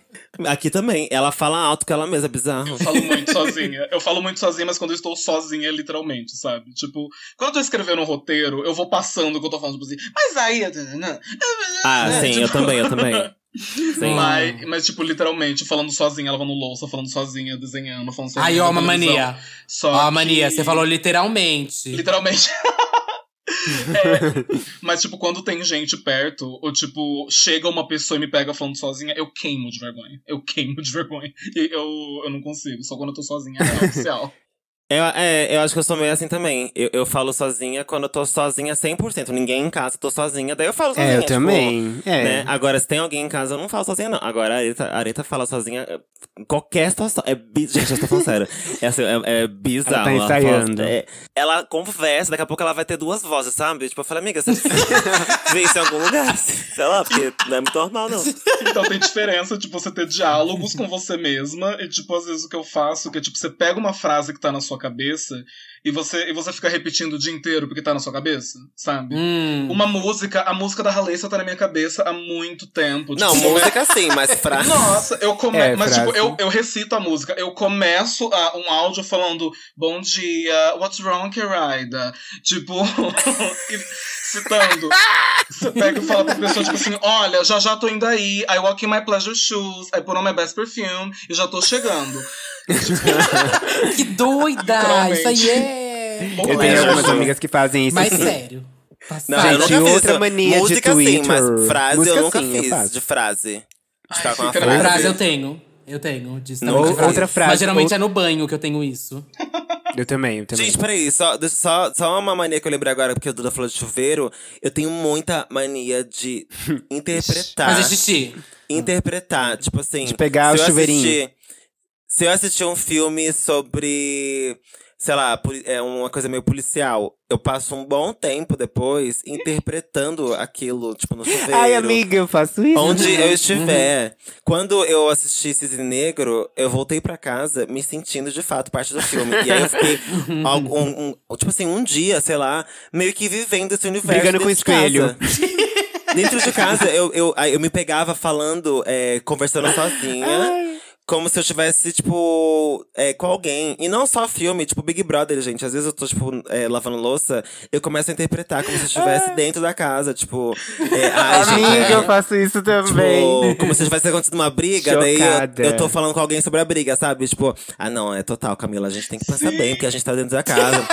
Speaker 3: Aqui também. Ela fala alto com ela mesma, é bizarro.
Speaker 6: Eu falo muito sozinha. Eu falo muito sozinha, mas quando eu estou sozinha, literalmente, sabe? Tipo, quando eu tô escrevendo um roteiro, eu vou passando o que eu tô falando, tipo assim, mas aí.
Speaker 3: Ah, sim, eu também, eu também. Sim.
Speaker 6: Mas, mas, tipo, literalmente, falando sozinha, lavando louça, falando sozinha, desenhando, falando sozinha.
Speaker 2: Aí, ó,
Speaker 6: na
Speaker 2: uma
Speaker 6: televisão.
Speaker 2: mania.
Speaker 6: Só
Speaker 2: Ó, a
Speaker 6: que-
Speaker 2: mania, você falou literalmente.
Speaker 6: Literalmente. É, Mas, tipo, quando tem gente perto, ou tipo, chega uma pessoa e me pega falando sozinha, eu queimo de vergonha. Eu queimo de vergonha. E eu, eu não consigo, só quando eu tô sozinha, é oficial.
Speaker 3: Eu, é, eu acho que eu sou meio assim também. Eu, eu falo sozinha quando eu tô sozinha 100%. Ninguém em casa, tô sozinha. Daí eu falo sozinha.
Speaker 1: é, eu
Speaker 3: tipo,
Speaker 1: também. É.
Speaker 3: né? Agora, se tem alguém em casa, eu não falo sozinha, não. Agora, a Areta, a Areta fala sozinha eh, em qualquer situação. É bi... Gente, eu tô falando sério. É, assim, é, é bizarro.
Speaker 1: Ela tá
Speaker 3: fala-
Speaker 1: ensaiando.
Speaker 3: é, ela conversa, daqui a pouco ela vai ter duas vozes, sabe? Tipo, eu falo, amiga, você vê isso em algum lugar? Sei lá, porque não é muito normal, não.
Speaker 6: Então tem diferença, tipo, você ter diálogos com você mesma. E, tipo, às vezes o que eu faço, que é, tipo, você pega uma frase que tá na sua cabeça e você, e você fica repetindo o dia inteiro porque tá na sua cabeça, sabe?
Speaker 2: Hum.
Speaker 6: Uma música, a música da Halessa tá na minha cabeça há muito tempo.
Speaker 3: Não,
Speaker 6: tipo,
Speaker 3: música sim, mas frase.
Speaker 6: Nossa, eu começo.
Speaker 1: É,
Speaker 6: mas,
Speaker 1: frase.
Speaker 6: tipo, eu, eu recito a música. Eu começo a- um áudio falando Bom dia, what's wrong, Keraida? Tipo, e citando. Você pega e fala pra pessoa, tipo assim, olha, já já tô indo aí, I walk in my pleasure shoes, I put on my best perfume, e já tô chegando.
Speaker 2: Que doida! Isso aí é.
Speaker 1: Eu
Speaker 6: Olé,
Speaker 1: tenho algumas
Speaker 6: Juju.
Speaker 1: amigas que fazem isso.
Speaker 2: Mas é.
Speaker 1: sim.
Speaker 2: sério.
Speaker 3: Não,
Speaker 2: Passada.
Speaker 3: eu nunca
Speaker 1: Gente,
Speaker 3: fiz
Speaker 1: outra
Speaker 3: isso.
Speaker 1: mania de
Speaker 3: música sim,
Speaker 1: Twitter.
Speaker 3: mas frase
Speaker 1: Música
Speaker 3: eu nunca
Speaker 1: sim, eu
Speaker 3: fiz.
Speaker 1: faço.
Speaker 3: de frase. De
Speaker 6: Ai,
Speaker 3: ficar com uma
Speaker 6: fica na
Speaker 3: frase.
Speaker 2: Frase eu tenho. Eu tenho. disso também
Speaker 3: Ou-
Speaker 2: de frase.
Speaker 1: outra frase,
Speaker 2: Mas geralmente
Speaker 1: ou-
Speaker 2: é no banho que eu tenho isso.
Speaker 1: Eu também, eu também.
Speaker 3: Gente, peraí, só, deixa- só, só uma mania que eu lembrei agora, porque o Duda falou de chuveiro. Eu tenho muita mania de
Speaker 1: Tá.
Speaker 3: interpretar.
Speaker 2: Fazer xixi.
Speaker 3: interpretar, tipo assim.
Speaker 1: De pegar
Speaker 3: se
Speaker 1: o
Speaker 3: eu
Speaker 1: chuveirinho.
Speaker 3: assistir- se eu assistir um filme sobre, sei lá, poli- é uma coisa meio policial, eu passo um bom tempo depois interpretando aquilo, tipo, no chuveiro.
Speaker 1: Ai, amiga, eu faço isso.
Speaker 3: Onde eu
Speaker 1: Uhum.
Speaker 3: estiver. Quando eu assisti Cisne Negro, eu voltei pra casa me sentindo de fato parte do filme. E aí eu fiquei,
Speaker 1: Uhum.
Speaker 3: algum- um, um- tipo assim, um dia, sei lá, meio que vivendo esse universo.
Speaker 1: Brigando com o
Speaker 3: dentro de casa.
Speaker 1: espelho.
Speaker 3: Dentro de casa, eu, eu, aí eu me pegava falando, é, conversando sozinha. Como se eu estivesse, tipo, é, com alguém. E não só filme, tipo Big Brother, gente. Às vezes eu tô, tipo, é, lavando louça, eu começo a interpretar como se eu estivesse dentro da casa. Tipo, é, ai, gente,
Speaker 1: Amiga,
Speaker 3: é,
Speaker 1: eu faço isso também.
Speaker 3: Tipo, como se tivesse acontecido uma briga,
Speaker 1: Chocada.
Speaker 3: daí eu, eu tô falando com alguém sobre a briga, sabe? Tipo, ah, não, é total, Camila, a gente tem que pensar bem, porque a gente tá dentro da casa.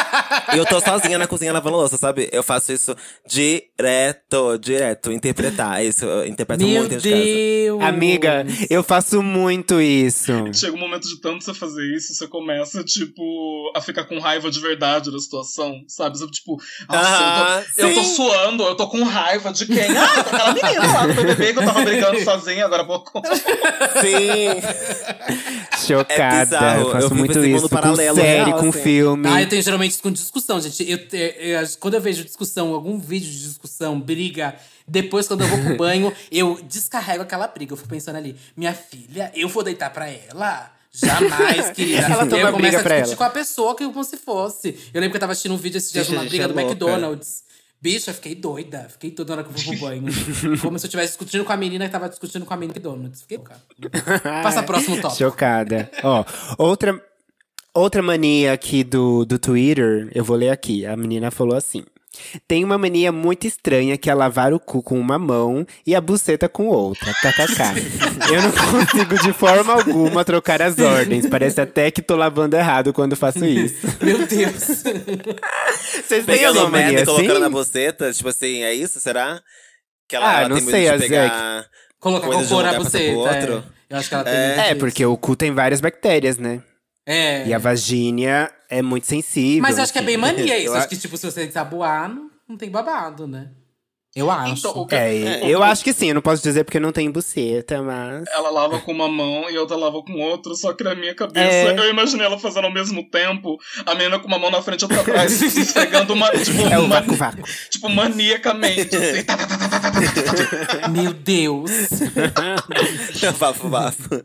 Speaker 3: e eu tô sozinha na cozinha lavando louça, sabe? Eu faço isso direto, direto, interpretar. É Isso, eu interpreto
Speaker 2: Meu
Speaker 3: muito dentro de casa.
Speaker 2: Deus!
Speaker 1: Amiga, eu faço muito isso.
Speaker 6: Chega um momento de tanto você fazer isso, você começa, tipo, a ficar com raiva de verdade da situação, sabe? Você, tipo, nossa,
Speaker 3: Ah,
Speaker 6: eu, tô, eu tô
Speaker 3: sim.
Speaker 6: suando, eu tô com raiva de quem? Ah, daquela menina lá do BBB que eu tava brigando sozinha agora há pouco.
Speaker 3: Sim!
Speaker 1: Chocada.
Speaker 3: É bizarro,
Speaker 1: eu faço
Speaker 3: eu vivo
Speaker 1: muito
Speaker 3: esse mundo
Speaker 1: isso. Com
Speaker 3: paralelo
Speaker 1: série,
Speaker 3: real,
Speaker 1: com
Speaker 3: assim.
Speaker 1: filme.
Speaker 2: Ah, eu tenho geralmente isso com discussão, gente. Eu, é, te- eu- quando eu vejo discussão, algum vídeo de discussão, briga, depois quando eu vou pro banho, eu descarrego aquela briga. Eu fico pensando ali, minha filha, eu vou deitar pra ela? Jamais, querida.
Speaker 1: Ela
Speaker 2: eu
Speaker 1: toma
Speaker 2: começo
Speaker 1: briga
Speaker 2: a
Speaker 1: pra
Speaker 2: discutir
Speaker 1: ela.
Speaker 2: com a pessoa que como se fosse. Eu lembro que eu tava assistindo um vídeo esses dias de
Speaker 3: Gente,
Speaker 2: uma
Speaker 3: a gente
Speaker 2: briga
Speaker 3: é
Speaker 2: do
Speaker 3: louca.
Speaker 2: McDonald's. Bicha, fiquei doida. Fiquei toda hora que eu vou pro banho. Como se eu estivesse discutindo com a menina que tava discutindo com a menina do McDonald's. Fiquei louca.
Speaker 1: Ah, é.
Speaker 2: Passa próximo tópico.
Speaker 1: Chocada. Ó, outra, outra mania aqui do, do Twitter, eu vou ler aqui. A menina falou assim. Tem uma mania muito estranha que é lavar o cu com uma mão e a buceta com outra. KKK. Eu não consigo de forma alguma trocar as ordens. Parece até que tô lavando errado quando faço isso.
Speaker 2: Meu Deus.
Speaker 1: Vocês têm
Speaker 3: Pegando
Speaker 1: alguma
Speaker 3: merda
Speaker 1: mania
Speaker 3: e colocando na
Speaker 1: assim?
Speaker 3: buceta, tipo assim, é isso? Será? Que
Speaker 1: Ah,
Speaker 3: ela, ela
Speaker 1: não
Speaker 3: tem medo
Speaker 1: sei, às
Speaker 3: de
Speaker 1: vezes
Speaker 3: pegar.
Speaker 2: Colocar
Speaker 3: Coisa de um
Speaker 2: cocô na
Speaker 3: lugar pra ser pro
Speaker 2: buceta. é.
Speaker 3: outro.
Speaker 2: Eu acho que ela tem.
Speaker 3: É.
Speaker 2: muito
Speaker 1: É,
Speaker 2: isso.
Speaker 1: porque o cu tem várias bactérias, né?
Speaker 2: É.
Speaker 1: E a vagínia é muito sensível.
Speaker 2: Mas eu acho que é
Speaker 1: assim.
Speaker 2: bem mania isso.
Speaker 1: Eu
Speaker 2: acho
Speaker 1: a-
Speaker 2: que, tipo, se você saboar, não, não tem babado, né? Eu acho.
Speaker 6: Então, o que-
Speaker 1: É, eu acho que sim. Eu não posso dizer porque eu não tenho buceta, mas...
Speaker 6: Ela lava com uma mão e a outra lava com outra, só que na minha cabeça
Speaker 1: É.
Speaker 6: eu imaginei ela fazendo ao mesmo tempo, a menina com uma mão na frente e outra atrás, esfregando uma, tipo,
Speaker 1: É o
Speaker 6: uma-
Speaker 1: vácuo, vácuo.
Speaker 6: tipo maniacamente. Assim, tá, tá, tá, tá, tá, tá, tá.
Speaker 2: Meu Deus.
Speaker 3: Bafo, bafo.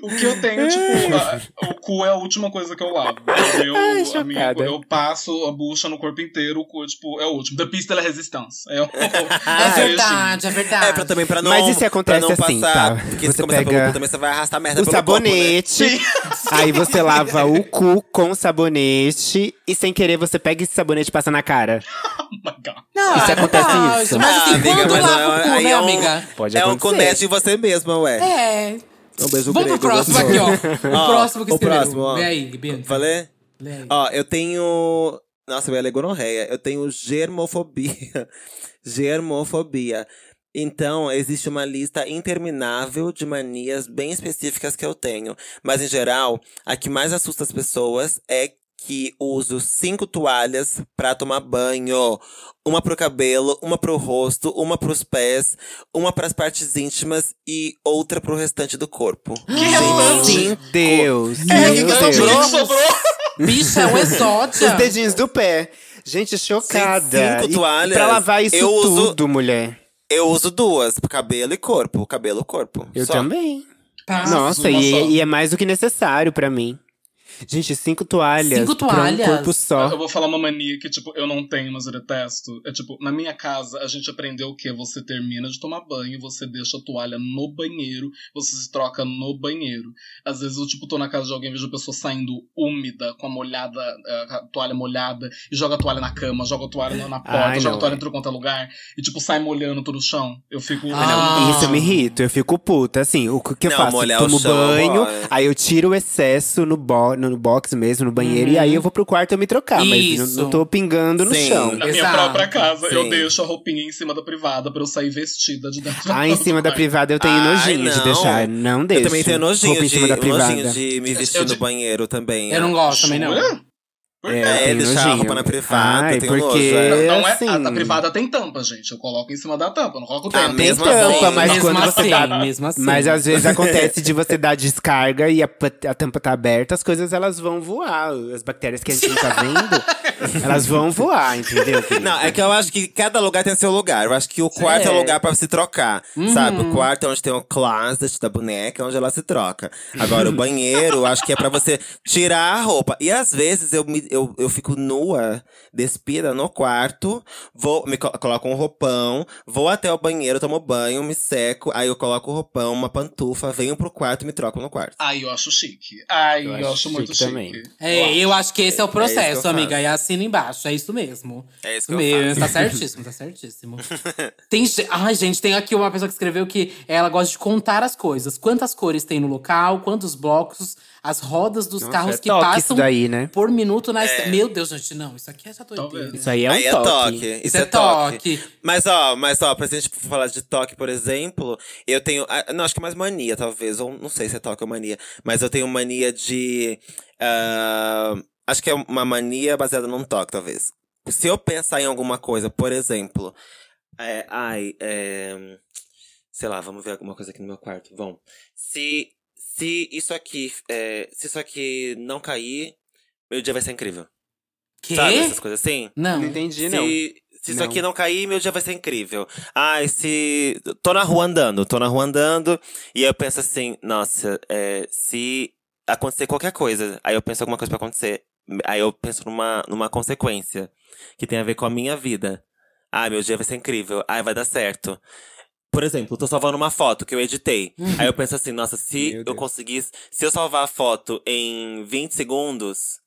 Speaker 6: O que eu tenho, tipo, a- o cu é a última coisa que eu lavo. Eu,
Speaker 1: Ai, chocada.
Speaker 6: amigo, eu passo a bucha no corpo inteiro, o cu, tipo, é o último. The Pista é resistência. É, o-
Speaker 2: É
Speaker 6: o
Speaker 2: verdade, é verdade.
Speaker 3: Ah, É, pra também pra não.
Speaker 1: Tá. Mas isso acontece
Speaker 3: pra não
Speaker 1: assim,
Speaker 3: passar,
Speaker 1: tá?
Speaker 3: Porque
Speaker 1: Você
Speaker 3: se começar pelo
Speaker 1: pega
Speaker 3: cu também, você vai arrastar merda
Speaker 1: O
Speaker 3: pelo corpo, né?
Speaker 1: sabonete. aí você lava o cu com sabonete. E sem querer, você pega esse sabonete e passa na cara.
Speaker 6: Oh my God.
Speaker 2: Não,
Speaker 1: Isso
Speaker 2: é
Speaker 1: acontece
Speaker 2: verdade,
Speaker 1: isso.
Speaker 2: Mas assim,
Speaker 3: Ah, amiga,
Speaker 2: quando
Speaker 3: mas
Speaker 2: lava o
Speaker 3: é-
Speaker 2: cu,
Speaker 3: aí
Speaker 2: né,
Speaker 3: é um-
Speaker 2: amiga?
Speaker 1: Pode
Speaker 3: É um
Speaker 1: acontecer.
Speaker 3: conete em você mesma, ué.
Speaker 2: É.
Speaker 3: Um beijo
Speaker 2: Vamos pro
Speaker 3: grego,
Speaker 2: próximo
Speaker 3: gostoso.
Speaker 2: aqui, ó. O
Speaker 3: Ó,
Speaker 2: próximo que
Speaker 3: o
Speaker 2: escreveu.
Speaker 3: próximo, ó.
Speaker 2: Lê aí, Bianca.
Speaker 3: Falei?
Speaker 2: Lê aí.
Speaker 3: Ó, eu tenho. Nossa, eu ia ler gonorreia. Eu tenho germofobia. germofobia. Então, existe uma lista interminável de manias bem específicas que eu tenho. Mas, em geral, a que mais assusta as pessoas é que uso cinco toalhas pra tomar banho. Uma pro cabelo, uma pro rosto, uma pros pés, uma pras partes íntimas e outra pro restante do corpo.
Speaker 6: relance!
Speaker 1: Sim, Deus.
Speaker 3: É,
Speaker 1: meu
Speaker 3: que
Speaker 1: Deus.
Speaker 3: sobrou?
Speaker 6: Sobrou!
Speaker 2: Bicha, é um exódio.
Speaker 1: Os dedinhos do pé. Gente, chocada.
Speaker 3: Cinco
Speaker 1: E-
Speaker 3: toalhas.
Speaker 1: E pra lavar isso
Speaker 3: Eu uso-
Speaker 1: tudo, mulher.
Speaker 3: Eu uso duas, cabelo e corpo. Cabelo e corpo.
Speaker 1: Eu
Speaker 3: só. Ah,
Speaker 1: também.
Speaker 2: Tá.
Speaker 1: Nossa,
Speaker 6: uma
Speaker 1: e,
Speaker 6: só.
Speaker 1: e é mais do que necessário pra mim. Gente, cinco toalhas.
Speaker 2: Cinco toalhas?
Speaker 1: Pra um corpo
Speaker 6: Eu
Speaker 1: só.
Speaker 6: vou falar uma mania que, tipo, eu não tenho, mas eu detesto. É tipo, na minha casa, a gente aprendeu o quê? Você termina de tomar banho, você deixa a toalha no banheiro, você se troca no banheiro. Às vezes eu, tipo, tô na casa de alguém, vejo a pessoa saindo úmida, com a molhada, eh, com a toalha molhada, e joga a toalha na cama, joga a toalha na- na porta,
Speaker 1: Ai,
Speaker 6: joga
Speaker 1: não,
Speaker 6: a toalha
Speaker 1: é.
Speaker 6: em tudo quanto é lugar, e, tipo, sai molhando todo o chão. Eu fico.
Speaker 2: Ah, não.
Speaker 1: Isso eu me irrito, eu fico puta. Assim, o que que eu
Speaker 3: Não,
Speaker 1: faço?
Speaker 3: molhar o
Speaker 1: Tomo
Speaker 3: chão, é.
Speaker 1: banho,
Speaker 3: boy.
Speaker 1: aí eu tiro o excesso no, bo no no box mesmo, no banheiro, e aí eu vou pro quarto eu me trocar. Mas
Speaker 2: Isso.
Speaker 1: não, não tô pingando no
Speaker 3: Uhum. Sim.
Speaker 1: chão.
Speaker 6: Na minha
Speaker 2: Exato,
Speaker 6: própria casa, eu
Speaker 3: sim.
Speaker 6: deixo a roupinha em cima da privada pra eu sair vestida de dentro
Speaker 1: Ah, em cima da
Speaker 6: privada.
Speaker 1: privada eu tenho
Speaker 3: Ai,
Speaker 1: nojinho de
Speaker 3: não.
Speaker 1: deixar. Não deixo.
Speaker 3: Eu também tenho
Speaker 1: Roupa
Speaker 3: nojinho
Speaker 1: em
Speaker 3: de,
Speaker 1: cima da privada.
Speaker 3: nojinho de me vestir
Speaker 6: Eu
Speaker 3: no
Speaker 6: de-
Speaker 3: banheiro também.
Speaker 2: Eu não gosto também, não.
Speaker 6: Jura?
Speaker 1: É, eu
Speaker 3: É,
Speaker 1: tenho
Speaker 3: deixar a
Speaker 1: nojinho.
Speaker 3: roupa na privada,
Speaker 1: Ai,
Speaker 3: eu tenho
Speaker 1: porque...
Speaker 3: nojo,
Speaker 6: Não,
Speaker 3: é.
Speaker 6: não é,
Speaker 1: assim,
Speaker 6: a, a privada tem tampa, gente. Eu coloco em cima da tampa, eu não coloco
Speaker 3: Ah,
Speaker 6: tampa.
Speaker 1: Tem
Speaker 3: Mesmo
Speaker 1: tampa,
Speaker 3: assim.
Speaker 1: mas
Speaker 2: mesmo
Speaker 1: quando
Speaker 2: assim,
Speaker 1: você dá
Speaker 2: mesmo assim.
Speaker 1: Mas às vezes acontece de você dar descarga e a, pa- a tampa tá aberta, as coisas elas vão voar. As bactérias que a gente não tá vendo, elas vão voar, entendeu? querida?
Speaker 3: Não, é que eu acho que cada lugar tem seu lugar. Eu acho que o quarto é, o lugar pra se trocar. Sabe? O quarto é onde tem o closet da boneca, é onde ela se troca. Agora, o banheiro, eu acho que é pra você tirar a roupa. E às vezes eu, me- eu, eu fico nua, despida no quarto, vou, me co- coloco um roupão, vou até o banheiro, tomo banho, me seco, aí eu coloco o roupão, uma pantufa, venho pro quarto e me troco no quarto.
Speaker 6: Ai, eu acho chique. Ai,
Speaker 1: Eu
Speaker 6: eu,
Speaker 1: acho
Speaker 6: acho muito
Speaker 1: chique
Speaker 6: chique.
Speaker 1: também.
Speaker 2: É, eu acho que esse é o
Speaker 3: É isso
Speaker 2: processo,
Speaker 3: que eu
Speaker 2: amiga.
Speaker 3: faço.
Speaker 2: E assina embaixo, é isso mesmo.
Speaker 3: É isso que eu
Speaker 2: Meu,
Speaker 3: faço.
Speaker 2: tá certíssimo, tá certíssimo. tem, ge- ai, gente, tem aqui uma pessoa que escreveu que ela gosta de contar as coisas. Quantas cores tem no local, quantos blocos, as rodas dos
Speaker 1: Nossa,
Speaker 2: carros
Speaker 1: é
Speaker 2: que
Speaker 1: toque isso
Speaker 2: passam
Speaker 1: daí, né?
Speaker 2: por minuto na esta- Meu Deus, gente, não, isso aqui é já doideira.
Speaker 6: Talvez.
Speaker 1: Isso aí é um
Speaker 3: Aí
Speaker 1: toque.
Speaker 3: Isso é toque.
Speaker 2: toque.
Speaker 3: Mas ó, mas ó, pra gente falar de toque, por exemplo, eu tenho. ah, Não, acho que é mais mania, talvez. Ou não sei se é toque ou mania. Mas eu tenho mania de. ah, acho que é uma mania baseada num toque, talvez. Se eu pensar em alguma coisa, por exemplo. é, ai, é, sei lá, vamos ver alguma coisa aqui no meu quarto. Vamos. Se, se isso aqui. é, se isso aqui não cair, meu dia vai ser incrível.
Speaker 2: Quê?
Speaker 3: Sabe? Essas coisas assim?
Speaker 2: Não.
Speaker 1: Não entendi, não.
Speaker 3: Se, se isso
Speaker 1: Não.
Speaker 3: aqui não cair, meu dia vai ser incrível. Ai, se. Tô na rua andando, tô na rua andando, e eu penso assim, nossa, é, se acontecer qualquer coisa, aí eu penso alguma coisa pra acontecer. Aí eu penso numa, numa consequência que tem a ver com a minha vida. Ai, meu dia vai ser incrível. Ai, vai dar certo. Por exemplo, tô salvando uma foto que eu editei. Aí eu penso assim, nossa, se
Speaker 1: Uhum. Meu
Speaker 3: eu
Speaker 1: Deus.
Speaker 3: conseguir. Se eu salvar a foto em 20 segundos,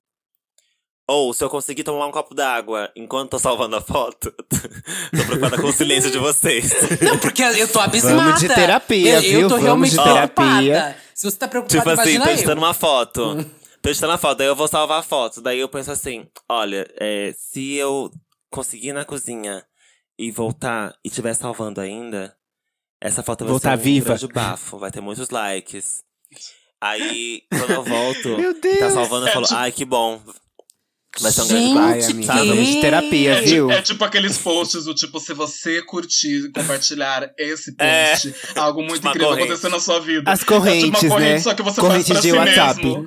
Speaker 3: ou se eu conseguir tomar um copo d'água enquanto tô salvando a foto, tô preocupada com o silêncio de vocês.
Speaker 2: Não, porque eu tô abismada.
Speaker 1: Vamos de terapia,
Speaker 2: eu,
Speaker 1: viu?
Speaker 2: Eu tô
Speaker 1: Vamos
Speaker 2: realmente
Speaker 1: de terapia.
Speaker 2: preocupada. Se você tá preocupada,
Speaker 3: tipo assim, tô
Speaker 2: imagina
Speaker 3: editando
Speaker 2: eu.
Speaker 3: uma foto. Tô editando a foto, daí eu vou salvar a foto. Daí eu penso assim: olha, é, se eu conseguir ir na cozinha e voltar e tiver salvando ainda, essa foto vai
Speaker 1: Voltar
Speaker 3: ser um
Speaker 1: viva.
Speaker 3: grande bafo, vai ter muitos likes. Aí, quando eu volto,
Speaker 1: Meu Deus.
Speaker 3: tá salvando, eu falo: ai, que bom. Vai ser um grande
Speaker 2: Gente,
Speaker 3: bafo.
Speaker 1: Vai, amiga.
Speaker 3: que-
Speaker 1: Vamos de terapia,
Speaker 6: É,
Speaker 1: viu?
Speaker 6: tipo, é tipo aqueles posts do tipo, se você curtir e compartilhar esse
Speaker 3: É.
Speaker 6: post, algo muito
Speaker 3: Uma
Speaker 6: incrível
Speaker 3: corrente.
Speaker 6: aconteceu na sua vida.
Speaker 1: As correntes,
Speaker 6: é tipo uma corrente,
Speaker 1: né?
Speaker 6: só que você
Speaker 1: correntes
Speaker 6: faz pra
Speaker 1: de
Speaker 6: si
Speaker 1: WhatsApp.
Speaker 6: mesmo.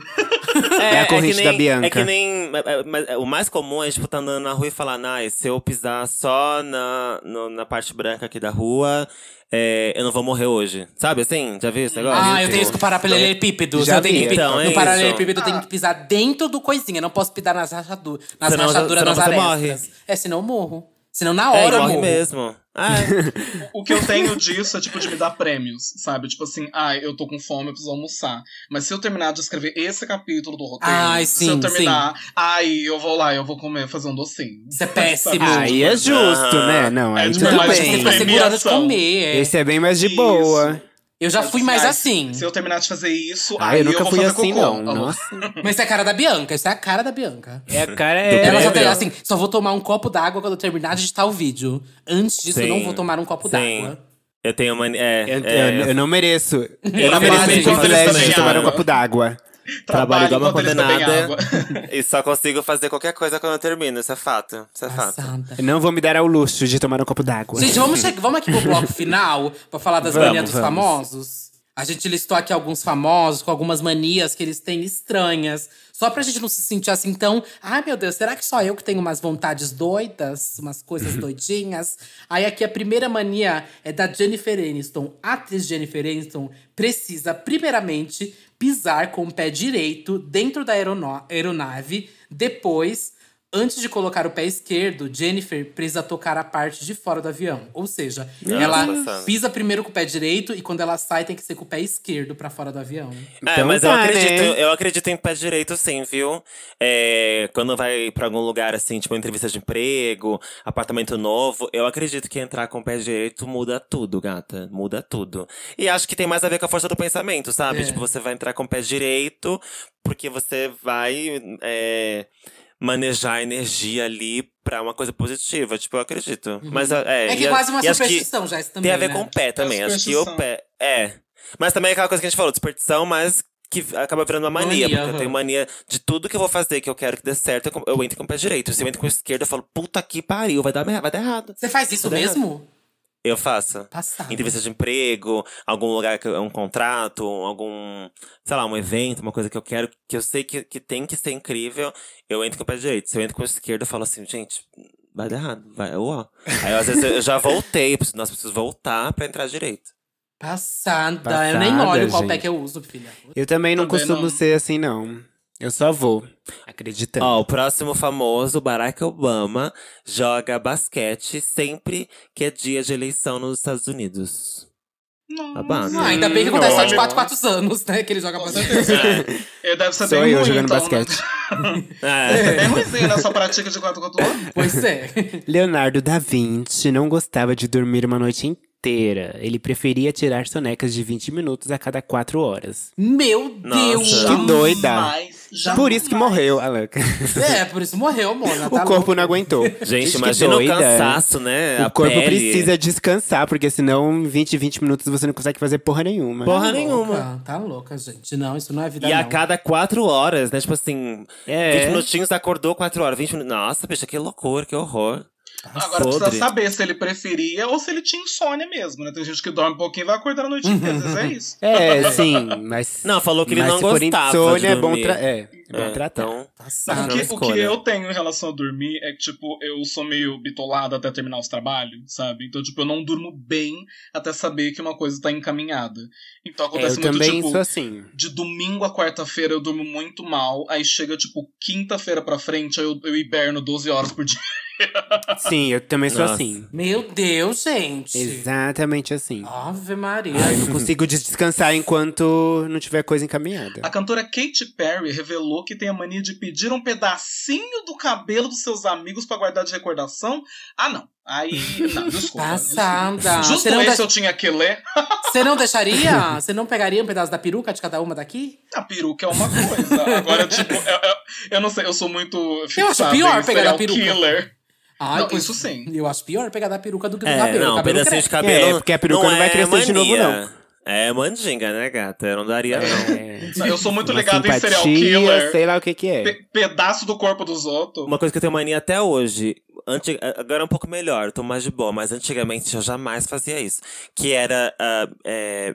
Speaker 1: É a corrente
Speaker 3: que
Speaker 1: da
Speaker 3: nem,
Speaker 1: Bianca.
Speaker 3: É que nem. é, é, mas, é, o mais comum é, tipo, tá andando na rua e falar, "Ai, se eu pisar só na, no- na parte branca aqui da rua, é, eu não vou morrer hoje. Sabe assim? Já viu esse negócio?
Speaker 2: Ah, eu tenho isso
Speaker 3: Tipo,
Speaker 2: com paralelepípedos.
Speaker 1: Já
Speaker 2: eu tenho
Speaker 1: vi,
Speaker 2: que pi-
Speaker 3: então, é
Speaker 2: no
Speaker 3: isso.
Speaker 2: paralelepípedo eu tenho que pisar dentro do coisinha. Não posso pisar nas rachaduras, nas,
Speaker 3: Senão-
Speaker 2: rachaduras,
Speaker 3: senão
Speaker 2: nas
Speaker 3: você
Speaker 2: arestas. É, senão eu morro. Senão na
Speaker 3: é,
Speaker 2: hora eu
Speaker 3: morre
Speaker 2: morro.
Speaker 3: mesmo. Ah,
Speaker 6: O que eu tenho disso é tipo de me dar prêmios, sabe? Tipo assim, ai, eu tô com fome, eu preciso almoçar. Mas se eu terminar de escrever esse capítulo do roteiro,
Speaker 2: Ai,
Speaker 6: se
Speaker 2: sim,
Speaker 6: eu terminar, ai, eu vou lá, eu vou comer, fazer um docinho.
Speaker 2: Isso é péssimo.
Speaker 1: Aí é justo,
Speaker 3: Aham.
Speaker 1: né? Não, aí
Speaker 6: É, tipo,
Speaker 1: tudo
Speaker 2: Não,
Speaker 6: Mas
Speaker 2: mas você
Speaker 1: bem.
Speaker 2: fica
Speaker 6: premiação.
Speaker 2: segurada de comer. é.
Speaker 1: Esse é bem mais de
Speaker 6: Isso.
Speaker 1: boa.
Speaker 2: Eu já
Speaker 6: Mas,
Speaker 2: fui mais
Speaker 6: ai, é
Speaker 2: assim.
Speaker 6: Se eu terminar de fazer isso,
Speaker 1: Ah,
Speaker 6: aí
Speaker 1: eu nunca
Speaker 6: vou
Speaker 1: fui
Speaker 6: fazer
Speaker 1: assim,
Speaker 6: cocô. Tá
Speaker 1: não.
Speaker 6: Alô?
Speaker 1: Nossa.
Speaker 2: Mas isso é a cara da Bianca. Isso é a cara da Bianca.
Speaker 1: É, a cara
Speaker 2: Ela só
Speaker 1: é.
Speaker 2: tem assim, só vou tomar um copo d'água quando eu terminar de editar o vídeo. Antes disso, eu não
Speaker 3: Sim,
Speaker 2: vou tomar um copo
Speaker 3: sim.
Speaker 2: d'água.
Speaker 3: eu tenho uma. É,
Speaker 1: Eu,
Speaker 3: é,
Speaker 1: eu- eu não mereço. Eu não
Speaker 3: Trabalho
Speaker 1: mereço esse
Speaker 3: enquanto eles
Speaker 1: privilégio
Speaker 3: também
Speaker 1: de tomar um
Speaker 6: água.
Speaker 1: copo d'água.
Speaker 3: trabalho igual uma
Speaker 6: enquanto eles bebem
Speaker 3: condenada.
Speaker 6: água.
Speaker 3: E só consigo fazer qualquer coisa quando eu termino. Isso é fato. Isso é fato.
Speaker 2: Passada.
Speaker 1: Eu Não vou me dar ao luxo de tomar um copo d'água.
Speaker 3: é,
Speaker 2: Gente, vamos, che- vamos aqui pro bloco final pra falar das
Speaker 1: Vamos,
Speaker 2: manias dos
Speaker 1: vamos.
Speaker 2: famosos? A gente listou aqui alguns famosos com algumas manias que eles têm estranhas. Só pra gente não se sentir assim tão. Ai, meu Deus, será que só eu que tenho umas vontades doidas? Umas coisas doidinhas? Aí aqui a primeira mania é da Jennifer Aniston. A atriz Jennifer Aniston precisa, primeiramente, pisar com o pé direito dentro da aerona- aeronave. Depois, antes de colocar o pé esquerdo, Jennifer precisa tocar a parte de fora do avião. Ou seja,
Speaker 3: Nossa,
Speaker 2: ela
Speaker 3: passada.
Speaker 2: pisa primeiro com o pé direito e quando ela sai tem que ser com o pé esquerdo pra fora do avião.
Speaker 3: é,
Speaker 1: Então
Speaker 3: mas eu
Speaker 1: tá,
Speaker 3: acredito,
Speaker 1: né?
Speaker 3: eu acredito em pé direito sim, viu? É, quando vai pra algum lugar assim, tipo entrevista de emprego, apartamento novo, eu acredito que entrar com o pé direito muda tudo, gata, muda tudo. E acho que tem mais a ver com a força do pensamento, sabe?
Speaker 2: É.
Speaker 3: Tipo, você vai entrar com o pé direito porque você vai é, manejar a energia ali pra uma coisa positiva, tipo, eu acredito.
Speaker 1: Uhum.
Speaker 3: Mas é,
Speaker 2: É, que
Speaker 3: e
Speaker 2: é
Speaker 3: a-
Speaker 2: quase uma
Speaker 3: e acho que-
Speaker 2: superstição já isso também,
Speaker 3: tem a ver
Speaker 2: né?
Speaker 3: com o pé também. Acho que o
Speaker 6: superstição.
Speaker 3: pé. É. Mas também é aquela coisa que a gente falou, superstição, mas que acaba virando uma mania.
Speaker 2: Mania,
Speaker 3: porque eu
Speaker 2: aham.
Speaker 3: tenho mania de tudo que eu vou fazer, que eu quero que dê certo, eu com- eu entro com o pé direito. Se eu entro com o esquerdo, eu falo, puta que pariu, vai dar, merda, vai dar errado.
Speaker 2: Você faz isso
Speaker 3: Tá errado.
Speaker 2: mesmo?
Speaker 3: Eu faço.
Speaker 2: Passado.
Speaker 3: Entrevista de emprego, algum lugar, que eu- um contrato, algum, sei lá, um evento, uma coisa que eu quero, que eu sei que, que tem que ser incrível, eu entro com o pé direito. Se eu entro com o esquerdo, eu falo assim, gente, vai dar errado, vai, ó. Aí às vezes eu já voltei, eu preciso- nós precisamos voltar pra entrar direito.
Speaker 2: Passada.
Speaker 1: Passada,
Speaker 2: Eu nem olho qual pé
Speaker 1: gente.
Speaker 2: que eu uso, filha.
Speaker 1: Eu também não
Speaker 6: Também
Speaker 1: costumo
Speaker 6: não.
Speaker 1: ser assim, não. Eu só vou, acreditando.
Speaker 3: Ó, o próximo famoso, Barack Obama, joga basquete sempre que é dia de eleição nos Estados Unidos. Tá né? Babado.
Speaker 2: Ah, ainda bem que acontece só de
Speaker 6: olha.
Speaker 2: 4, 4 anos, né? Que ele joga
Speaker 6: Com
Speaker 2: bastante.
Speaker 6: certeza. Ele deve ser
Speaker 1: Sou
Speaker 6: bem
Speaker 1: eu
Speaker 6: ruim,
Speaker 1: jogando
Speaker 6: então,
Speaker 1: basquete.
Speaker 3: É.
Speaker 6: Né? Bem ruimzinho na sua prática de quatro contra um.
Speaker 2: Pois é.
Speaker 1: Leonardo da Vinci não gostava de dormir uma noite inteira. Ele preferia tirar sonecas de 20 minutos a cada 4 horas.
Speaker 2: Meu
Speaker 3: Nossa.
Speaker 2: Deus!
Speaker 1: Que doida.
Speaker 6: Jamais, jamais.
Speaker 1: Por isso que morreu, Alanca.
Speaker 2: É, por isso morreu, Mona.
Speaker 1: O
Speaker 2: tá
Speaker 1: corpo
Speaker 2: louco.
Speaker 1: não aguentou.
Speaker 3: Gente,
Speaker 1: que
Speaker 3: imagina o
Speaker 1: doida.
Speaker 3: cansaço, né? A
Speaker 1: O corpo
Speaker 3: pele.
Speaker 1: precisa descansar, porque senão em 20, 20 minutos você não consegue fazer porra nenhuma.
Speaker 3: Porra
Speaker 2: Tá
Speaker 3: nenhuma.
Speaker 2: louca, Tá louca, gente. Não, isso não é vida,
Speaker 3: E a
Speaker 2: não.
Speaker 3: cada quatro horas, né? Tipo assim,
Speaker 1: É.
Speaker 3: 20 minutinhos, acordou quatro horas. 20 minutos. Nossa, bicha, que loucura, que horror.
Speaker 1: Tá
Speaker 6: Agora
Speaker 3: Podre.
Speaker 6: precisa saber se ele preferia ou se ele tinha insônia mesmo, né? Tem gente que dorme um pouquinho e vai acordar a noite inteira, às vezes é isso.
Speaker 1: É, sim, mas.
Speaker 3: Não, falou que ele
Speaker 1: mas
Speaker 3: não
Speaker 1: se for
Speaker 3: gostava de
Speaker 1: insônia, é bom,
Speaker 3: dormir.
Speaker 1: tra- é, é bom
Speaker 3: É,
Speaker 1: tratar.
Speaker 3: então,
Speaker 1: Ah,
Speaker 6: Não,
Speaker 2: Passada.
Speaker 3: Sabe?
Speaker 6: o, que, o
Speaker 3: escolha.
Speaker 6: que eu tenho em relação a dormir é que, tipo, eu sou meio bitolado até terminar os trabalhos, sabe? Então, tipo, eu não durmo bem até saber que uma coisa tá encaminhada. Então
Speaker 1: É, eu
Speaker 6: acontece muito,
Speaker 1: também
Speaker 6: tipo,
Speaker 1: sou assim.
Speaker 6: de domingo a quarta-feira eu durmo muito mal, aí chega, tipo, quinta-feira pra frente, aí eu, eu hiberno 12 horas por dia.
Speaker 1: Sim, eu também sou
Speaker 3: Nossa.
Speaker 1: assim.
Speaker 2: Meu Deus, gente.
Speaker 1: Exatamente assim.
Speaker 2: Ave Maria.
Speaker 1: Eu não consigo des- descansar enquanto não tiver coisa encaminhada.
Speaker 6: A cantora Katy Perry revelou que tem a mania de pedir um pedacinho do cabelo dos seus amigos pra guardar de recordação. Ah, não. Aí, não, desculpa.
Speaker 2: Passada.
Speaker 6: Justo
Speaker 2: Você não, tá
Speaker 6: esse
Speaker 2: de-
Speaker 6: eu tinha que ler.
Speaker 2: Você não deixaria? Você não pegaria um pedaço da peruca de cada uma daqui?
Speaker 6: A peruca é uma coisa. Agora, tipo, eu, eu- eu não sei, eu sou muito
Speaker 2: acho
Speaker 6: fixado
Speaker 2: pior
Speaker 6: em
Speaker 2: pegar
Speaker 6: serial
Speaker 2: a peruca.
Speaker 6: killer.
Speaker 2: Ai,
Speaker 6: Não, isso sim.
Speaker 2: Eu acho pior pegar da peruca do que do
Speaker 3: É,
Speaker 2: cabelo.
Speaker 3: não,
Speaker 2: o cabelo
Speaker 3: pedacinho de
Speaker 2: cresce.
Speaker 3: cabelo.
Speaker 1: É, porque a peruca não vai
Speaker 3: é
Speaker 1: crescer de novo,
Speaker 3: mania. É mandinga, né, gata? Eu não daria, não.
Speaker 1: É,
Speaker 6: Não, Eu sou muito
Speaker 1: uma
Speaker 6: ligado em serial
Speaker 1: simpatia,
Speaker 6: killer.
Speaker 1: Sei lá o que que é.
Speaker 6: Pe- pedaço do corpo dos outros.
Speaker 3: Uma coisa que eu tenho mania até hoje. anti- a- agora é um pouco melhor, eu tô mais de boa, mas antigamente eu jamais fazia isso. Que era ah, é,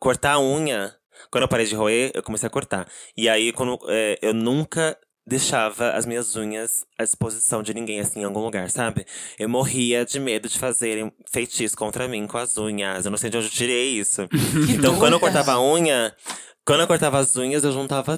Speaker 3: cortar a unha. Quando eu parei de roer, eu comecei a cortar. E aí, quando, é, eu nunca deixava as minhas unhas à disposição de ninguém, assim, em algum lugar, sabe? Eu morria de medo de fazerem feitiço contra mim com as unhas. Eu não sei de onde eu tirei isso. então, quando
Speaker 2: doida.
Speaker 3: eu cortava a unha. Quando eu cortava as unhas, eu juntava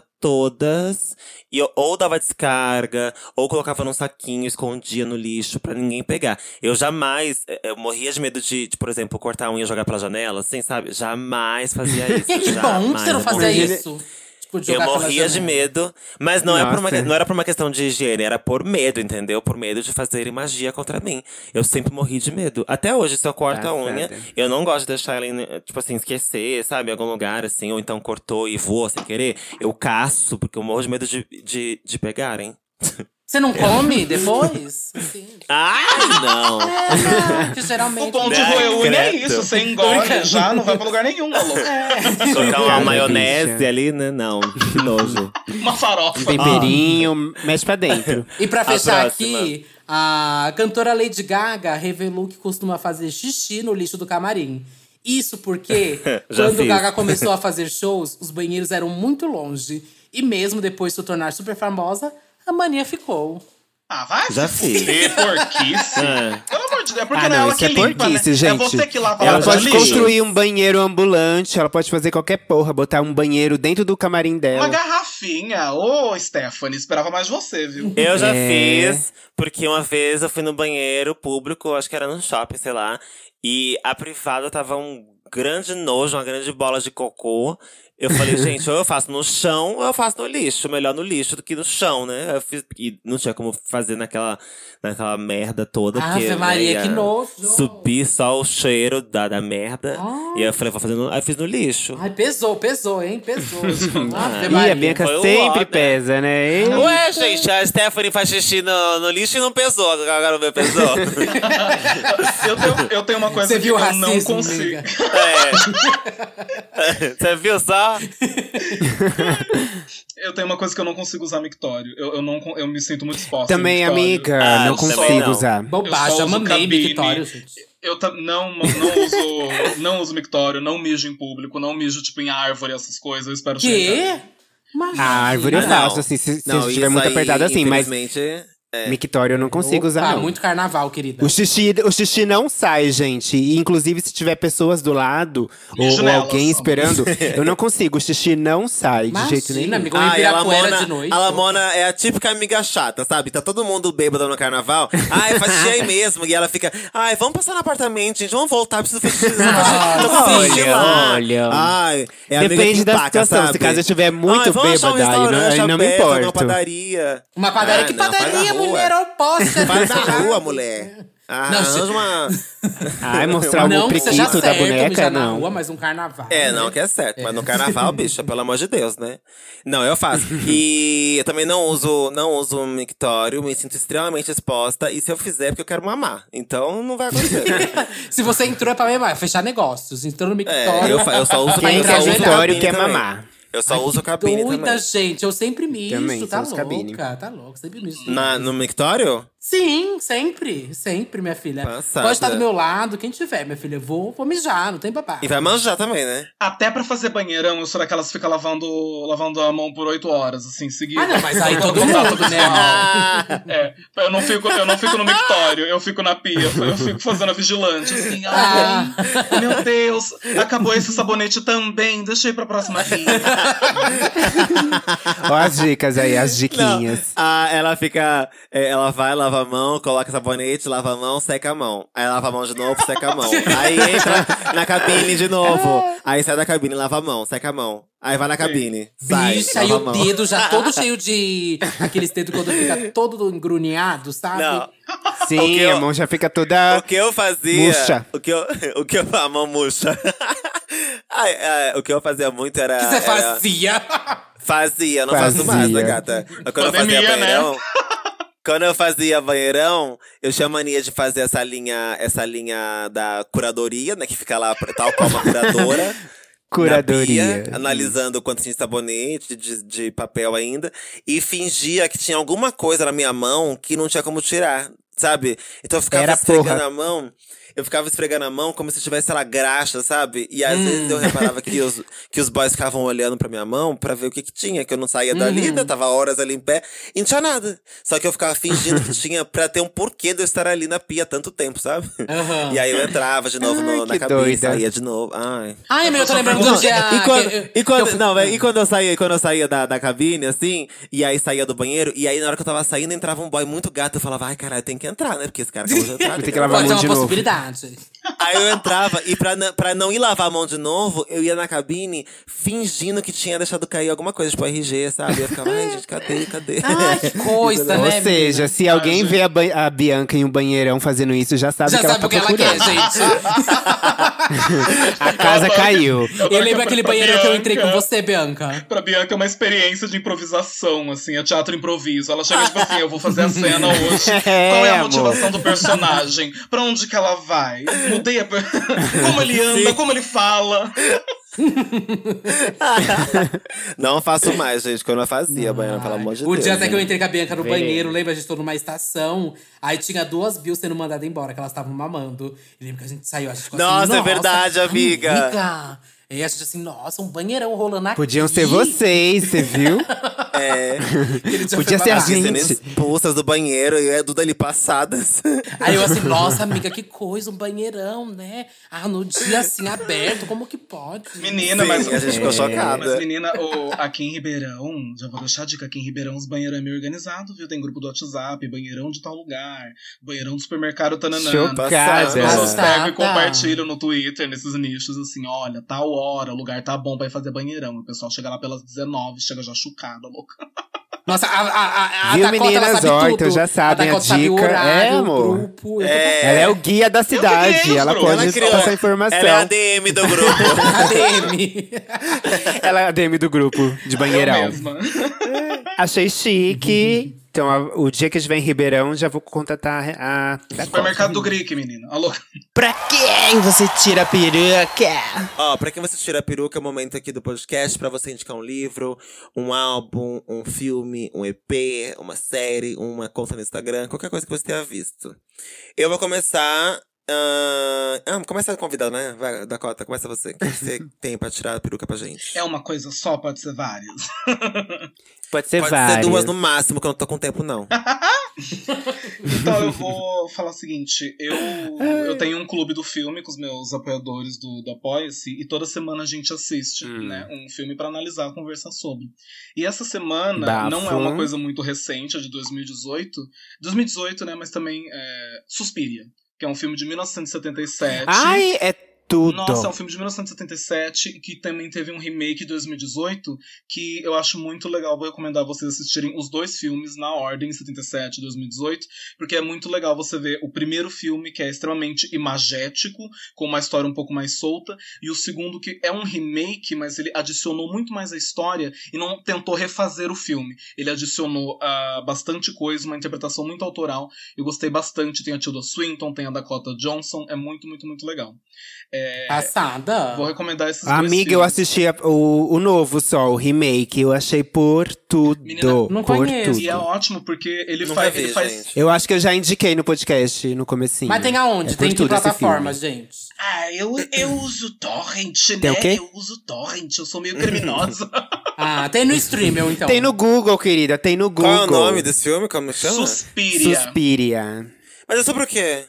Speaker 3: todas. E eu ou dava descarga, ou colocava num saquinho, escondia no lixo pra ninguém pegar. Eu jamais. eh, Eu morria de medo de, de, por exemplo, cortar a unha e jogar pela janela, assim, sabe? Jamais fazia isso.
Speaker 2: E que bom que você não
Speaker 3: jamais.
Speaker 2: fazia
Speaker 1: Imagina-
Speaker 2: isso. Tipo, de
Speaker 3: Eu
Speaker 2: jogar pela
Speaker 3: morria de
Speaker 2: janela.
Speaker 3: medo, mas não, é por uma,
Speaker 1: Nossa.
Speaker 3: não era por uma questão de higiene, era por medo, entendeu? Por medo de fazerem magia contra mim. Eu sempre morri de medo. Até hoje, se eu corto a
Speaker 1: Passada.
Speaker 3: unha, eu não gosto de deixar ela, em- tipo assim, esquecer, sabe? Em algum lugar, assim, ou então cortou e voou sem querer. Eu caço, porque eu morro de medo de, de, de pegarem.
Speaker 2: Você não come depois? Sim.
Speaker 3: Ai, não!
Speaker 2: É, que
Speaker 6: O
Speaker 2: geralmente.
Speaker 6: bom de
Speaker 3: Né?
Speaker 6: roer unha é
Speaker 3: Credo.
Speaker 6: isso. Você engole
Speaker 2: Brincando.
Speaker 6: já, não vai pra lugar nenhum, alô.
Speaker 3: Colocar uma
Speaker 1: Obrigada,
Speaker 3: maionese
Speaker 1: bicha.
Speaker 3: ali, né? Não, que nojo.
Speaker 6: Uma farofa.
Speaker 1: Um Temperinho, mexe pra dentro.
Speaker 2: E pra
Speaker 3: A
Speaker 2: fechar
Speaker 3: próxima.
Speaker 2: aqui, a cantora Lady Gaga revelou que costuma fazer xixi no lixo do camarim. Isso porque,
Speaker 3: Já
Speaker 2: quando
Speaker 3: fiz.
Speaker 2: Gaga começou a fazer shows, os banheiros eram muito longe. E mesmo depois de se tornar super famosa, a mania ficou.
Speaker 6: Ah, vai
Speaker 3: Já
Speaker 6: se fuder, porquice.
Speaker 3: É.
Speaker 6: Pelo amor português. É porque
Speaker 1: Ah,
Speaker 6: não,
Speaker 1: não,
Speaker 6: é ela
Speaker 1: isso
Speaker 6: que
Speaker 1: é
Speaker 6: limpa, né?
Speaker 1: porquice,
Speaker 6: É
Speaker 1: gente.
Speaker 6: você que lava
Speaker 1: Ela
Speaker 6: lá
Speaker 1: pode
Speaker 6: de lixo.
Speaker 1: construir um banheiro ambulante, ela pode fazer qualquer porra, botar um banheiro dentro do camarim
Speaker 6: Uma
Speaker 1: dela.
Speaker 6: garrafinha. Ô, Stephanie, esperava mais você, viu?
Speaker 3: Eu já
Speaker 1: É.
Speaker 3: fiz, porque uma vez eu fui no banheiro público, acho que era no shopping, sei lá, e a privada tava um grande nojo, uma grande bola de cocô. Eu falei, gente, ou eu faço no chão ou eu faço no lixo. Melhor no lixo do que no chão, né? Eu fiz, e não tinha como fazer naquela, naquela merda toda. porque,
Speaker 2: Ave
Speaker 3: né,
Speaker 2: Maria,
Speaker 3: ia
Speaker 2: que nojo.
Speaker 3: Subir só o cheiro da, da merda.
Speaker 2: Ai.
Speaker 3: E aí eu falei, vou fazer no. Aí eu fiz no lixo.
Speaker 2: Ai, pesou, pesou, hein? Pesou. Ave
Speaker 1: Ih,
Speaker 2: Maria. um
Speaker 1: a Bianca
Speaker 3: Foi o ó,
Speaker 1: sempre
Speaker 3: né?
Speaker 1: pesa, né? Ih.
Speaker 3: Ué, gente, a Stephanie faz xixi no, no lixo e não pesou. Agora o meu pesou.
Speaker 6: Eu tenho, eu tenho uma coisa
Speaker 2: Você
Speaker 6: que
Speaker 2: viu o
Speaker 6: eu não
Speaker 2: racismo,
Speaker 6: consigo.
Speaker 2: amiga?
Speaker 3: É. Você viu só?
Speaker 6: Eu tenho uma coisa que eu não consigo usar mictório. Eu, eu, não, con- eu me sinto muito exposta. em
Speaker 1: Também,
Speaker 6: mictório.
Speaker 1: amiga,
Speaker 3: Ah,
Speaker 1: não
Speaker 3: eu também
Speaker 1: consigo
Speaker 3: não.
Speaker 1: usar.
Speaker 6: Eu
Speaker 2: Bobagem,
Speaker 6: só
Speaker 2: eu
Speaker 6: uso
Speaker 2: mandei
Speaker 6: cabine.
Speaker 2: Victória, gente.
Speaker 6: Eu tam- não, não, não uso, não uso mictório, não mijo em público, não mijo, tipo, em árvore, essas coisas. Eu espero chegar.
Speaker 2: Que? Mas,
Speaker 1: A árvore eu
Speaker 3: Ah, não.
Speaker 1: faço, assim, se, se
Speaker 3: Não,
Speaker 1: estiver
Speaker 3: isso
Speaker 1: muito
Speaker 3: aí,
Speaker 1: apertado assim, mas
Speaker 3: infelizmente, é.
Speaker 1: mictório eu não consigo usar,
Speaker 2: Opa,
Speaker 1: não.
Speaker 2: muito carnaval, querida.
Speaker 1: O xixi, o xixi não sai, gente. E, inclusive, se tiver pessoas do lado ou,
Speaker 6: Mijo
Speaker 1: ou
Speaker 6: nelas.
Speaker 1: alguém esperando, eu não consigo. O xixi não sai de jeito
Speaker 2: Imagina,
Speaker 1: nenhum.
Speaker 2: amigo, em Ibirapuera de noite.
Speaker 3: ah, a Lamona é a típica amiga chata, sabe? Tá todo mundo bêbado no carnaval. Ai, faz xixi aí mesmo. E ela fica, ai, vamos passar no apartamento, gente. Vamos voltar, preciso fazer xixi. Tô com
Speaker 2: olha,
Speaker 3: xixi lá.
Speaker 1: olha.
Speaker 3: Ai, é amiga
Speaker 1: Depende
Speaker 3: que
Speaker 1: da
Speaker 3: empaca,
Speaker 1: situação. Se
Speaker 3: sabe?
Speaker 1: caso eu estiver
Speaker 3: ai,
Speaker 1: muito
Speaker 3: vamos achar um
Speaker 1: bêbada, aí não,
Speaker 3: restaurante
Speaker 1: aí não me
Speaker 3: aberto, Uma
Speaker 1: importo.
Speaker 3: padaria.
Speaker 2: Uma padaria.
Speaker 3: Ah,
Speaker 2: que
Speaker 3: não, faz na
Speaker 2: padaria,
Speaker 3: rua.
Speaker 2: mulher? Eu posso.
Speaker 3: Faz na
Speaker 2: sei lá.
Speaker 3: rua, mulher. Arranja
Speaker 2: se-
Speaker 3: uma.
Speaker 1: Ai, mostrar o
Speaker 2: Não, que seja
Speaker 1: priquito
Speaker 2: certo,
Speaker 1: da
Speaker 2: mijar
Speaker 1: boneca,
Speaker 2: na
Speaker 1: não.
Speaker 2: rua, mas um carnaval.
Speaker 3: É, não, que é certo. Mas no carnaval, bicha, pelo amor de Deus, né? Não, eu faço. E eu também não uso, não uso um mictório, me sinto extremamente exposta. E se eu fizer, é porque eu quero mamar. Então não vai acontecer.
Speaker 2: Se você entrou é pra mesma, fechar negócios. Entrou no
Speaker 3: é,
Speaker 2: Mictório.
Speaker 3: eu, fa- eu só uso
Speaker 2: Quem
Speaker 3: eu só
Speaker 2: quer
Speaker 3: uso
Speaker 2: mictório
Speaker 3: cabine
Speaker 1: quer
Speaker 3: também.
Speaker 1: mamar.
Speaker 3: Eu só uso cabine
Speaker 2: Doida,
Speaker 3: também.
Speaker 2: gente. Eu sempre misto,
Speaker 1: Também,
Speaker 2: tá
Speaker 1: somos
Speaker 2: louca.
Speaker 1: cabine.
Speaker 2: Tá louca, sempre misto.
Speaker 3: Na, no mictório?
Speaker 2: Sim, sempre. Sempre, minha filha.
Speaker 3: Passada.
Speaker 2: Pode estar do meu lado, quem tiver, minha filha. Eu vou, vou mijar, não tem babá.
Speaker 3: E vai manjar também, né?
Speaker 6: Até pra fazer banheirão, eu sou daquelas que fica lavando, lavando a mão por oito horas, assim, seguido.
Speaker 2: Ah, não, mas aí todo
Speaker 6: Contato
Speaker 2: mundo, né,
Speaker 6: visual.
Speaker 2: amor?
Speaker 6: É, eu não fico, eu não fico no mictório, eu fico na pia, eu fico fazendo a vigilante, assim, ai,
Speaker 2: Ah.
Speaker 6: meu Deus, acabou esse sabonete também, deixei pra próxima rinha.
Speaker 1: Ó as dicas aí, as diquinhas.
Speaker 3: Ah, ela fica. é, Ela vai, lava a mão, coloca sabonete, lava a mão, seca a mão. Aí lava a mão de novo, seca a mão. Aí entra na cabine de novo. Aí sai da cabine, lava a mão, seca a mão. Aí vai na cabine. Sai,
Speaker 2: Bicha,
Speaker 3: lava
Speaker 2: e
Speaker 3: a
Speaker 2: o
Speaker 3: mão.
Speaker 2: dedo já todo cheio de. Aqueles dedos quando fica todo engrunhado, sabe?
Speaker 3: Não,
Speaker 1: Sim,
Speaker 3: eu-
Speaker 1: a mão já fica toda.
Speaker 3: o que eu fazia.
Speaker 1: Murcha.
Speaker 3: O que eu. O que eu. A mão murcha. Ai, ai, o que eu fazia muito era.
Speaker 2: O que você
Speaker 3: era-
Speaker 2: fazia?
Speaker 3: Fazia, não faço mais, né,
Speaker 1: Fazia.
Speaker 3: gata? Quando eu
Speaker 6: Pandemia,
Speaker 3: fazia
Speaker 6: né?
Speaker 3: banheirão. Quando eu fazia banheirão, eu tinha mania de fazer essa linha, essa linha da curadoria, né? Que fica lá, tal qual uma curadora. na
Speaker 1: Curadoria.
Speaker 3: pia, analisando quanto tinha de sabonete, de, de papel ainda. E fingia que tinha alguma coisa na minha mão que não tinha como tirar, sabe? Então eu ficava
Speaker 1: Era
Speaker 3: esfregando
Speaker 1: porra.
Speaker 3: a mão. Eu ficava esfregando a mão como se tivesse, sei lá, graxa, sabe? E
Speaker 1: Hum.
Speaker 3: às vezes eu reparava que os, que os boys ficavam olhando pra minha mão pra ver o que que tinha. Que eu não saía dali,
Speaker 1: Uhum.
Speaker 3: né? Tava horas ali em pé e não tinha nada. Só que eu ficava fingindo que tinha pra ter um porquê de eu estar ali na pia tanto tempo, sabe?
Speaker 2: Aham.
Speaker 3: E aí eu entrava de novo
Speaker 1: Ah. Ai,
Speaker 3: no- na
Speaker 1: que
Speaker 3: cabine,
Speaker 1: doida.
Speaker 3: saía de novo. Ai.
Speaker 2: Ai, meu, eu tô lembrando
Speaker 3: Não, é,
Speaker 2: do dia.
Speaker 3: e quando,
Speaker 2: que eu-
Speaker 3: e
Speaker 2: é,
Speaker 3: quando-
Speaker 2: que eu-
Speaker 3: não, véi, e quando eu saía, quando eu saía da, da cabine, assim, e aí saía do banheiro, e aí na hora que eu tava saindo, entrava um boy muito gato, eu falava, ai, caralho, tem que entrar, né? Porque esse cara acabou de entrar. tem
Speaker 1: que
Speaker 3: que
Speaker 1: lavar a
Speaker 2: Pode
Speaker 1: mão
Speaker 2: ser
Speaker 1: de
Speaker 2: uma
Speaker 1: novo.
Speaker 2: possibilidade.
Speaker 3: Aí eu entrava, e pra, na- pra não ir lavar a mão de novo, eu ia na cabine fingindo que tinha deixado cair alguma coisa, tipo RG, sabe? Eu ficava, ai, gente, cadê, cadê?
Speaker 2: Ai, que coisa,
Speaker 1: Ou
Speaker 2: né?
Speaker 1: seja,
Speaker 2: menina?
Speaker 1: se alguém vê a, ba- a Bianca em um banheirão fazendo isso, já sabe
Speaker 2: Já
Speaker 1: que ela
Speaker 2: sabe
Speaker 1: tá
Speaker 2: o que ela
Speaker 1: procurando.
Speaker 2: quer, gente.
Speaker 1: A casa caiu.
Speaker 2: Eu lembro aquele
Speaker 6: Pra
Speaker 2: banheiro que eu entrei com
Speaker 6: Bianca.
Speaker 2: você, Bianca.
Speaker 6: Pra Bianca é uma experiência de improvisação, assim, é teatro improviso. Ela chega tipo assim, eu vou fazer a cena hoje.
Speaker 1: É,
Speaker 6: Qual é a
Speaker 1: amor.
Speaker 6: motivação do personagem? Pra onde que ela vai? Mudei a... Como ele anda, como ele fala.
Speaker 3: não faço mais, gente, que eu não fazia, banheiro, pelo amor de
Speaker 2: o
Speaker 3: Deus.
Speaker 2: dia até que eu
Speaker 3: né?
Speaker 2: entrei com a Bianca no
Speaker 1: Verei.
Speaker 2: banheiro, lembra? A gente tô numa estação. Aí tinha duas Bills sendo mandada embora, que elas estavam mamando. E lembro que a gente saiu, a gente ficou assim,
Speaker 3: Nossa, é verdade, amiga."
Speaker 2: amiga. E a gente assim, nossa, um banheirão rolando aqui.
Speaker 1: Podiam ser vocês, você viu?
Speaker 3: É.
Speaker 2: Ele já
Speaker 1: Podia
Speaker 2: foi
Speaker 1: ser a
Speaker 2: babado.
Speaker 1: gente.
Speaker 3: Sendo expulsas do banheiro e a Duda ali passadas.
Speaker 2: Aí eu assim, nossa, amiga, que coisa, um banheirão, né? Ah, no dia assim, aberto, como que pode?
Speaker 6: Menina,
Speaker 3: Sim,
Speaker 6: mas.
Speaker 3: a gente ficou
Speaker 6: É.
Speaker 3: chocada.
Speaker 6: Mas, menina, o- aqui em Ribeirão, já vou deixar a dica: aqui em Ribeirão os banheirão é meio organizado, viu? Tem grupo do WhatsApp, banheirão de tal lugar, banheirão do supermercado, tananã.
Speaker 1: Chocada.
Speaker 6: As pessoas
Speaker 2: Passada.
Speaker 6: pegam e compartilham no Twitter, nesses nichos, assim, olha, tal hora, o lugar tá bom pra ir fazer banheirão. O pessoal chega lá pelas 19, chega já chucada, louca.
Speaker 2: Nossa, a, a, a, a
Speaker 1: Viu,
Speaker 2: Dakota,
Speaker 1: meninas?
Speaker 2: ela sabe
Speaker 1: Ó,
Speaker 2: tudo.
Speaker 1: então já sabem a
Speaker 2: Dakota sabe o
Speaker 1: dica. É,
Speaker 2: horário,
Speaker 1: amor.
Speaker 2: o grupo. eu tô
Speaker 3: É.
Speaker 1: Ela é o guia da cidade.
Speaker 6: criei os
Speaker 1: Ela
Speaker 6: grupos.
Speaker 1: pode
Speaker 6: Ela
Speaker 3: criou.
Speaker 1: passar informação.
Speaker 3: Ela é a DM do
Speaker 6: É.
Speaker 3: grupo.
Speaker 2: com a DM.
Speaker 1: Ela é a DM do grupo de
Speaker 6: Eu
Speaker 1: banheirão.
Speaker 6: mesma.
Speaker 1: Achei chique. Então, a- o dia que estiver em Ribeirão, já vou contratar a. a
Speaker 6: Supermercado do Greek, menina. Alô?
Speaker 1: pra quem você tira a peruca?
Speaker 3: Ó, pra quem você tira a peruca, é o momento aqui do podcast pra você indicar um livro, um álbum, um filme, um EP, uma série, uma conta no Instagram, qualquer coisa que você tenha visto. Eu vou começar. ah, ah, começa a convidar, né? Vai, Dakota, começa você. O que você tem pra tirar a peruca pra gente?
Speaker 6: É uma coisa só, pode ser várias.
Speaker 1: Pode ser
Speaker 3: Pode
Speaker 1: várias.
Speaker 3: ser duas no máximo, que eu não tô com tempo, não.
Speaker 6: Então eu vou falar o seguinte: eu, eu tenho um clube do filme com os meus apoiadores do, do Apoia-se, e toda semana a gente assiste
Speaker 1: Hum.
Speaker 6: né, um filme pra analisar, conversar sobre. E essa semana
Speaker 1: Bafo.
Speaker 6: não é uma coisa muito recente, é de 2018. 2018, né? Mas também é, Suspiria, que é um filme de 1977.
Speaker 1: Ai, é tudo.
Speaker 6: Nossa, é um filme de 1977 e que também teve um remake em 2018 que eu acho muito legal. Vou recomendar vocês assistirem os dois filmes na ordem, 77 e 2018, porque é muito legal você ver o primeiro filme, que é extremamente imagético, com uma história um pouco mais solta, e o segundo, que é um remake, mas ele adicionou muito mais a história e não tentou refazer o filme. Ele adicionou ah, bastante coisa, uma interpretação muito autoral. Eu gostei bastante. Tem a Tilda Swinton, tem a Dakota Johnson, é muito, muito, muito legal. É,
Speaker 2: Passada.
Speaker 6: Vou recomendar esses dois
Speaker 1: Amiga, eu
Speaker 6: filmes.
Speaker 1: assisti a- o, o novo só, o remake. Eu achei por tudo.
Speaker 6: Menina,
Speaker 2: não
Speaker 1: por
Speaker 2: conheço.
Speaker 1: tudo.
Speaker 6: E é ótimo, porque ele
Speaker 3: Nunca
Speaker 6: faz.
Speaker 3: vi,
Speaker 6: ele faz...
Speaker 3: gente.
Speaker 1: Eu acho que eu já indiquei no podcast, no comecinho.
Speaker 2: Mas tem aonde?
Speaker 1: É por
Speaker 2: tem que
Speaker 1: tudo esse
Speaker 2: plataforma,
Speaker 1: filme.
Speaker 2: gente.
Speaker 6: Ah, eu, eu uso torrent, né?
Speaker 1: Tem o quê?
Speaker 6: Eu uso torrent, eu sou meio criminosa.
Speaker 2: Ah, tem no streaming, então.
Speaker 1: Tem no Google, querida, tem no Google.
Speaker 3: Qual é o nome desse filme? Como chama?
Speaker 6: Suspiria.
Speaker 1: Suspiria.
Speaker 3: Mas é sobre o quê?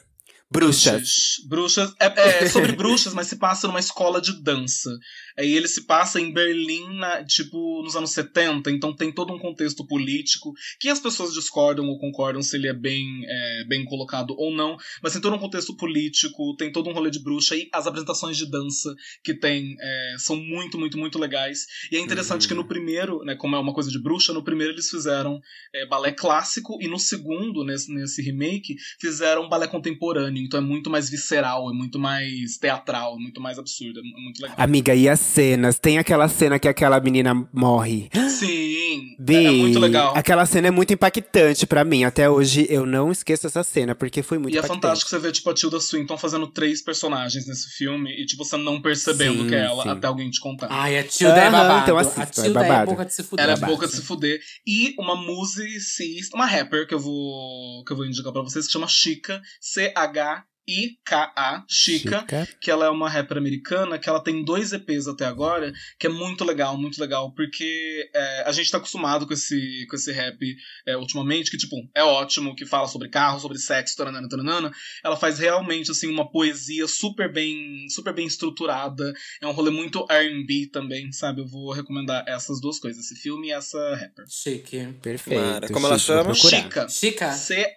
Speaker 1: Bruxas.
Speaker 6: Bruxas. É, é sobre bruxas, mas se passa numa escola de dança. Aí ele se passa em Berlim, na- tipo, nos anos 70, então tem todo um contexto político que as pessoas discordam ou concordam se ele é bem, é, bem colocado ou não, mas tem todo um contexto político, tem todo um rolê de bruxa e as apresentações de dança que tem é, são muito, muito, muito legais. E é interessante que
Speaker 1: Uhum.
Speaker 6: no primeiro, né, como é uma coisa de bruxa, no primeiro eles fizeram é, balé clássico e no segundo, nesse, nesse remake, fizeram balé contemporâneo. Então é muito mais visceral, é muito mais teatral, é muito mais absurdo, é mu- muito legal.
Speaker 1: Amiga, e as cenas? Tem aquela cena que aquela menina morre.
Speaker 6: Sim, é-
Speaker 1: Bi,
Speaker 6: é muito legal.
Speaker 1: Aquela cena é muito impactante pra mim. Até hoje eu não esqueço essa cena, porque foi muito
Speaker 6: E é
Speaker 1: impactante.
Speaker 6: fantástico você ver, tipo, a Tilda Swinton fazendo três personagens nesse filme e, tipo, você não percebendo
Speaker 1: Sim,
Speaker 6: que é ela
Speaker 1: sim.
Speaker 6: até alguém te contar.
Speaker 2: Ai, a Tilda é
Speaker 1: Aham,
Speaker 2: babado.
Speaker 1: então
Speaker 2: a
Speaker 1: assista, é
Speaker 2: Tilda é,
Speaker 1: babado.
Speaker 2: boca de se fuder.
Speaker 6: Ela é
Speaker 1: Babado.
Speaker 6: boca de se fuder. E uma musicista, uma rapper que eu vou, que eu vou indicar pra vocês, que chama Chica, C-H-I-K-A, Chica, que ela é uma rapper americana, que ela tem dois EPs até agora, que é muito legal, muito legal, porque é, a gente tá acostumado com esse, com esse rap é, ultimamente, que, tipo, é ótimo, que fala sobre carro, sobre sexo, taranana, taranana. Ela faz realmente, assim, uma poesia super bem, super bem estruturada, é um rolê muito R&B também, sabe? Eu vou recomendar essas duas coisas, esse filme e essa rapper.
Speaker 2: Chique.
Speaker 1: Perfeito.
Speaker 3: Mara, como ela
Speaker 1: Chico,
Speaker 3: chama?
Speaker 1: vou procurar.
Speaker 6: Chica.
Speaker 2: Chica?
Speaker 6: C-H-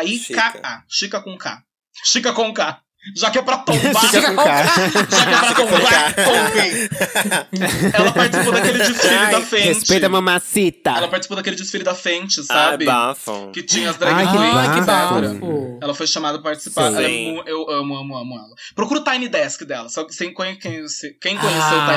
Speaker 6: C-H-I-K-A. Chica com K. Chica com K. Já que é pra tombar,
Speaker 1: Chica com K.
Speaker 6: já que é pra tombar, tombei. Ela participou daquele desfile da Fenty.
Speaker 1: Respeita a mamacita.
Speaker 6: Ela participou daquele desfile da Fenty, sabe?
Speaker 3: Ah, bafam.
Speaker 6: que tinha as drag
Speaker 1: Ai, que
Speaker 6: queens.
Speaker 2: Ai, que
Speaker 1: bafo.
Speaker 6: sabe?
Speaker 2: bafo.
Speaker 6: Ela foi chamada pra participar.
Speaker 3: Sim.
Speaker 6: Ela é mu- eu amo, amo, amo ela. Procura o Tiny Desk dela. Só que sem conhe- quem, se- quem conheceu
Speaker 2: Ah.
Speaker 6: o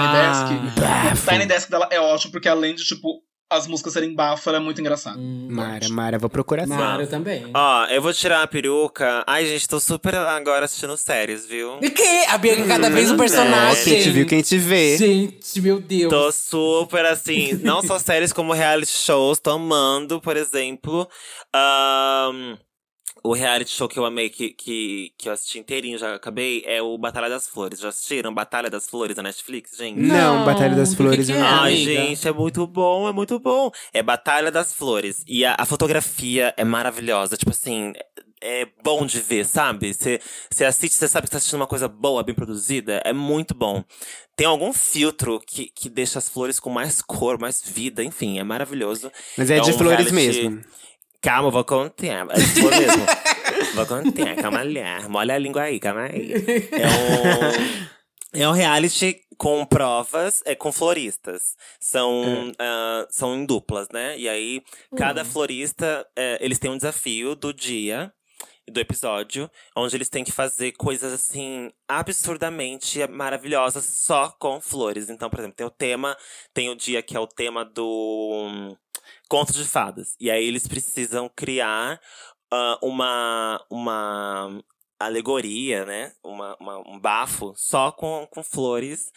Speaker 6: Tiny Desk,
Speaker 1: Bafo.
Speaker 6: o Tiny Desk dela é ótimo, porque além de, tipo, as músicas serem bafo, ela é muito engraçada.
Speaker 1: Mara, Mara, vou procurar sim.
Speaker 2: Mário Hum. também.
Speaker 3: Ó, eu vou tirar a peruca. Ai, gente, tô super agora assistindo séries, viu?
Speaker 2: E que? A Bianca cada vez um
Speaker 3: né?
Speaker 2: personagem.
Speaker 1: Quem Hum, te viu, quem é. te vê.
Speaker 2: Gente, meu Deus.
Speaker 3: Tô super assim, não só séries como reality shows, tô amando, por exemplo. ahn, O reality show que eu amei, que, que, que eu assisti inteirinho, já acabei, é o Batalha das Flores. Já assistiram Batalha das Flores da Netflix, gente?
Speaker 1: Não,
Speaker 2: Não,
Speaker 1: Batalha das
Speaker 2: do que
Speaker 1: Flores
Speaker 2: que é?
Speaker 1: não.
Speaker 3: Ai,
Speaker 2: amiga.
Speaker 3: gente, é muito bom, é muito bom. É Batalha das Flores. E a, a fotografia é maravilhosa. Tipo assim, é é bom de ver, sabe? Você assiste, você sabe que tá assistindo uma coisa boa, bem produzida. É muito bom. Tem algum filtro que, que deixa as flores com mais cor, mais vida, enfim, é maravilhoso.
Speaker 1: Mas é de
Speaker 3: um
Speaker 1: flores
Speaker 3: reality-
Speaker 1: mesmo.
Speaker 3: Calma, eu vou contar. É de flor mesmo. vou contar, calma ali. Molha a língua aí, calma aí. É um. É um reality com provas, é com floristas. São, ah, são em duplas, né? E aí, cada florista, eh, eles têm um desafio do dia, do episódio, onde eles têm que fazer coisas assim, absurdamente maravilhosas, só com flores. Então, por exemplo, tem o tema, tem o dia que é o tema do hum, Conto de Fadas. E aí, eles precisam criar ah, uma, uma alegoria, né? Uma, uma- um bafo só com, com flores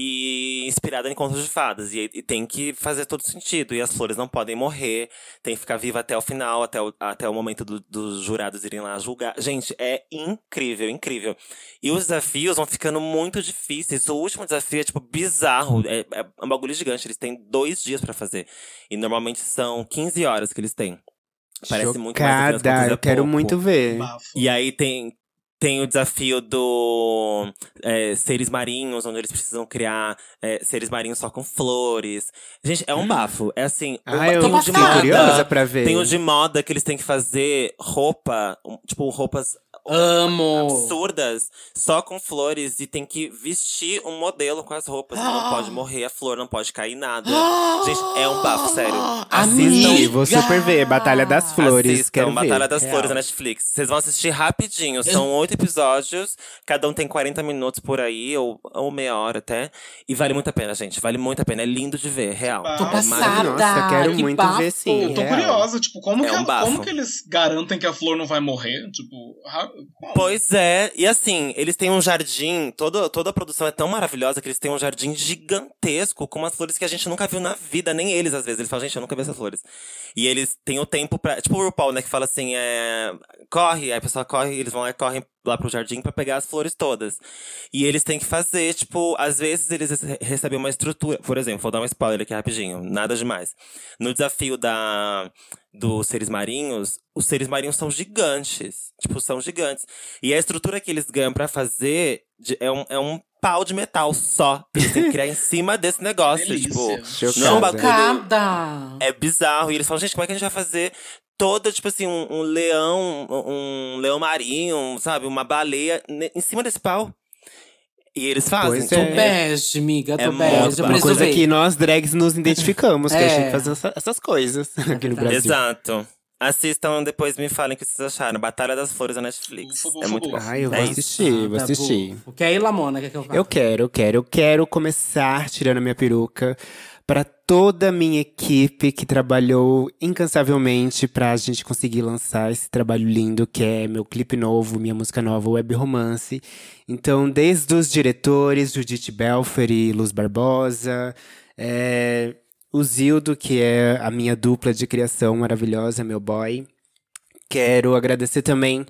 Speaker 3: e inspirada em contos de fadas. E, e tem que fazer todo sentido. E as flores não podem morrer, tem que ficar viva até o final, até o, até o momento do- dos jurados irem lá julgar. Gente, é incrível, incrível. E os desafios vão ficando muito difíceis. O último desafio é, tipo, bizarro. É, é um bagulho gigante. Eles têm dois dias pra fazer. E normalmente são 15 horas que eles têm. Parece muito mais do que as
Speaker 1: Chocada,
Speaker 3: coisas é
Speaker 1: eu quero
Speaker 3: pouco.
Speaker 1: muito ver.
Speaker 6: Bafo.
Speaker 3: E aí tem, tem o desafio do é, seres marinhos, onde eles precisam criar é, seres marinhos só com flores. Gente, é um bafo. É assim, um
Speaker 1: Hum. Ah,
Speaker 3: ba-
Speaker 1: eu
Speaker 3: tem o de
Speaker 1: fiquei
Speaker 2: moda.
Speaker 1: curiosa pra ver.
Speaker 3: Tem o de moda que eles têm que fazer roupa, um- tipo, roupas
Speaker 1: Oh.
Speaker 2: Amo!
Speaker 3: absurdas, só com flores, e tem que vestir um modelo com as roupas. Não
Speaker 2: Ah.
Speaker 3: pode morrer a flor, não pode cair nada.
Speaker 2: Ah.
Speaker 3: Gente, é um bafo, sério.
Speaker 2: Amiga!
Speaker 1: Assisti, vou super ver. Batalha das Flores,
Speaker 3: Assistam
Speaker 1: quero
Speaker 3: Batalha
Speaker 1: ver.
Speaker 3: das
Speaker 1: Real.
Speaker 3: Flores na Netflix. Vocês vão assistir rapidinho. São oito episódios, cada um tem 40 minutos por aí, ou, ou meia hora até. E vale muito a pena, gente. Vale muito a pena. É lindo de ver, real.
Speaker 6: Tô
Speaker 3: É
Speaker 2: passada.
Speaker 3: maravilhoso.
Speaker 1: Nossa, quero
Speaker 2: que
Speaker 1: muito
Speaker 2: bafo.
Speaker 1: ver sim.
Speaker 6: Eu tô
Speaker 1: real.
Speaker 6: curiosa, tipo, como,
Speaker 3: É
Speaker 6: que,
Speaker 3: um bafo.
Speaker 6: como que eles garantem que a flor não vai morrer? Tipo, ra- como?
Speaker 3: Pois é, e assim, eles têm um jardim, toda, toda a produção é tão maravilhosa que eles têm um jardim gigantesco com umas flores que a gente nunca viu na vida, nem eles às vezes. Eles falam, gente, eu nunca vi essas flores. E eles têm o tempo pra. Tipo o RuPaul, né, que fala assim: é, corre, aí a pessoa corre, eles vão lá e correm lá pro jardim pra pegar as flores todas. E eles têm que fazer, tipo, às vezes eles re- recebem uma estrutura. Por exemplo, vou dar um spoiler aqui rapidinho, nada demais. No desafio da dos seres marinhos, os seres marinhos são gigantes. Tipo, são gigantes. E a estrutura que eles ganham pra fazer de- é, um, é um pau de metal só. Eles têm que criar em cima desse negócio.
Speaker 6: Delícia.
Speaker 3: Tipo,
Speaker 1: Chocada.
Speaker 3: Não, bagulho.
Speaker 2: Chocada!
Speaker 3: é bizarro. E eles falam, gente, como é que a gente vai fazer toda, tipo assim, um, um leão, um, um leão marinho, um, sabe? Uma baleia ne- em cima desse pau. E eles fazem.
Speaker 1: Pois
Speaker 3: tipo,
Speaker 1: é.
Speaker 2: Bege, miga,
Speaker 3: É
Speaker 2: tô
Speaker 3: muito
Speaker 2: bege.
Speaker 3: bafo.
Speaker 2: Eu
Speaker 3: Uma
Speaker 1: Uma
Speaker 2: preciso
Speaker 1: coisa
Speaker 2: ver.
Speaker 1: que nós drags nos identificamos, que a
Speaker 2: É.
Speaker 1: gente tem que fazer essa- essas coisas aqui no Brasil.
Speaker 3: Exato. Assistam, depois me falem o que vocês acharam. Batalha das Flores na Netflix.
Speaker 6: Ufa,
Speaker 3: é
Speaker 6: ufa,
Speaker 3: muito bom.
Speaker 6: ufa.
Speaker 1: Ai, Ah, eu vou
Speaker 3: É isso.
Speaker 1: assistir, vou
Speaker 2: Tá
Speaker 1: assistir.
Speaker 2: bom. Quer ir, Lamona? Quer que eu vá?
Speaker 1: Eu quero, eu quero, eu quero começar tirando a minha peruca para toda a minha equipe que trabalhou incansavelmente pra gente conseguir lançar esse trabalho lindo que é meu clipe novo, minha música nova, Web Romance. Então, desde os diretores, Judith Belfer e Luz Barbosa, é, o Zildo, que é a minha dupla de criação maravilhosa, meu boy. Quero agradecer também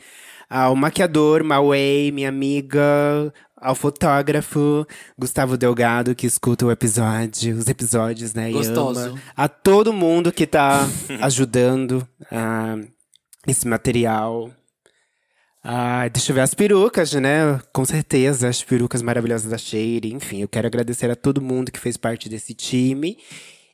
Speaker 1: ao maquiador Mauei, minha amiga, ao fotógrafo Gustavo Delgado, que escuta o episódio, os episódios, né? e
Speaker 2: Gostoso.
Speaker 1: ama. A todo mundo que tá ajudando ah, esse material. Ah, deixa eu ver as perucas, né? Com certeza, as perucas maravilhosas da Shade. Enfim, eu quero agradecer a todo mundo que fez parte desse time.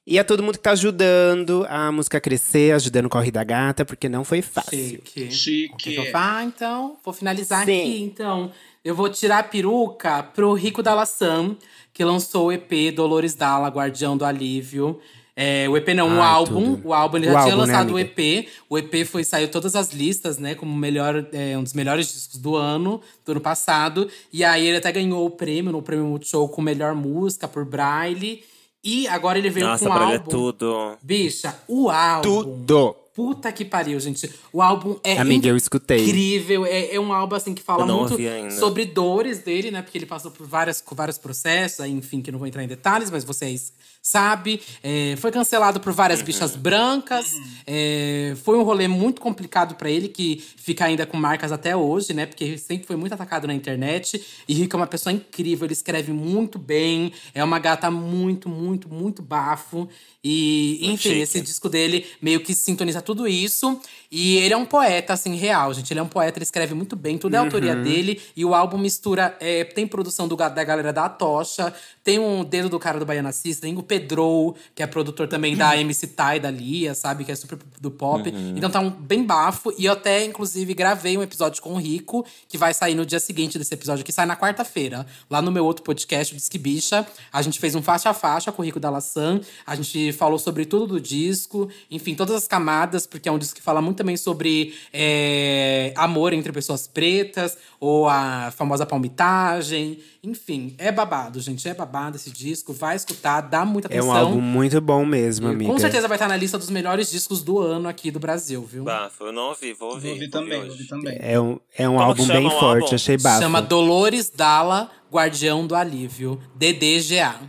Speaker 1: E a todo mundo que tá ajudando a música a crescer, ajudando o Corre da Gata, porque não foi fácil.
Speaker 2: Chique. O que,
Speaker 6: Chique.
Speaker 2: que eu faço? então? Vou finalizar
Speaker 1: Sim.
Speaker 2: aqui, então. Eu vou tirar a peruca pro Rico da Laçã, que lançou o EP Dolores Dalla, Guardião do Alívio. É, o EP não, o
Speaker 1: Ai,
Speaker 2: álbum.
Speaker 1: tudo.
Speaker 2: O álbum ele
Speaker 1: O
Speaker 2: já tinha
Speaker 1: álbum, né,
Speaker 2: lançado o
Speaker 1: amiga?
Speaker 2: EP. O EP foi, saiu todas as listas, né? Como o melhor, é, um dos melhores discos do ano, do ano passado. E aí ele até ganhou o prêmio no prêmio Multishow com melhor música por Braille. E agora ele veio
Speaker 3: Nossa,
Speaker 2: com o
Speaker 3: pra
Speaker 2: álbum.
Speaker 3: ele é tudo.
Speaker 2: Bicha, o álbum.
Speaker 1: Tudo!
Speaker 2: Puta que pariu, gente. O álbum é
Speaker 1: Amiga, eu escutei.
Speaker 2: incrível. É, é um álbum assim que fala
Speaker 3: Eu não
Speaker 2: muito
Speaker 3: ouvi ainda.
Speaker 2: sobre dores dele, né? Porque ele passou por várias, por vários processos, aí, enfim, que eu não vou entrar em detalhes, mas vocês sabem. É, foi cancelado por várias
Speaker 3: Uhum.
Speaker 2: bichas brancas. É, foi um rolê muito complicado pra ele, que fica ainda com marcas até hoje, né? Porque sempre foi muito atacado na internet. E Rick é uma pessoa incrível, ele escreve muito bem. É uma gata muito, muito, muito bafo. E,
Speaker 3: Muito
Speaker 2: enfim,
Speaker 3: chique.
Speaker 2: esse disco dele meio que sintoniza tudo isso. E ele é um poeta, assim, real, gente. Ele é um poeta, ele escreve muito bem, tudo é autoria dele. E o álbum mistura. é, tem produção do ga- da galera da Tocha, tem um dedo do cara do Baiana System, tem o Pedro, que é produtor também da MC Thay, da Lia, sabe? Que é super do pop. Então tá um bem bafo. E eu até, inclusive, gravei um episódio com o Rico, que vai sair no dia seguinte desse episódio, que sai na quarta-feira. Lá no meu outro podcast, o Disque Bicha. A gente fez um faixa a faixa com o Rico da Laçan. A gente falou sobre tudo do disco, enfim, todas as camadas, porque é um disco que fala muito também sobre é, amor entre pessoas pretas, ou a famosa palmitagem. Enfim, é babado, gente. É babado esse disco. Vai escutar, dá muita
Speaker 1: É
Speaker 2: atenção.
Speaker 1: um álbum muito bom mesmo, amiga.
Speaker 2: Com certeza vai estar na lista dos melhores discos do ano aqui do Brasil, viu?
Speaker 3: Bafo, eu não ouvi, vou ouvir.
Speaker 6: Vou ouvir também, vou
Speaker 3: hoje.
Speaker 6: ouvir também.
Speaker 1: É um, é um
Speaker 3: Como
Speaker 1: álbum
Speaker 3: chama
Speaker 1: bem
Speaker 3: o
Speaker 1: forte,
Speaker 3: álbum?
Speaker 1: achei bafo.
Speaker 2: Chama Dolores Dalla, Guardião do Alívio, DDGA.
Speaker 6: Bafo,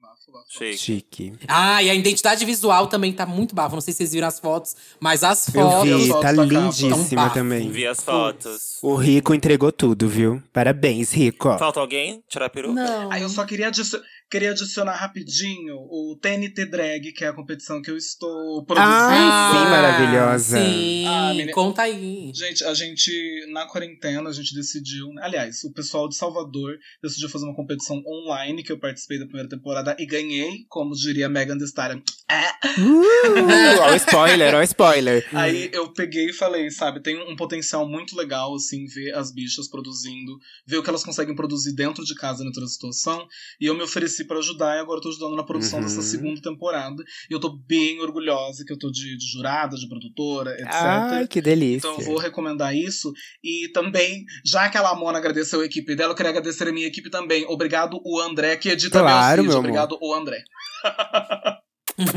Speaker 6: bafo, bafo.
Speaker 3: Chique.
Speaker 1: Chique.
Speaker 2: Ah, e a identidade visual também tá muito bafo. Não sei se vocês viram as fotos, mas as
Speaker 1: Eu
Speaker 2: fotos.
Speaker 1: vi,
Speaker 6: fotos
Speaker 1: tá
Speaker 6: da capa.
Speaker 2: Tão
Speaker 1: lindíssima
Speaker 2: bafo.
Speaker 1: também.
Speaker 3: Vi as fotos.
Speaker 1: O Rico entregou tudo, viu? Parabéns, Rico. ó.
Speaker 3: Falta alguém? Tirar a peruca?
Speaker 2: Não.
Speaker 6: Aí Ah, eu só queria, adicio- queria adicionar rapidinho o TNT Drag, que é a competição que eu estou produzindo.
Speaker 1: Ah, sim, maravilhosa.
Speaker 2: Sim,
Speaker 6: Ah, menina.
Speaker 2: conta aí.
Speaker 6: Gente, a gente, na quarentena, a gente decidiu. né, Aliás, o pessoal de Salvador decidiu fazer uma competição online que eu participei da primeira temporada e ganhei, como diria Megan Thee Stallion.
Speaker 1: Uh, ó, o spoiler, ó, o spoiler.
Speaker 6: Aí eu peguei e falei, sabe, tem um potencial muito legal, assim, ver as bichas produzindo, ver o que elas conseguem produzir dentro de casa dentro da situação. E eu me ofereci pra ajudar e agora eu tô ajudando na produção
Speaker 1: Uhum.
Speaker 6: dessa segunda temporada. E eu tô bem orgulhosa que eu tô de, de jurada, de produtora, etc.
Speaker 1: Ai, Ah, que delícia.
Speaker 6: Então eu vou recomendar isso. E também, já que a Lamona agradeceu a equipe dela, eu queria agradecer a minha equipe também. Obrigado o André, que edita
Speaker 1: Claro,
Speaker 6: meus vídeos.
Speaker 1: meu amor.
Speaker 6: Obrigado o André.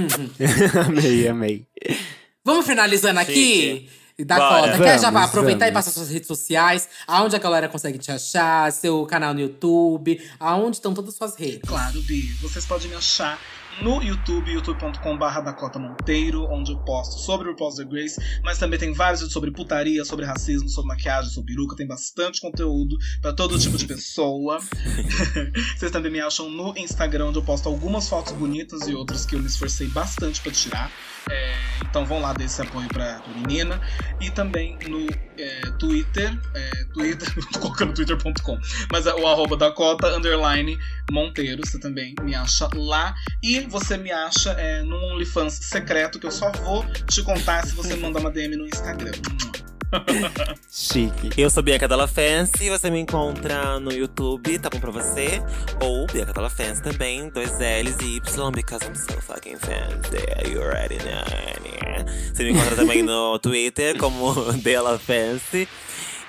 Speaker 1: amei, amei.
Speaker 2: Vamos finalizando aqui? Da
Speaker 3: Bora.
Speaker 2: cota. Quer
Speaker 1: Vamos,
Speaker 2: já vai aproveitar e
Speaker 1: vamos.
Speaker 2: passar suas redes sociais? Aonde a galera consegue te achar? Seu canal no YouTube? Aonde estão todas as suas redes?
Speaker 6: Claro, Bi. Vocês podem me achar no YouTube, youtube.com.br Dakota Monteiro, onde eu posto sobre o Pós The Grace, mas também tem vários vídeos sobre putaria, sobre racismo, sobre maquiagem, sobre peruca, tem bastante conteúdo pra todo tipo de pessoa. Vocês também me acham no Instagram, onde eu posto algumas fotos bonitas e outras que eu me esforcei bastante pra tirar. É, então vão lá dar esse apoio pra, pra menina. E também no é, Twitter, é, Twitter, tô colocando twitter.com, mas é o arroba Dakota, underline, Monteiro, você também me acha lá. E você me acha é, num OnlyFans secreto que eu só vou te contar se você mandar uma DM no Instagram.
Speaker 1: Chique.
Speaker 3: Eu sou Bianca Della Fancy, você me encontra no YouTube, tá bom pra você? Ou Bianca Della Fancy também, dois L's e Y, because I'm so fucking fancy, you already know. Você me encontra também no Twitter, como Della Fancy.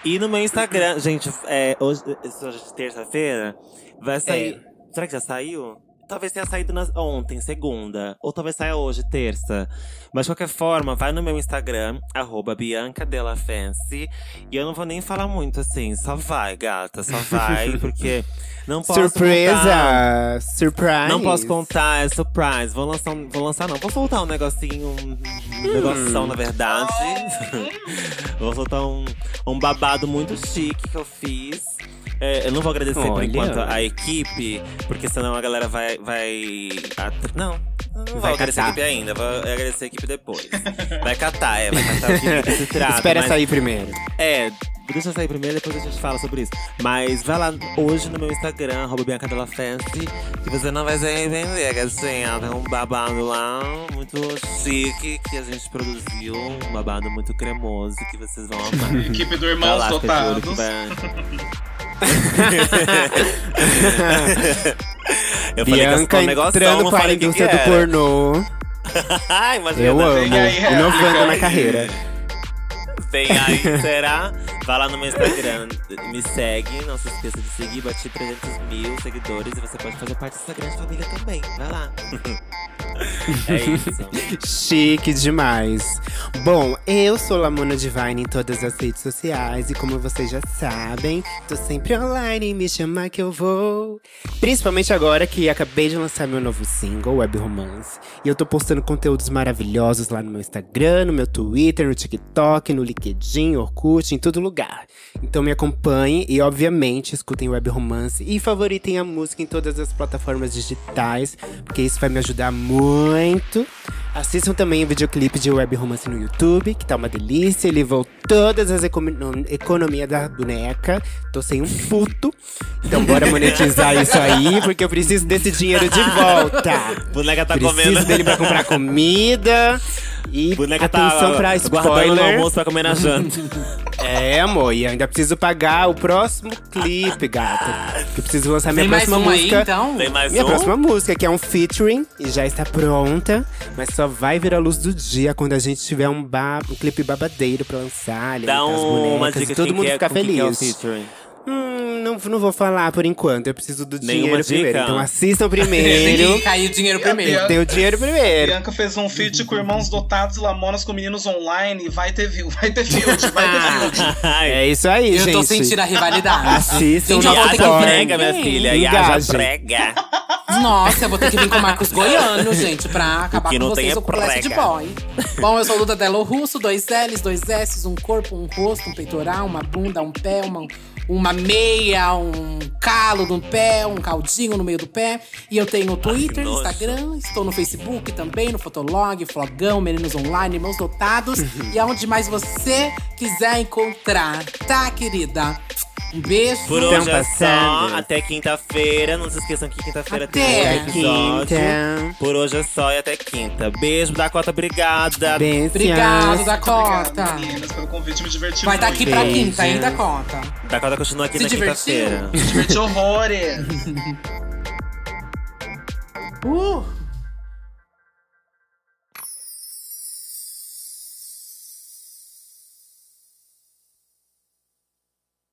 Speaker 3: E no meu Instagram, gente, é, hoje, isso hoje é terça-feira, vai sair… Será que já saiu? Talvez tenha saído nas- ontem, segunda. Ou talvez saia hoje, terça. Mas de qualquer forma, vai no meu Instagram, arroba Bianca Della Fancy. E eu não vou nem falar muito assim, só vai, gata, só vai, porque não posso. contar.
Speaker 1: Surpresa! Surprise!
Speaker 3: Não posso contar, é surprise. Vou lançar, um- vou lançar não. Vou soltar um negocinho, um negoção, na verdade. vou soltar um, um babado muito chique que eu fiz. É, eu não vou agradecer por
Speaker 1: Olha.
Speaker 3: enquanto a equipe, porque senão a galera vai. vai atr- Não, eu não vou
Speaker 1: Vai
Speaker 3: agradecer a
Speaker 1: catar.
Speaker 3: equipe ainda, vou agradecer a equipe depois. vai catar, é, vai catar o que que se trata.
Speaker 1: Espera
Speaker 3: mas-
Speaker 1: sair primeiro.
Speaker 3: é, deixa eu sair primeiro, depois a gente fala sobre isso. Mas vai lá hoje no meu Instagram, arroba Bianca Della Fancy, que você não vai se arrepender, gatinha. Tem um babado lá, muito chique, que a gente produziu. Um babado muito cremoso, que vocês vão amar.
Speaker 6: Equipe do
Speaker 3: Vai
Speaker 6: Irmãos
Speaker 3: Tá lá, fica de olho que
Speaker 6: Dotados.
Speaker 3: vai- Eu falei que eu sou
Speaker 1: Bianca
Speaker 3: um negócio,
Speaker 1: entrando
Speaker 3: não
Speaker 1: para a
Speaker 3: falei o que né? que
Speaker 1: indústria do
Speaker 3: era. Ah,
Speaker 1: pornô.
Speaker 3: Imagina. tá
Speaker 1: Eu amo.
Speaker 6: vem aí,
Speaker 3: é
Speaker 6: réplica.
Speaker 1: Inovando na carreira.
Speaker 3: Vem aí, será? Vai lá no meu Instagram, me segue, não se esqueça de seguir, bati 300 mil seguidores e você pode fazer parte dessa grande família também. Vai lá. É isso.
Speaker 1: Chique demais. Bom, eu sou Lamona Divine em todas as redes sociais e como vocês já sabem, tô sempre online, me chamar que eu vou. Principalmente agora que acabei de lançar meu novo single, Web Romance, e eu tô postando conteúdos maravilhosos lá no meu Instagram, no meu Twitter, no TikTok, no LinkedIn, Orkut, em todo lugar. Então me acompanhem e obviamente escutem Web Romance e favoritem a música em todas as plataformas digitais, porque isso vai me ajudar muito. Assistam também o videoclipe de Web Romance no YouTube, que tá uma delícia. Ele levou todas as econo- economia da boneca. Tô sem um puto. Então bora monetizar isso aí, porque eu preciso desse dinheiro de volta.
Speaker 3: Boneca tá
Speaker 1: preciso
Speaker 3: comendo.
Speaker 1: dele pra comprar comida. E
Speaker 3: Boneca
Speaker 1: atenção
Speaker 3: tá
Speaker 1: pra
Speaker 3: guardando no
Speaker 1: spoiler.
Speaker 3: almoço pra comer na janta.
Speaker 1: É, amor, e ainda preciso pagar o próximo clipe, gata. Que eu preciso lançar minha
Speaker 2: Tem mais
Speaker 1: próxima
Speaker 2: um aí,
Speaker 1: música.
Speaker 2: então?
Speaker 3: Tem mais
Speaker 1: Minha
Speaker 3: um?
Speaker 1: próxima música, que é um featuring, e já está pronta, mas só vai vir à luz do dia quando a gente tiver um, ba- um clipe babadeiro pra lançar. ali,
Speaker 3: Dá
Speaker 1: tá, as
Speaker 3: um- uma
Speaker 1: bonecas,
Speaker 3: dica
Speaker 1: e todo
Speaker 3: quem
Speaker 1: mundo
Speaker 3: que é-
Speaker 1: ficar
Speaker 3: com quem que é o
Speaker 1: feliz.
Speaker 3: featuring.
Speaker 1: Hum, não, não vou falar por enquanto, eu preciso do dinheiro
Speaker 3: Nenhuma dica?
Speaker 1: primeiro. Então assistam
Speaker 2: Tem que
Speaker 1: primeiro.
Speaker 2: cair o dinheiro primeiro.
Speaker 1: Tem o dinheiro primeiro.
Speaker 6: Bianca fez um feat com irmãos dotados e lamonas com meninos online. E vai ter view, vai ter field, vai ter field.
Speaker 3: Ai,
Speaker 1: É isso aí,
Speaker 2: Eu
Speaker 1: gente.
Speaker 2: tô sentindo a rivalidade.
Speaker 1: Assistam
Speaker 2: Gente,
Speaker 1: no
Speaker 2: eu vou ter que
Speaker 1: apoio.
Speaker 2: vir
Speaker 3: prega, minha
Speaker 2: aqui.
Speaker 3: filha. E
Speaker 1: Engajem.
Speaker 3: haja prega.
Speaker 2: Nossa, eu vou ter que vir com o Marcos Goiano, gente, pra acabar
Speaker 3: Ah. que
Speaker 2: com
Speaker 3: não tem
Speaker 2: vocês
Speaker 3: é
Speaker 2: ou com o Leste de
Speaker 3: prega.
Speaker 2: Boy. Bom, eu sou Luda Delo Russo, dois L's, dois S's, um corpo, um rosto, um peitoral, uma bunda, um pé, uma, uma meia, um calo no pé, um caldinho no meio do pé. E eu tenho Twitter,
Speaker 3: nojo.
Speaker 2: Instagram, estou no Facebook também, no Fotolog, Flogão, Meninos Online, Irmãos Dotados. E aonde mais você quiser encontrar, tá, querida? Um beijo.
Speaker 3: Por hoje é só.
Speaker 1: passando.
Speaker 3: Até quinta-feira. Não se esqueçam que quinta-feira
Speaker 2: Até
Speaker 3: tem um episódio.
Speaker 1: quinta.
Speaker 3: Por hoje é só e até quinta. Beijo, Dakota. Obrigada.
Speaker 1: Bênçãos.
Speaker 2: Obrigado, Dakota.
Speaker 6: Obrigado, meninas, pelo convite, me diverti
Speaker 2: Vai estar
Speaker 6: muito.
Speaker 2: aqui pra
Speaker 1: Beijo.
Speaker 2: quinta, ainda conta.
Speaker 3: Dakota continua aqui
Speaker 2: Se
Speaker 3: na
Speaker 2: divertiu?
Speaker 3: quinta-feira.
Speaker 6: Me diverti horrores.
Speaker 2: Uh!